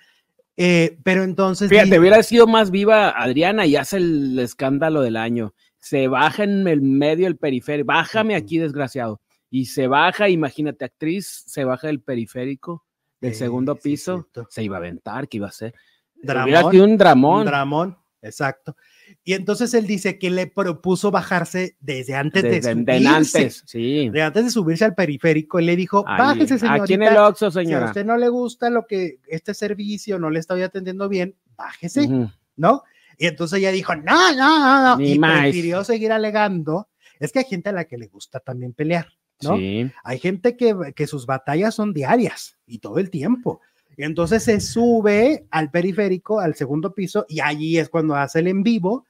Speaker 1: Eh, pero entonces...
Speaker 2: Fíjate,
Speaker 1: di-
Speaker 2: hubiera sido más viva Adriana y hace el escándalo del año. Se baja en el medio del periférico. Bájame
Speaker 1: Ujú.
Speaker 2: aquí, desgraciado. Y se baja, imagínate, actriz, se baja del periférico, del
Speaker 1: Sí,
Speaker 2: segundo
Speaker 1: sí,
Speaker 2: piso.
Speaker 1: cierto.
Speaker 2: se iba a aventar, ¿qué iba a hacer?
Speaker 1: Dramón,
Speaker 2: Hubiera sido un dramón.
Speaker 1: un dramón, exacto. Y entonces él dice que le propuso bajarse desde antes de
Speaker 2: Desde de
Speaker 1: subirse.
Speaker 2: antes, sí.
Speaker 1: De antes de subirse al periférico, él le dijo,
Speaker 2: Ahí.
Speaker 1: bájese, señorita.
Speaker 2: Aquí en el Oxxo,
Speaker 1: Si a
Speaker 2: señora.
Speaker 1: usted no le gusta lo que este servicio no le estoy atendiendo bien, bájese,
Speaker 2: Ujú.
Speaker 1: ¿no? Y entonces ella dijo, no, no, no, no.
Speaker 2: Ni
Speaker 1: y
Speaker 2: más.
Speaker 1: prefirió seguir alegando. Es que hay gente a la que le gusta también pelear, ¿no?
Speaker 2: Sí.
Speaker 1: Hay gente que, que sus batallas son diarias y todo el tiempo. Y entonces se sube al periférico, al segundo piso, y allí es cuando hace el en vivo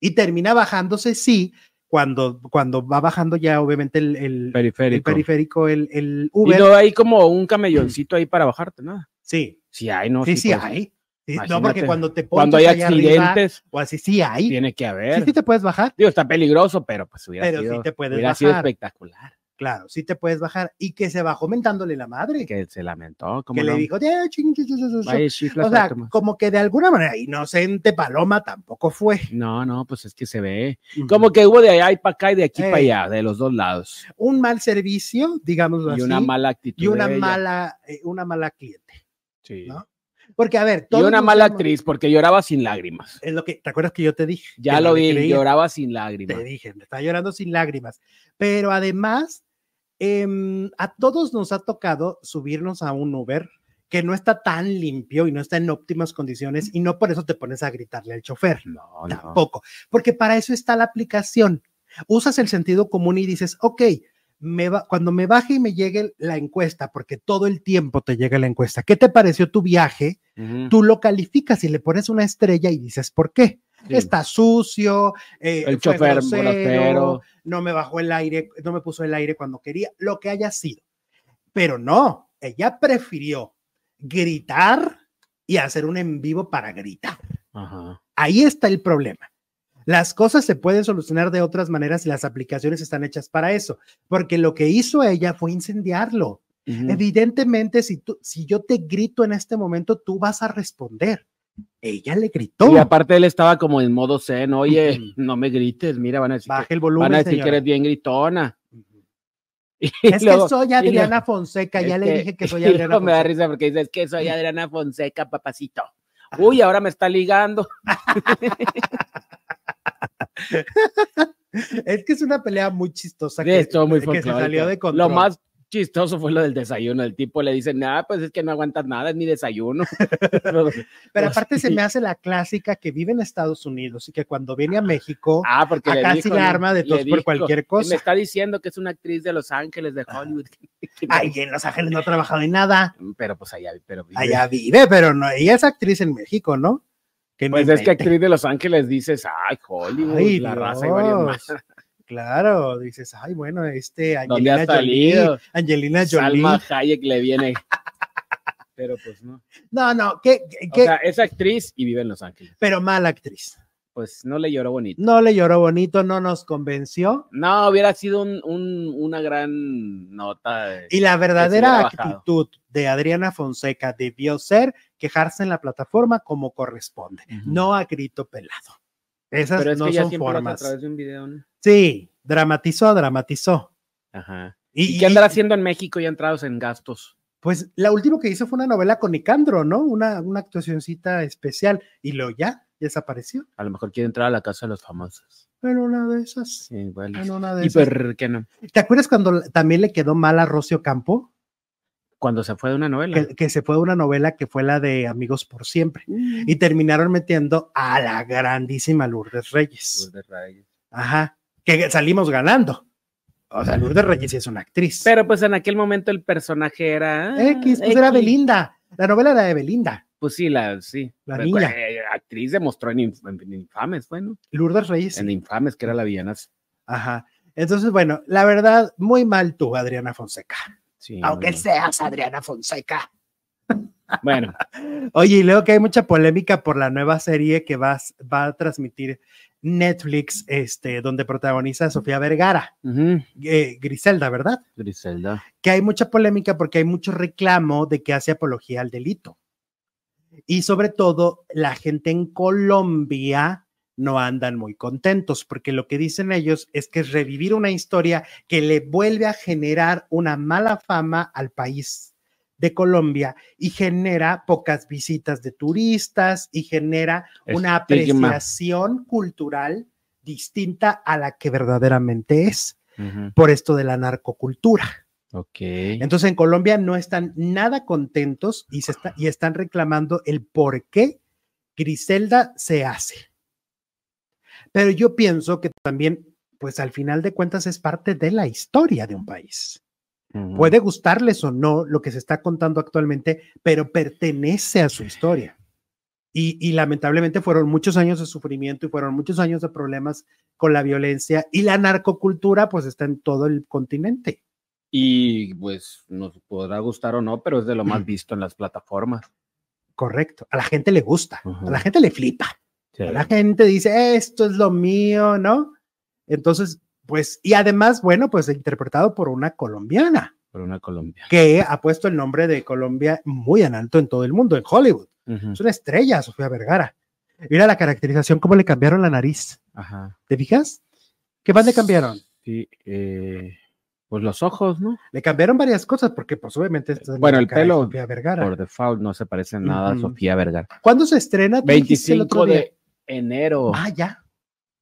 Speaker 1: y termina bajándose, sí, cuando, cuando va bajando ya obviamente el, el- el
Speaker 2: Periférico.
Speaker 1: periférico, el, el
Speaker 2: Y
Speaker 1: Uber.
Speaker 2: no hay como un camelloncito ahí para bajarte, ¿no?
Speaker 1: Sí,
Speaker 2: Sí hay, ¿no?
Speaker 1: sí, sí
Speaker 2: pues,
Speaker 1: hay. Sí, no,
Speaker 2: Imagínate.
Speaker 1: porque cuando te pones
Speaker 2: Cuando hay
Speaker 1: allá arriba,
Speaker 2: accidentes,
Speaker 1: o así, sí hay.
Speaker 2: tiene que
Speaker 1: Sí,
Speaker 2: haber.
Speaker 1: sí te puedes bajar,
Speaker 2: Digo, está peligroso, pero pues hubiera
Speaker 1: pero
Speaker 2: sido,
Speaker 1: sí te puedes
Speaker 2: hubiera sido
Speaker 1: bajar.
Speaker 2: espectacular.
Speaker 1: Claro, sí te puedes bajar. Y que se bajó mentándole la madre, que,
Speaker 2: Que se lamentó, como
Speaker 1: le
Speaker 2: no.
Speaker 1: dijo, "Ya, ching, ching, ching, ching, ching".
Speaker 2: Vaya chiflas,
Speaker 1: o sea,
Speaker 2: átomos.
Speaker 1: como que de alguna manera, inocente Paloma tampoco fue.
Speaker 2: no, no, pues es que se ve. Como que hubo de allá para acá y de aquí
Speaker 1: Ey.
Speaker 2: para allá, de los dos lados.
Speaker 1: Un mal servicio, digámoslo
Speaker 2: Y
Speaker 1: así.
Speaker 2: una mala actitud.
Speaker 1: y una
Speaker 2: de ella.
Speaker 1: mala, eh, una mala cliente.
Speaker 2: Sí.
Speaker 1: ¿no? Porque, a ver,
Speaker 2: Y
Speaker 1: todos
Speaker 2: una
Speaker 1: nos
Speaker 2: mala
Speaker 1: hemos-
Speaker 2: actriz, porque lloraba sin lágrimas.
Speaker 1: Es lo que, ¿te acuerdas que yo te dije?
Speaker 2: Ya
Speaker 1: Que no
Speaker 2: lo
Speaker 1: le
Speaker 2: vi,
Speaker 1: creía.
Speaker 2: lloraba sin
Speaker 1: Te
Speaker 2: lágrimas.
Speaker 1: dije, me está llorando sin lágrimas. Pero además, em, a todos nos ha tocado subirnos a un Uber que no está tan limpio y no está en óptimas condiciones y no por eso te pones a gritarle al chofer.
Speaker 2: No, no.
Speaker 1: Tampoco, porque para eso está la aplicación. Usas el sentido común y dices, ok, me va- cuando me baje y me llegue la encuesta, porque todo el tiempo te llega la encuesta, ¿qué te pareció tu viaje?
Speaker 2: Ujú.
Speaker 1: Tú lo calificas y le pones una estrella y dices, ¿por qué?
Speaker 2: Sí.
Speaker 1: Está sucio, eh,
Speaker 2: El
Speaker 1: fue
Speaker 2: chofer
Speaker 1: grosero,
Speaker 2: grosero.
Speaker 1: no me bajó el aire, no me puso el aire cuando quería, lo que haya sido. Pero no, ella prefirió gritar y hacer un en vivo para gritar.
Speaker 2: Ajá.
Speaker 1: Ahí está el problema. Las cosas se pueden solucionar de otras maneras y las aplicaciones están hechas para eso, porque lo que hizo ella fue incendiarlo.
Speaker 2: Ujú.
Speaker 1: Evidentemente, si, tú, si yo te grito en este momento, tú vas a responder. Ella le gritó.
Speaker 2: Y aparte él estaba como en modo zen, oye,
Speaker 1: Ujú.
Speaker 2: no me grites, mira, van a decir,
Speaker 1: Baja el
Speaker 2: que,
Speaker 1: volumen.
Speaker 2: van a decir que
Speaker 1: señora.
Speaker 2: eres bien gritona. Y
Speaker 1: Es
Speaker 2: luego-
Speaker 1: que soy
Speaker 2: luego-
Speaker 1: Adriana Fonseca, ya le
Speaker 2: este,
Speaker 1: dije que soy
Speaker 2: y
Speaker 1: Adriana
Speaker 2: luego me da
Speaker 1: Fonseca.
Speaker 2: risa porque dice, es que soy Adriana Fonseca, papacito.
Speaker 1: Ajá.
Speaker 2: Uy, ahora me está ligando.
Speaker 1: Es que es una pelea muy chistosa.
Speaker 2: Sí, estuvo muy
Speaker 1: que se
Speaker 2: folclórica.
Speaker 1: salió de control.
Speaker 2: Lo más chistoso fue lo del desayuno. El tipo le dice, nada, pues es que no aguantas nada, es mi desayuno.
Speaker 1: Pero
Speaker 2: pues,
Speaker 1: aparte se
Speaker 2: sí.
Speaker 1: me hace la clásica que vive en Estados Unidos y que cuando viene a México,
Speaker 2: ah, porque le
Speaker 1: acá sí
Speaker 2: dijo,
Speaker 1: la
Speaker 2: ¿no?
Speaker 1: arma de
Speaker 2: Le
Speaker 1: todos por
Speaker 2: dijo,
Speaker 1: cualquier cosa. Ah.
Speaker 2: Me está diciendo que es una actriz de Los Ángeles, de Hollywood.
Speaker 1: Ay, en Los Ángeles no ha trabajado en nada.
Speaker 2: Pero pues allá, pero vive.
Speaker 1: Allá vive, pero no, ella es actriz en México, ¿no? Que no
Speaker 2: Pues es que
Speaker 1: invente.
Speaker 2: actriz de Los Ángeles dices, ay, Hollywood,
Speaker 1: Ay,
Speaker 2: la raza y varias
Speaker 1: Dios.
Speaker 2: más.
Speaker 1: Claro, dices, ay, bueno, este
Speaker 2: ¿Dónde
Speaker 1: Angelina
Speaker 2: ha
Speaker 1: Jolie,
Speaker 2: salido?
Speaker 1: Angelina Jolie.
Speaker 2: Salma Hayek le viene. Pero pues no.
Speaker 1: No, no, que, que-
Speaker 2: O sea, es actriz y vive en Los Ángeles.
Speaker 1: pero mala actriz.
Speaker 2: Pues no le lloró bonito.
Speaker 1: No le lloró bonito, no nos convenció.
Speaker 2: No, hubiera sido un, un- una gran nota. de-
Speaker 1: Y la verdadera
Speaker 2: hubiera bajado.
Speaker 1: actitud de Adriana Fonseca debió ser quejarse en la plataforma como corresponde,
Speaker 2: Ujú.
Speaker 1: no a grito pelado. Esas
Speaker 2: Pero es
Speaker 1: no
Speaker 2: que ya
Speaker 1: son
Speaker 2: siempre lo hace a
Speaker 1: formas.
Speaker 2: través de un video. ¿no?
Speaker 1: Sí, dramatizó, dramatizó.
Speaker 2: Ajá.
Speaker 1: Y,
Speaker 2: ¿Y, qué andará
Speaker 1: y-
Speaker 2: haciendo en México ya entrados en gastos?
Speaker 1: Pues la última que hizo fue una novela con Nicandro, ¿no? Una, una actuacioncita especial. Y lo ya desapareció.
Speaker 2: A lo mejor quiere entrar a la casa de los famosos.
Speaker 1: En una de esas.
Speaker 2: Sí, igual.
Speaker 1: En una de
Speaker 2: ¿Y
Speaker 1: esas.
Speaker 2: por qué no?
Speaker 1: ¿Te acuerdas cuando la- también le quedó mal a Rocio Campo?
Speaker 2: Cuando se fue de una novela.
Speaker 1: Que, que se fue de una novela que fue la de Amigos por Siempre.
Speaker 2: Mm.
Speaker 1: Y terminaron metiendo a la grandísima Lourdes Reyes.
Speaker 2: Lourdes Reyes.
Speaker 1: Ajá. Que salimos ganando. O sea, Lourdes Reyes sí es una actriz.
Speaker 2: Pero pues en aquel momento el personaje era. ah,
Speaker 1: X, pues era
Speaker 2: X.
Speaker 1: Belinda. La novela era de Belinda.
Speaker 2: Pues sí, la, sí.
Speaker 1: La
Speaker 2: Fue-
Speaker 1: niña.
Speaker 2: fue- eh, actriz demostró en, Inf- en Infames, bueno.
Speaker 1: Lourdes Reyes. sí.
Speaker 2: En Infames, que era la villana.
Speaker 1: Ajá. Entonces, bueno, la verdad, muy mal tú, Adriana Fonseca.
Speaker 2: Sí,
Speaker 1: Aunque
Speaker 2: muy
Speaker 1: seas Adriana Fonseca.
Speaker 2: mal. Bueno,
Speaker 1: Oye, y luego que hay mucha polémica por la nueva serie que vas, va a transmitir Netflix, este, donde protagoniza a Sofía Vergara,
Speaker 2: ujú,
Speaker 1: eh, Griselda, ¿verdad?
Speaker 2: Griselda.
Speaker 1: Que hay mucha polémica porque hay mucho reclamo de que hace apología al delito. Y sobre todo, la gente en Colombia no andan muy contentos porque lo que dicen ellos es que es revivir una historia que le vuelve a generar una mala fama al país de Colombia y genera pocas visitas de turistas y genera una
Speaker 2: Estigma.
Speaker 1: apreciación cultural distinta a la que verdaderamente es por esto de la narcocultura.
Speaker 2: Ok.
Speaker 1: Entonces en Colombia no están nada contentos y, se está- y están reclamando el por qué Griselda se hace. Pero yo pienso que también, pues al final de cuentas es parte de la historia de un país.
Speaker 2: Ujú.
Speaker 1: Puede gustarles o no lo que se está contando actualmente, pero pertenece a su historia. Y, y lamentablemente fueron muchos años de sufrimiento y fueron muchos años de problemas con la violencia y la narcocultura pues está en todo el continente.
Speaker 2: Y pues nos podrá gustar o no, pero es de lo más visto en las plataformas.
Speaker 1: Correcto. A la gente le gusta,
Speaker 2: Ujú.
Speaker 1: a la gente le flipa, a la gente dice, esto es lo mío, ¿no? Entonces, pues, y además, bueno, pues interpretado por una colombiana
Speaker 2: Por una Colombia.
Speaker 1: que ha puesto el nombre de Colombia muy en alto en todo el mundo, en Hollywood.
Speaker 2: Ujú.
Speaker 1: Es una estrella, Sofía Vergara. Mira la caracterización, cómo le cambiaron la nariz.
Speaker 2: Ajá.
Speaker 1: ¿Te fijas? ¿Qué más le cambiaron?
Speaker 2: Sí, eh, pues los ojos, ¿no?
Speaker 1: Le cambiaron varias cosas porque, pues, obviamente, esta es la
Speaker 2: Bueno, el
Speaker 1: cara de
Speaker 2: pelo,
Speaker 1: Sofía Vergara.
Speaker 2: Por default no se parece en nada a
Speaker 1: Ujú.
Speaker 2: Sofía Vergara.
Speaker 1: ¿Cuándo se estrena? Tú dijiste el otro
Speaker 2: 25
Speaker 1: día.
Speaker 2: de enero.
Speaker 1: Ah, ya,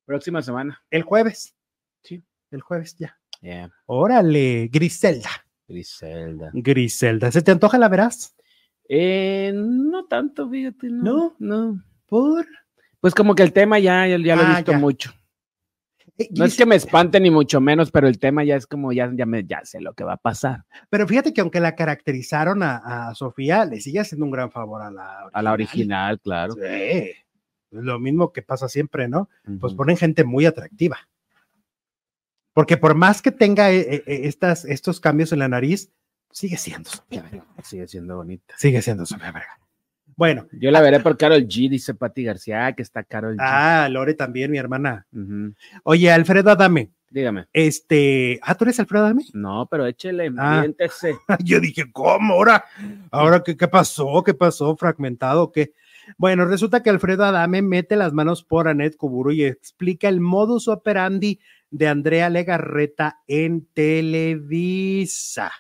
Speaker 2: Próxima semana.
Speaker 1: el jueves.
Speaker 2: Sí.
Speaker 1: el jueves ya.
Speaker 2: Yeah,
Speaker 1: Órale, Griselda.
Speaker 2: Griselda.
Speaker 1: Griselda. ¿Se te antoja la verás?
Speaker 2: Eh, no tanto, fíjate. No. No.
Speaker 1: Por.
Speaker 2: Pues como que el tema ya, ya, ya lo
Speaker 1: Ah,
Speaker 2: he visto
Speaker 1: ya.
Speaker 2: mucho.
Speaker 1: Eh,
Speaker 2: No es
Speaker 1: Gris-
Speaker 2: que me espante ni mucho menos, pero el tema ya es como ya, ya, me- ya sé lo que va a pasar.
Speaker 1: Pero fíjate que aunque la caracterizaron a, a Sofía, le sigue haciendo un gran favor a la
Speaker 2: A la original, claro.
Speaker 1: Sí. Lo mismo que pasa siempre, ¿no? Pues
Speaker 2: Ujú.
Speaker 1: ponen gente muy atractiva. Porque por más que tenga eh, eh, estas, estos cambios en la nariz, sigue siendo Sofía Vergara.
Speaker 2: Sigue siendo bonita.
Speaker 1: Sigue siendo Sofía Vergara. Bueno,
Speaker 2: Yo la veré por Carol G, dice Patti García, ah, que está Carol G.
Speaker 1: ah, Lore también, mi hermana.
Speaker 2: Ujú.
Speaker 1: Oye, Alfredo Adame,
Speaker 2: Dígame.
Speaker 1: este, ah, ¿tú eres Alfredo Adame?
Speaker 2: No, pero échele,
Speaker 1: Ah.
Speaker 2: miéntese.
Speaker 1: Yo dije, ¿cómo? ¿Ahora? ¿Ahora qué, qué pasó? ¿Qué pasó? ¿Fragmentado? ¿Qué? Bueno, resulta que Alfredo Adame mete las manos por Anet Kuburu y explica el modus operandi de Andrea Legarreta en Televisa.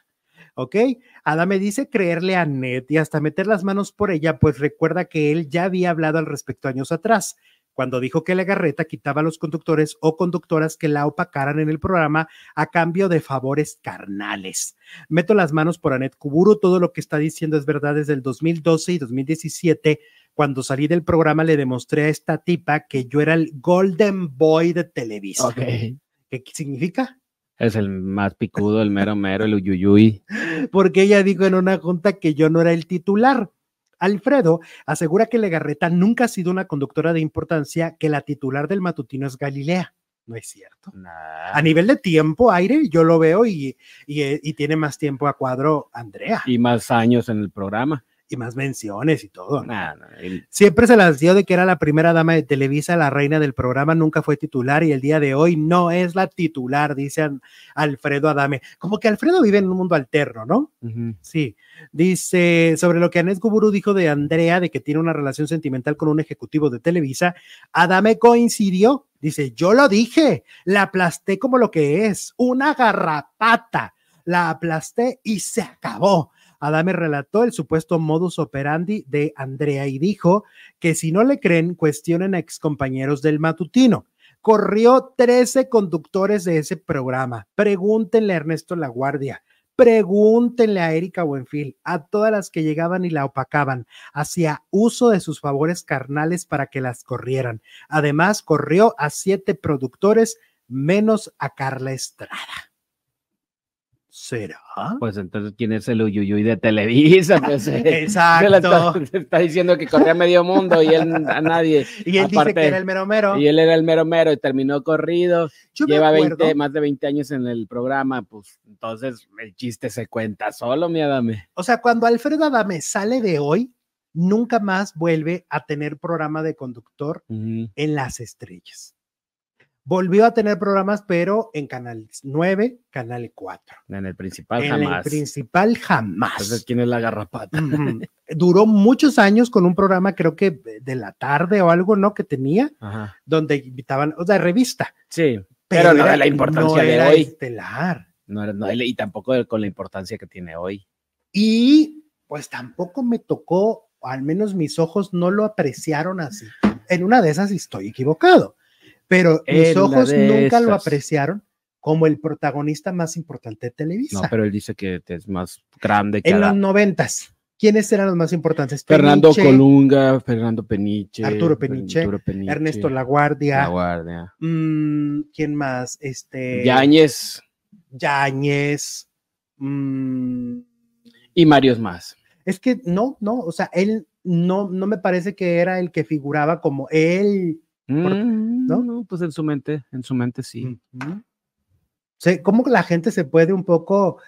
Speaker 1: ¿Ok? Adame dice creerle a Anet y hasta meter las manos por ella, pues recuerda que él ya había hablado al respecto años atrás, cuando dijo que Legarreta quitaba a los conductores o conductoras que la opacaran en el programa a cambio de favores carnales. Meto las manos por Anet Kuburu. Todo lo que está diciendo es verdad desde el 2012 y 2017. Cuando salí del programa le demostré a esta tipa que yo era el Golden Boy de Televisa.
Speaker 2: Ok.
Speaker 1: ¿Qué significa?
Speaker 2: Es el más picudo, el mero mero, el uyuyuy.
Speaker 1: Porque ella dijo en una junta que yo no era el titular. Alfredo asegura que Legarreta nunca ha sido una conductora de importancia, que la titular del matutino es Galilea. No es cierto.
Speaker 2: Nah.
Speaker 1: A nivel de tiempo, aire, yo lo veo y, y, eh, y tiene más tiempo a cuadro Andrea
Speaker 2: Y más años en el programa.
Speaker 1: y más menciones y todo. ¿no?
Speaker 2: Nah, nah, el-
Speaker 1: Siempre se las dio de que era la primera dama de Televisa, la reina del programa, nunca fue titular y el día de hoy no es la titular, dice An- Alfredo Adame. Como que Alfredo vive en un mundo alterno, ¿no?
Speaker 2: ujú.
Speaker 1: Sí. Dice sobre lo que Anés Guburu dijo de Andrea, de que tiene una relación sentimental con un ejecutivo de Televisa, Adame coincidió. Dice, yo lo dije, la aplasté como lo que es, una garrapata. La aplasté y se acabó. Adame relató el supuesto modus operandi de Andrea y dijo que si no le creen, cuestionen a excompañeros del matutino. Corrió 13 conductores de ese programa. Pregúntenle a Ernesto La Guardia, pregúntenle a Erika Buenfil, a todas las que llegaban y la opacaban, hacía uso de sus favores carnales para que las corrieran. Además, corrió a siete productores, menos a Carla Estrada. ¿Será?
Speaker 2: Pues entonces, ¿quién es el uyuyuy de Televisa? Pues, eh, se la
Speaker 1: Exacto.
Speaker 2: está, se está diciendo que corría a medio mundo y él a nadie.
Speaker 1: Y él dice que
Speaker 2: Aparte-
Speaker 1: era el mero mero.
Speaker 2: Y él era el mero mero y terminó corrido.
Speaker 1: Yo me
Speaker 2: Lleva
Speaker 1: acuerdo,
Speaker 2: 20, más de 20 años en el programa, pues entonces el chiste se cuenta solo, mi Adame.
Speaker 1: o sea, cuando Alfredo Adame sale de hoy, nunca más vuelve a tener programa de conductor en las estrellas. Volvió a tener programas, pero en Canal 9, Canal 4.
Speaker 2: En el principal
Speaker 1: en el
Speaker 2: jamás.
Speaker 1: principal
Speaker 2: Entonces,
Speaker 1: jamás.
Speaker 2: ¿quién es la garrapata?
Speaker 1: Ujú. Duró muchos años con un programa, creo que de la tarde o algo, ¿no? Que tenía,
Speaker 2: Ajá.
Speaker 1: donde invitaban, o sea, revista.
Speaker 2: Sí, Pero no de la importancia de
Speaker 1: era
Speaker 2: hoy.
Speaker 1: estelar.
Speaker 2: no, era- no, y tampoco con la importancia que tiene hoy.
Speaker 1: Y pues tampoco me tocó, al menos mis ojos no lo apreciaron así. En una de esas estoy equivocado, pero
Speaker 2: En
Speaker 1: mis
Speaker 2: la
Speaker 1: ojos
Speaker 2: de
Speaker 1: nunca lo
Speaker 2: esas.
Speaker 1: apreciaron como el protagonista más importante de Televisa.
Speaker 2: No, pues, pero él dice que es más grande que
Speaker 1: en los
Speaker 2: Adán.
Speaker 1: noventas, ¿quiénes eran los más importantes?
Speaker 2: Fernando
Speaker 1: Peniche,
Speaker 2: Colunga, Fernando Peniche,
Speaker 1: Arturo Peniche,
Speaker 2: Arturo Peniche,
Speaker 1: Ernesto Laguardia,
Speaker 2: La Guardia,
Speaker 1: mm, ¿quién más? Este,
Speaker 2: Yáñez
Speaker 1: Yáñez, mm,
Speaker 2: y varios más.
Speaker 1: Es que no, no, o sea, él no, no me parece que era el que figuraba como él.
Speaker 2: Mm,
Speaker 1: ¿no? Mm.
Speaker 2: ¿no? pues en su mente, en su mente sí.
Speaker 1: Ujú. Sé cómo la gente se puede un poco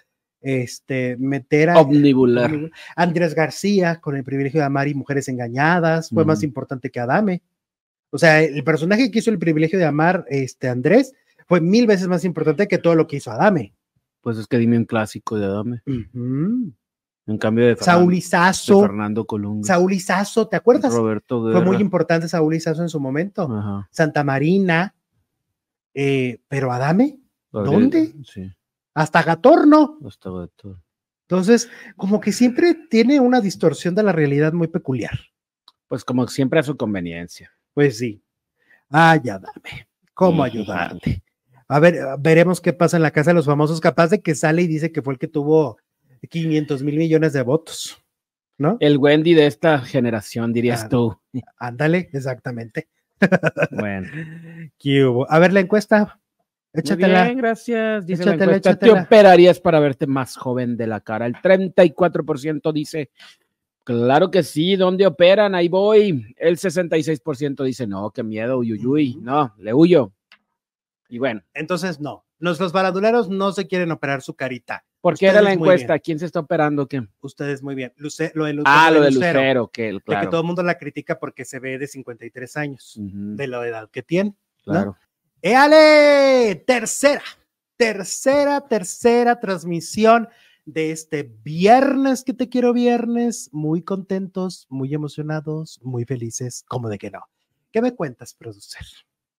Speaker 1: este, meter a
Speaker 2: Omnibular.
Speaker 1: Andrés García con el privilegio de amar y mujeres engañadas, fue más
Speaker 2: Mm.
Speaker 1: importante que Adame. O sea, el personaje que hizo el privilegio de amar este Andrés fue mil veces más importante que todo lo que hizo Adame.
Speaker 2: Pues es que dime un clásico de Adame.
Speaker 1: Ujú.
Speaker 2: En cambio de Fernan-
Speaker 1: Saúl
Speaker 2: de
Speaker 1: Izazo,
Speaker 2: Fernando Colunga.
Speaker 1: Saúl Izazo, ¿te acuerdas?
Speaker 2: Roberto
Speaker 1: Fue muy
Speaker 2: Guerra.
Speaker 1: importante Saúl Izazo en su momento.
Speaker 2: Ajá.
Speaker 1: Santa Marina, eh, pero Adame,
Speaker 2: Gabriel-
Speaker 1: ¿Dónde?
Speaker 2: Sí,
Speaker 1: hasta Gatorno.
Speaker 2: hasta Gato.
Speaker 1: Entonces, como que siempre tiene una distorsión de la realidad muy peculiar.
Speaker 2: Pues como siempre a su conveniencia.
Speaker 1: Pues sí. Ay, Adame, ¿cómo ayudarte? A ver, veremos qué pasa en la casa de los famosos, capaz de que sale y dice que fue el que tuvo 500 mil millones de votos.
Speaker 2: El Wendy de esta generación, dirías
Speaker 1: Ah.
Speaker 2: tú.
Speaker 1: Ándale, exactamente.
Speaker 2: Bueno.
Speaker 1: ¿Qué hubo? A ver, la encuesta,
Speaker 2: Muy
Speaker 1: échatela.
Speaker 2: bien, gracias. Dice la
Speaker 1: Échatela,
Speaker 2: encuesta,
Speaker 1: échatela.
Speaker 2: ¿Te operarías para verte más joven de la cara? El 34% dice, claro que sí, ¿dónde operan? Ahí voy. El 66% dice, no, qué miedo, uyuyuy,
Speaker 1: Ujú.
Speaker 2: no, le huyo. Y bueno,
Speaker 1: Entonces, no, los, los baranduleros no se quieren operar su carita.
Speaker 2: ¿por qué era
Speaker 1: Ustedes
Speaker 2: la
Speaker 1: muy bien.
Speaker 2: encuesta? ¿Quién se está operando? ¿Qué?
Speaker 1: Ustedes muy bien. Luce- lo de Lucero.
Speaker 2: Ah, lo de
Speaker 1: Lucero.
Speaker 2: Lucero, que el-
Speaker 1: de que todo
Speaker 2: claro.
Speaker 1: el mundo la critica porque se ve de 53 años,
Speaker 2: Ujú,
Speaker 1: de la edad que tiene.
Speaker 2: claro.
Speaker 1: ¡Éale! Tercera, tercera, tercera transmisión de este viernes que te quiero viernes. Muy contentos, muy emocionados, muy felices, como de que no. ¿Qué me cuentas, producer?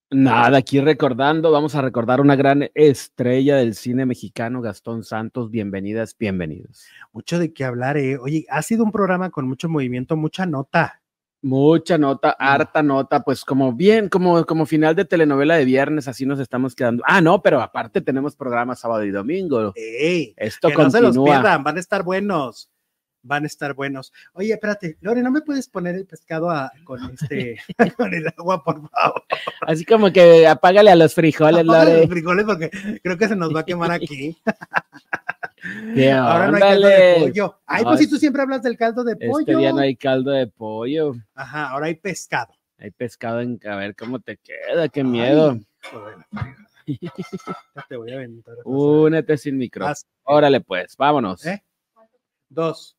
Speaker 2: Nada, aquí recordando, vamos a recordar una gran estrella del cine mexicano, Gastón Santos. Bienvenidas, bienvenidos.
Speaker 1: Mucho de qué hablar, ¿eh? Oye, ha sido un programa con mucho movimiento, mucha nota.
Speaker 2: Mucha nota,
Speaker 1: Mm.
Speaker 2: harta nota, pues como bien, como, como final de telenovela de viernes, así nos estamos quedando. Ah, no, pero aparte tenemos programas sábado y domingo.
Speaker 1: ¡Ey!
Speaker 2: Esto
Speaker 1: Que no se
Speaker 2: continúa.
Speaker 1: los pierdan, van a estar buenos. Van a estar buenos. Oye, espérate, Lore, ¿no me puedes poner el pescado a- con este, con el agua, por favor?
Speaker 2: Así como que apágale a los frijoles,
Speaker 1: Apágale los
Speaker 2: Lore.
Speaker 1: frijoles porque creo que se nos va a quemar aquí.
Speaker 2: ¿Qué
Speaker 1: Ahora no hay caldo
Speaker 2: óndale?
Speaker 1: de pollo. Ay,
Speaker 2: No,
Speaker 1: pues si
Speaker 2: es-
Speaker 1: tú siempre hablas del caldo de
Speaker 2: Este
Speaker 1: pollo.
Speaker 2: día no hay caldo de pollo.
Speaker 1: Ajá, ahora hay pescado.
Speaker 2: Hay pescado en. A ver cómo te queda, qué miedo.
Speaker 1: Ay, hijo de la fregada. Ya te voy a aventar. otra
Speaker 2: Únete sin micro.
Speaker 1: Más,
Speaker 2: Órale, pues, vámonos.
Speaker 1: ¿Eh? dos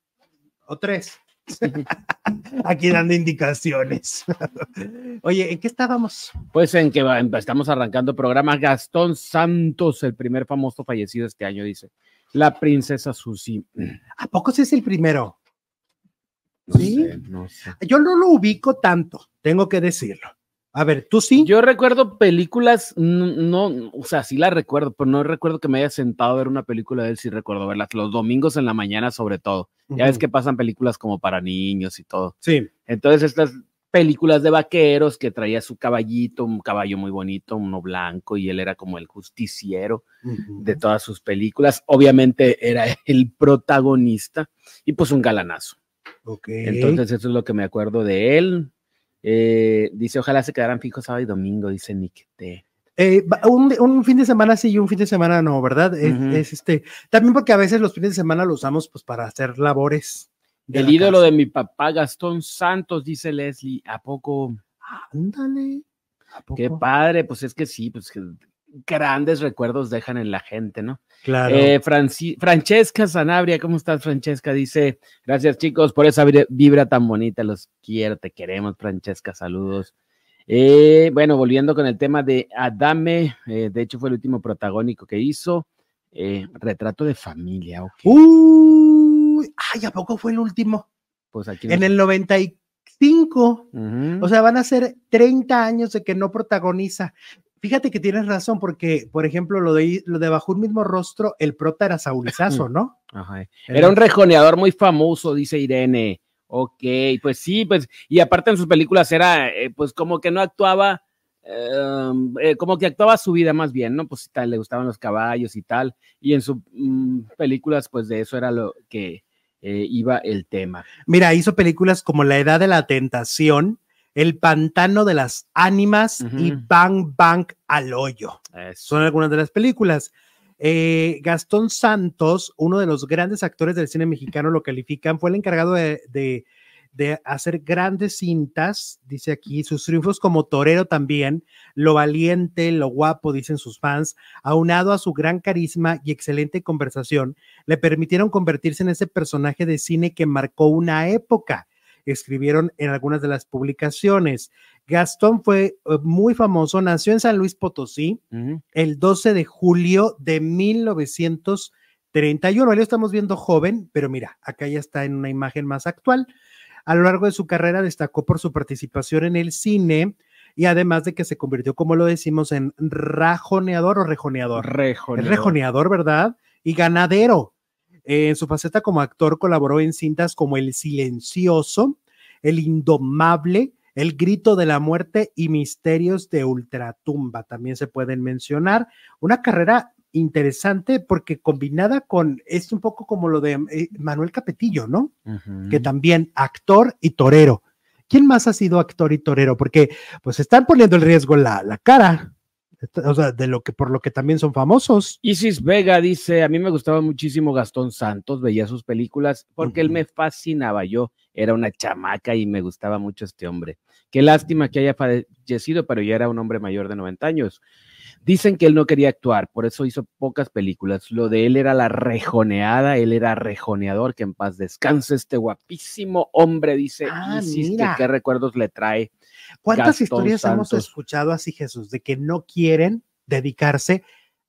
Speaker 1: o tres. Aquí dando indicaciones. Oye, ¿en qué estábamos?
Speaker 2: Pues en que va- estamos arrancando programa Gastón Santos, el primer famoso fallecido este año, dice. La princesa Susi.
Speaker 1: ¿A poco sí es el primero?
Speaker 2: No
Speaker 1: ¿Sí?
Speaker 2: sé, no sé.
Speaker 1: Yo no lo ubico tanto, tengo que decirlo. A ver, tú sí.
Speaker 2: Yo recuerdo películas, n- no, o sea, sí las recuerdo, pero no recuerdo que me haya sentado a ver una película de él, sí recuerdo verlas, los domingos en la mañana sobre todo. Ya ves
Speaker 1: Ujú.
Speaker 2: que pasan películas como para niños y todo.
Speaker 1: Sí.
Speaker 2: Entonces estas películas de vaqueros que traía su caballito, un caballo muy bonito, uno blanco, y él era como el justiciero de
Speaker 1: Ujú.
Speaker 2: todas sus películas. Obviamente era el protagonista y pues un galanazo.
Speaker 1: Ok.
Speaker 2: Entonces, eso es lo que me acuerdo de él. Eh, dice, ojalá se quedaran fijos sábado y domingo, dice Nick T.
Speaker 1: Eh, va- un, un fin de semana sí y un fin de semana no, ¿verdad? Es,
Speaker 2: Ujú.
Speaker 1: es este. También porque a veces los fines de semana los usamos pues para hacer labores. de
Speaker 2: El
Speaker 1: la
Speaker 2: ídolo
Speaker 1: casa.
Speaker 2: de mi papá, Gastón Santos, dice Leslie. ¿A poco?
Speaker 1: Ándale. ¿A
Speaker 2: Qué
Speaker 1: poco?
Speaker 2: padre, pues es que sí, pues que grandes recuerdos dejan en la gente, ¿no?
Speaker 1: Claro.
Speaker 2: Eh, Franci- Francesca Sanabria, ¿cómo estás, Francesca? Dice, gracias chicos por esa vibra- vibra tan bonita, los quiero, te queremos, Francesca, saludos. Eh, bueno, volviendo con el tema de Adame, eh, de hecho fue el último protagónico que hizo, eh, retrato de familia, ok.
Speaker 1: Uy, ay, ¿a poco fue el último?
Speaker 2: pues aquí
Speaker 1: En
Speaker 2: nos-
Speaker 1: el 95.
Speaker 2: Ujú.
Speaker 1: O sea, van a ser 30 años de que no protagoniza. Fíjate que tienes razón, porque, por ejemplo, lo de, lo de bajo un mismo rostro, el prota era Saurizazo, ¿no?
Speaker 2: Ajá. Era un rejoneador muy famoso, dice Irene. Ok, pues sí, pues, y aparte en sus películas era, eh, pues como que no actuaba, um, eh, como que actuaba su vida más bien, ¿no? Pues tal, le gustaban los caballos y tal, y en sus mm, películas, pues de eso era lo que eh, iba el tema.
Speaker 1: Mira, hizo películas como La Edad de la Tentación, El Pantano de las Ánimas
Speaker 2: Ujú.
Speaker 1: y Bang Bang al Hoyo.
Speaker 2: Eso.
Speaker 1: Son algunas de las películas. Eh, Gastón Santos, uno de los grandes actores del cine mexicano, lo califican, fue el encargado de, de- de hacer grandes cintas, dice aquí, sus triunfos como torero también, lo valiente, lo guapo, dicen sus fans, aunado a su gran carisma y excelente conversación, le permitieron convertirse en ese personaje de cine que marcó una época, escribieron en algunas de las publicaciones. Gastón fue eh, muy famoso, nació en San Luis Potosí,
Speaker 2: Ujú.
Speaker 1: el 12 de julio de 1931. Ahí lo estamos viendo joven, pero mira, acá ya está en una imagen más actual. A lo largo de su carrera destacó por su participación en el cine y además de que se convirtió, como lo decimos, en rajoneador o rejoneador. Es
Speaker 2: Rejoneador.
Speaker 1: rejoneador, ¿verdad? Y ganadero. Eh, en su faceta como actor colaboró en cintas como El Silencioso, El Indomable, El Grito de la Muerte y Misterios de Ultratumba. También se pueden mencionar. Una carrera interesante porque combinada con, es un poco como lo de eh, Manuel Capetillo, ¿no?
Speaker 2: Ujú.
Speaker 1: que también actor y torero. ¿Quién más ha sido actor y torero? Porque pues están poniendo en riesgo la, la cara, Esta- o sea, de lo que por lo que también son famosos.
Speaker 2: Isis Vega dice, a mí me gustaba muchísimo Gastón Santos, veía sus películas porque él
Speaker 1: Ujú.
Speaker 2: me fascinaba, yo era una chamaca y me gustaba mucho este hombre. Qué lástima que haya fallecido, pero ya era un hombre mayor de 90 años. Dicen que él no quería actuar, por eso hizo pocas películas. Lo de él era la rejoneada, él era rejoneador, que en paz descanse este guapísimo hombre, dice
Speaker 1: Ah,
Speaker 2: Isis, que
Speaker 1: mira.
Speaker 2: qué recuerdos le trae.
Speaker 1: ¿Cuántas
Speaker 2: Gastón
Speaker 1: historias hemos
Speaker 2: Santos.
Speaker 1: escuchado así, Jesús, de que no quieren dedicarse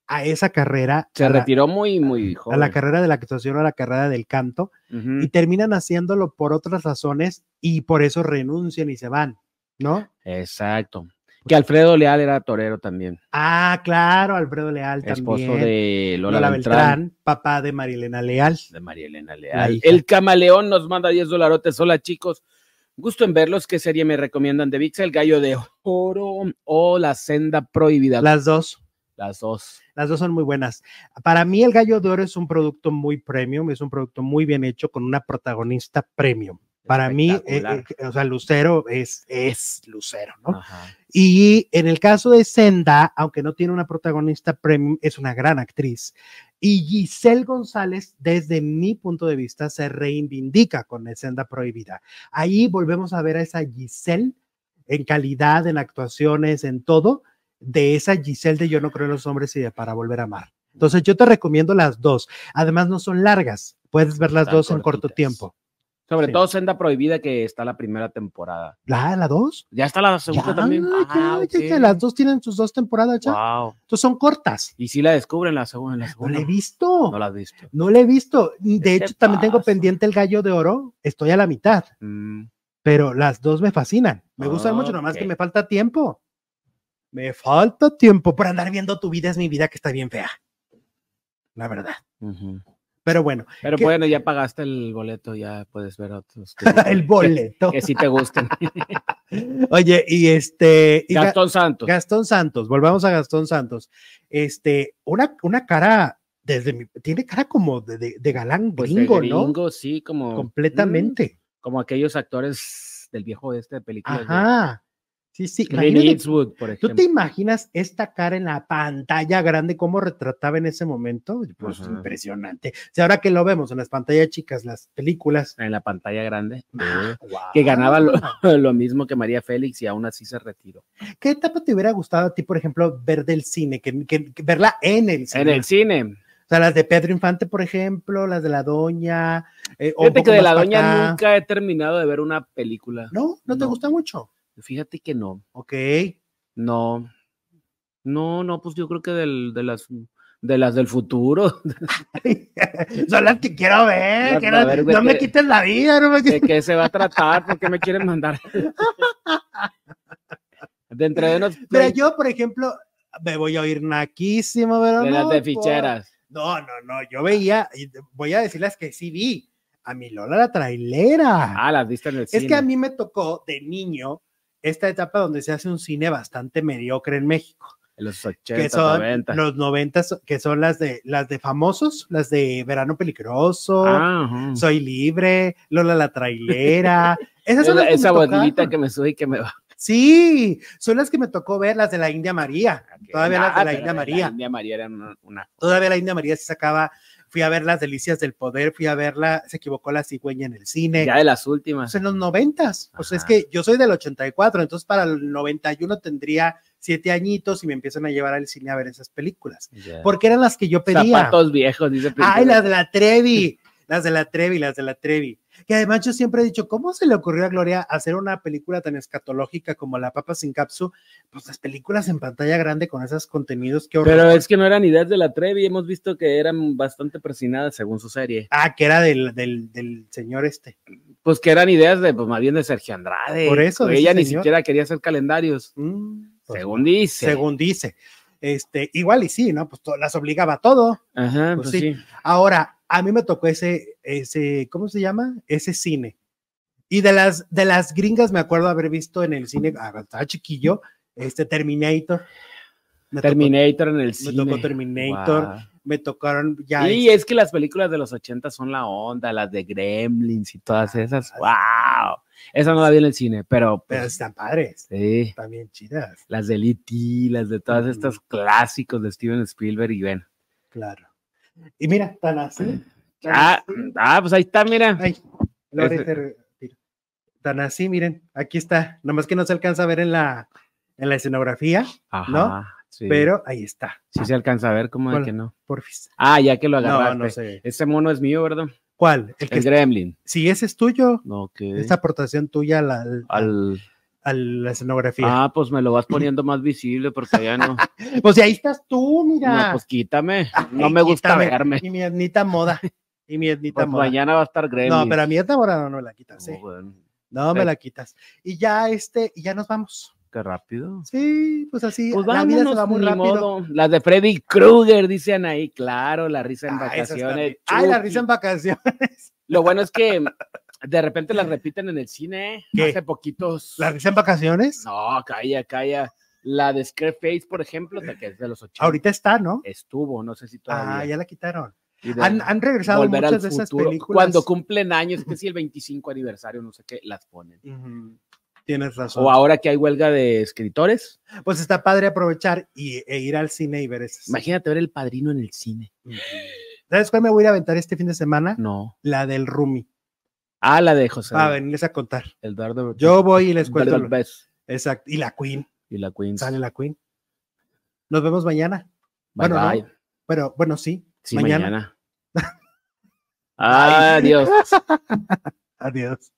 Speaker 1: a esa carrera,
Speaker 2: Se
Speaker 1: a, la,
Speaker 2: retiró muy, muy
Speaker 1: a
Speaker 2: joven.
Speaker 1: la carrera de la actuación o a la carrera del canto,
Speaker 2: Ujú.
Speaker 1: y terminan haciéndolo por otras razones y por eso renuncian y se van, ¿no?
Speaker 2: Exacto. Que Alfredo Leal era torero también,
Speaker 1: Ah, claro, Alfredo Leal también.
Speaker 2: esposo de Lola,
Speaker 1: Lola
Speaker 2: Beltrán,
Speaker 1: Beltrán, papá de Marilena Leal.
Speaker 2: de María Elena
Speaker 1: La
Speaker 2: Leal.
Speaker 1: hija.
Speaker 2: El camaleón nos manda 10 dolarotes. Hola chicos, gusto en verlos. ¿Qué serie me recomiendan de VIX? El gallo de oro o La senda prohibida.
Speaker 1: Las dos,
Speaker 2: Las dos.
Speaker 1: las dos son muy buenas. Para mí el Gallo de Oro es un producto muy premium, es un producto muy bien hecho con una protagonista premium. Para mí, eh,
Speaker 2: Espectacular. Ah.
Speaker 1: eh, o sea, Lucero es, es Lucero, ¿no?
Speaker 2: Ajá.
Speaker 1: Y en el caso de Senda, aunque no tiene una protagonista premium, es una gran actriz. Y Giselle González, desde mi punto de vista, se reivindica con Senda Prohibida. Ahí volvemos a ver a esa Giselle en calidad, en actuaciones, en todo, de esa Giselle de Yo no creo en los hombres y de Para volver a amar. Entonces yo te recomiendo las dos. Además no son largas, puedes ver las
Speaker 2: Están
Speaker 1: dos en corto
Speaker 2: cortitas.
Speaker 1: tiempo.
Speaker 2: Sobre
Speaker 1: Sí.
Speaker 2: todo Senda Prohibida, que está la primera temporada.
Speaker 1: ¿La, Ah, la dos?
Speaker 2: Ya está la segunda
Speaker 1: Ya,
Speaker 2: también.
Speaker 1: ya,
Speaker 2: Ah,
Speaker 1: ya,
Speaker 2: ok.
Speaker 1: ya, las dos tienen sus dos temporadas ya.
Speaker 2: Wow.
Speaker 1: Entonces son cortas.
Speaker 2: Y si la descubren la segunda. en la
Speaker 1: No
Speaker 2: segunda.
Speaker 1: la he visto.
Speaker 2: No la has visto.
Speaker 1: No la he visto. De
Speaker 2: te
Speaker 1: hecho, también tengo
Speaker 2: pasa?
Speaker 1: pendiente el gallo de oro. Estoy a la mitad,
Speaker 2: Mm.
Speaker 1: pero las dos me fascinan. Me gustan mucho, nomás
Speaker 2: Ah, Ok.
Speaker 1: que me falta tiempo. Me falta tiempo para andar viendo tu vida es mi vida que está bien fea. La verdad.
Speaker 2: Ujú.
Speaker 1: Pero bueno,
Speaker 2: Pero
Speaker 1: ¿Qué?
Speaker 2: bueno, ya pagaste el boleto, ya puedes ver otros.
Speaker 1: el boleto.
Speaker 2: Que sí te gusten.
Speaker 1: Oye, y este. y Ga-
Speaker 2: Gastón Santos.
Speaker 1: Gastón Santos, volvamos a Gastón Santos. Este, una, una cara, desde mi- tiene cara como de, de- de galán
Speaker 2: pues, de
Speaker 1: gringo, ¿no?
Speaker 2: gringo, Mm, sí, como.
Speaker 1: Completamente.
Speaker 2: mm, como aquellos actores del viejo este de películas. de
Speaker 1: Ajá. Sí, sí.
Speaker 2: Clint
Speaker 1: imagínate-
Speaker 2: Eastwood, por
Speaker 1: ¿Tú
Speaker 2: ejemplo.
Speaker 1: te imaginas esta cara en la pantalla grande, cómo retrataba en ese momento? Pues
Speaker 2: Ajá.
Speaker 1: impresionante. Si ahora que lo vemos en las pantallas chicas, las películas, ah,
Speaker 2: En la pantalla grande. eh,
Speaker 1: ¡guau!
Speaker 2: Que ganaba lo, lo mismo que María Félix y aún así se retiró.
Speaker 1: ¿Qué etapa te hubiera gustado a ti, por ejemplo, ver del cine, que, que- que verla en el cine?
Speaker 2: En el cine.
Speaker 1: O sea, las de Pedro Infante, por ejemplo, las de La Doña. eh, o un
Speaker 2: Fíjate
Speaker 1: poco
Speaker 2: que de
Speaker 1: más
Speaker 2: la
Speaker 1: pa'
Speaker 2: doña
Speaker 1: acá.
Speaker 2: nunca he terminado de ver una película.
Speaker 1: No, no te
Speaker 2: No.
Speaker 1: gusta mucho.
Speaker 2: Fíjate que no.
Speaker 1: Ok.
Speaker 2: No, no, no, pues yo creo que del, de las de las del futuro,
Speaker 1: Son las que quiero ver.
Speaker 2: Las-
Speaker 1: quiero-
Speaker 2: a ver, güey,
Speaker 1: no me
Speaker 2: que-
Speaker 1: quites la vida, no me quites.
Speaker 2: de qué se va a tratar, por qué me quieren mandar. Dentro de unos
Speaker 1: Pero
Speaker 2: play-
Speaker 1: yo, por ejemplo, me voy a oír naquísimo, pero no.
Speaker 2: de las de
Speaker 1: por-
Speaker 2: ficheras.
Speaker 1: No, no, no, yo veía, y voy a decir las que sí vi, a mi Lola la trailera.
Speaker 2: Ah, las viste en el
Speaker 1: es
Speaker 2: cine.
Speaker 1: que a mí me tocó de niño esta etapa donde se hace un cine bastante mediocre en México
Speaker 2: En los
Speaker 1: que
Speaker 2: 80,
Speaker 1: son
Speaker 2: 90.
Speaker 1: los 90 que son las de las de famosos, las de Verano Peligroso,
Speaker 2: Ah, ajá.
Speaker 1: Soy Libre, Lola la Trailera. Esas son
Speaker 2: Esa,
Speaker 1: las que
Speaker 2: esa
Speaker 1: me
Speaker 2: bolita
Speaker 1: tocaron.
Speaker 2: que me sube y que me va.
Speaker 1: Sí, son las que me tocó ver, las de la India María. Todavía las de la
Speaker 2: pero
Speaker 1: India María.
Speaker 2: Ah, La India María era una. una-
Speaker 1: Todavía la India María se sacaba. Fui a ver las Delicias del Poder, fui a verla, se equivocó la cigüeña en el cine.
Speaker 2: ya de las últimas.
Speaker 1: Pues en los noventas. O sea, es
Speaker 2: Ajá.
Speaker 1: que yo soy del 84, entonces para el 91 tendría siete añitos y me empiezan a llevar al cine a ver esas películas.
Speaker 2: Ya.
Speaker 1: Porque eran las que yo pedía.
Speaker 2: Zapatos viejos, dice.
Speaker 1: Ay,
Speaker 2: Pintura.
Speaker 1: las de la Trevi, las de la Trevi, las de la Trevi. Que además yo siempre he dicho, ¿cómo se le ocurrió a Gloria hacer una película tan escatológica como La Papa sin Capsu? Pues las películas en pantalla grande con esos contenidos que
Speaker 2: Pero es que no eran ideas de la Trevi, hemos visto que eran bastante persinadas según su serie.
Speaker 1: Ah, que era del, del, del señor este.
Speaker 2: Pues que eran ideas de, pues más bien de Sergio Andrade.
Speaker 1: Por eso,
Speaker 2: Pues
Speaker 1: de
Speaker 2: ella
Speaker 1: ese
Speaker 2: ni
Speaker 1: señor.
Speaker 2: siquiera quería hacer calendarios,
Speaker 1: Mm, pues,
Speaker 2: según dice.
Speaker 1: según dice. Este, igual y sí, ¿no? Pues to- las obligaba a todo.
Speaker 2: Ajá,
Speaker 1: Pues
Speaker 2: pues,
Speaker 1: sí.
Speaker 2: sí.
Speaker 1: Ahora, a mí me tocó ese, ese, ¿cómo se llama? Ese cine. Y de las, de las gringas me acuerdo haber visto en el cine, ah, estaba chiquillo, este Terminator. Me tocó-
Speaker 2: Terminator en el
Speaker 1: me
Speaker 2: cine.
Speaker 1: tocó Terminator,
Speaker 2: Guau.
Speaker 1: me tocaron ya.
Speaker 2: Y es que las películas de los 80 son la onda, las de Gremlins y todas
Speaker 1: Ah,
Speaker 2: esas. ¡Wow! Esa no la vi en el cine, pero,
Speaker 1: pero
Speaker 2: pues,
Speaker 1: están padres,
Speaker 2: sí.
Speaker 1: también chidas,
Speaker 2: Las de E.T., las de todas estas clásicos de Steven Spielberg y bueno.
Speaker 1: claro. Y mira, tan así. tan
Speaker 2: Ah,
Speaker 1: así.
Speaker 2: ah, pues ahí está, mira.
Speaker 1: Ay, Lore
Speaker 2: Ese-
Speaker 1: se retira. Tan así, miren, aquí está. Nomás que no se alcanza a ver en la, en la escenografía,
Speaker 2: Ajá,
Speaker 1: ¿no?
Speaker 2: sí.
Speaker 1: pero ahí está,
Speaker 2: Sí se alcanza a ver, ¿cómo de
Speaker 1: Bueno.
Speaker 2: que no?
Speaker 1: porfis.
Speaker 2: Ah, ya que lo
Speaker 1: No,
Speaker 2: agarraste.
Speaker 1: no sé.
Speaker 2: Ese mono es mío, ¿verdad?
Speaker 1: ¿Cuál? El que
Speaker 2: El Gremlin.
Speaker 1: si ese es tuyo,
Speaker 2: No, que.
Speaker 1: esta aportación tuya a la, al-
Speaker 2: Al...
Speaker 1: a la escenografía.
Speaker 2: Ah, pues me lo vas poniendo más visible porque ya no.
Speaker 1: Pues si ahí estás tú, mira.
Speaker 2: No, pues quítame.
Speaker 1: Ay,
Speaker 2: No me gusta
Speaker 1: Ah, eh, quítame.
Speaker 2: verme.
Speaker 1: Y mi etnita moda. Y mi etnita
Speaker 2: Pues
Speaker 1: moda.
Speaker 2: mañana va a estar Gremlin.
Speaker 1: no, pero a mi etnita moda no, no me la
Speaker 2: Oh,
Speaker 1: quitas, ¿eh?
Speaker 2: bueno,
Speaker 1: No me
Speaker 2: Pero-
Speaker 1: la quitas. Y ya este, y ya nos vamos.
Speaker 2: Qué rápido.
Speaker 1: Sí, pues así.
Speaker 2: Pues
Speaker 1: la vida se
Speaker 2: vámonos,
Speaker 1: va muy
Speaker 2: ni
Speaker 1: rápido.
Speaker 2: modo. Las de Freddy Krueger, dicen ahí, claro, la risa en
Speaker 1: Ah, esas
Speaker 2: vacaciones.
Speaker 1: también. Ay, la
Speaker 2: Chucky.
Speaker 1: risa en vacaciones.
Speaker 2: Lo bueno es que mm, de repente las repiten en el cine. ¿eh?
Speaker 1: ¿Qué?
Speaker 2: Hace poquitos.
Speaker 1: La risa en vacaciones.
Speaker 2: No, calla, calla. La de Scarface, por ejemplo, de que es de los 80.
Speaker 1: Ahorita está, ¿no?
Speaker 2: Estuvo, no sé si Eh, todavía.
Speaker 1: Ah, ya la quitaron.
Speaker 2: Y de-
Speaker 1: Han, han regresado
Speaker 2: Volver al
Speaker 1: muchas de esas
Speaker 2: futuro.
Speaker 1: películas.
Speaker 2: Cuando cumplen años, que si el 25 aniversario, no sé qué, las ponen.
Speaker 1: Ujú, Tienes razón.
Speaker 2: O ahora que hay huelga de escritores,
Speaker 1: pues está padre aprovechar y, e ir al cine y ver esas.
Speaker 2: imagínate ver el padrino en el cine.
Speaker 1: ¿Sabes cuál me voy a ir a aventar este fin de semana?
Speaker 2: No.
Speaker 1: La del Rumi,
Speaker 2: Ah, la de José
Speaker 1: para venirles a contar.
Speaker 2: Eduardo.
Speaker 1: Yo voy y les cuento.
Speaker 2: Eduardo
Speaker 1: lo-
Speaker 2: Derbez
Speaker 1: Exacto. Y la Queen,
Speaker 2: y la Queen.
Speaker 1: sale la Queen. Nos vemos mañana.
Speaker 2: Bye,
Speaker 1: bueno, no,
Speaker 2: bye.
Speaker 1: Pero bueno, sí.
Speaker 2: Sí,
Speaker 1: mañana.
Speaker 2: mañana. Adiós.
Speaker 1: Adiós.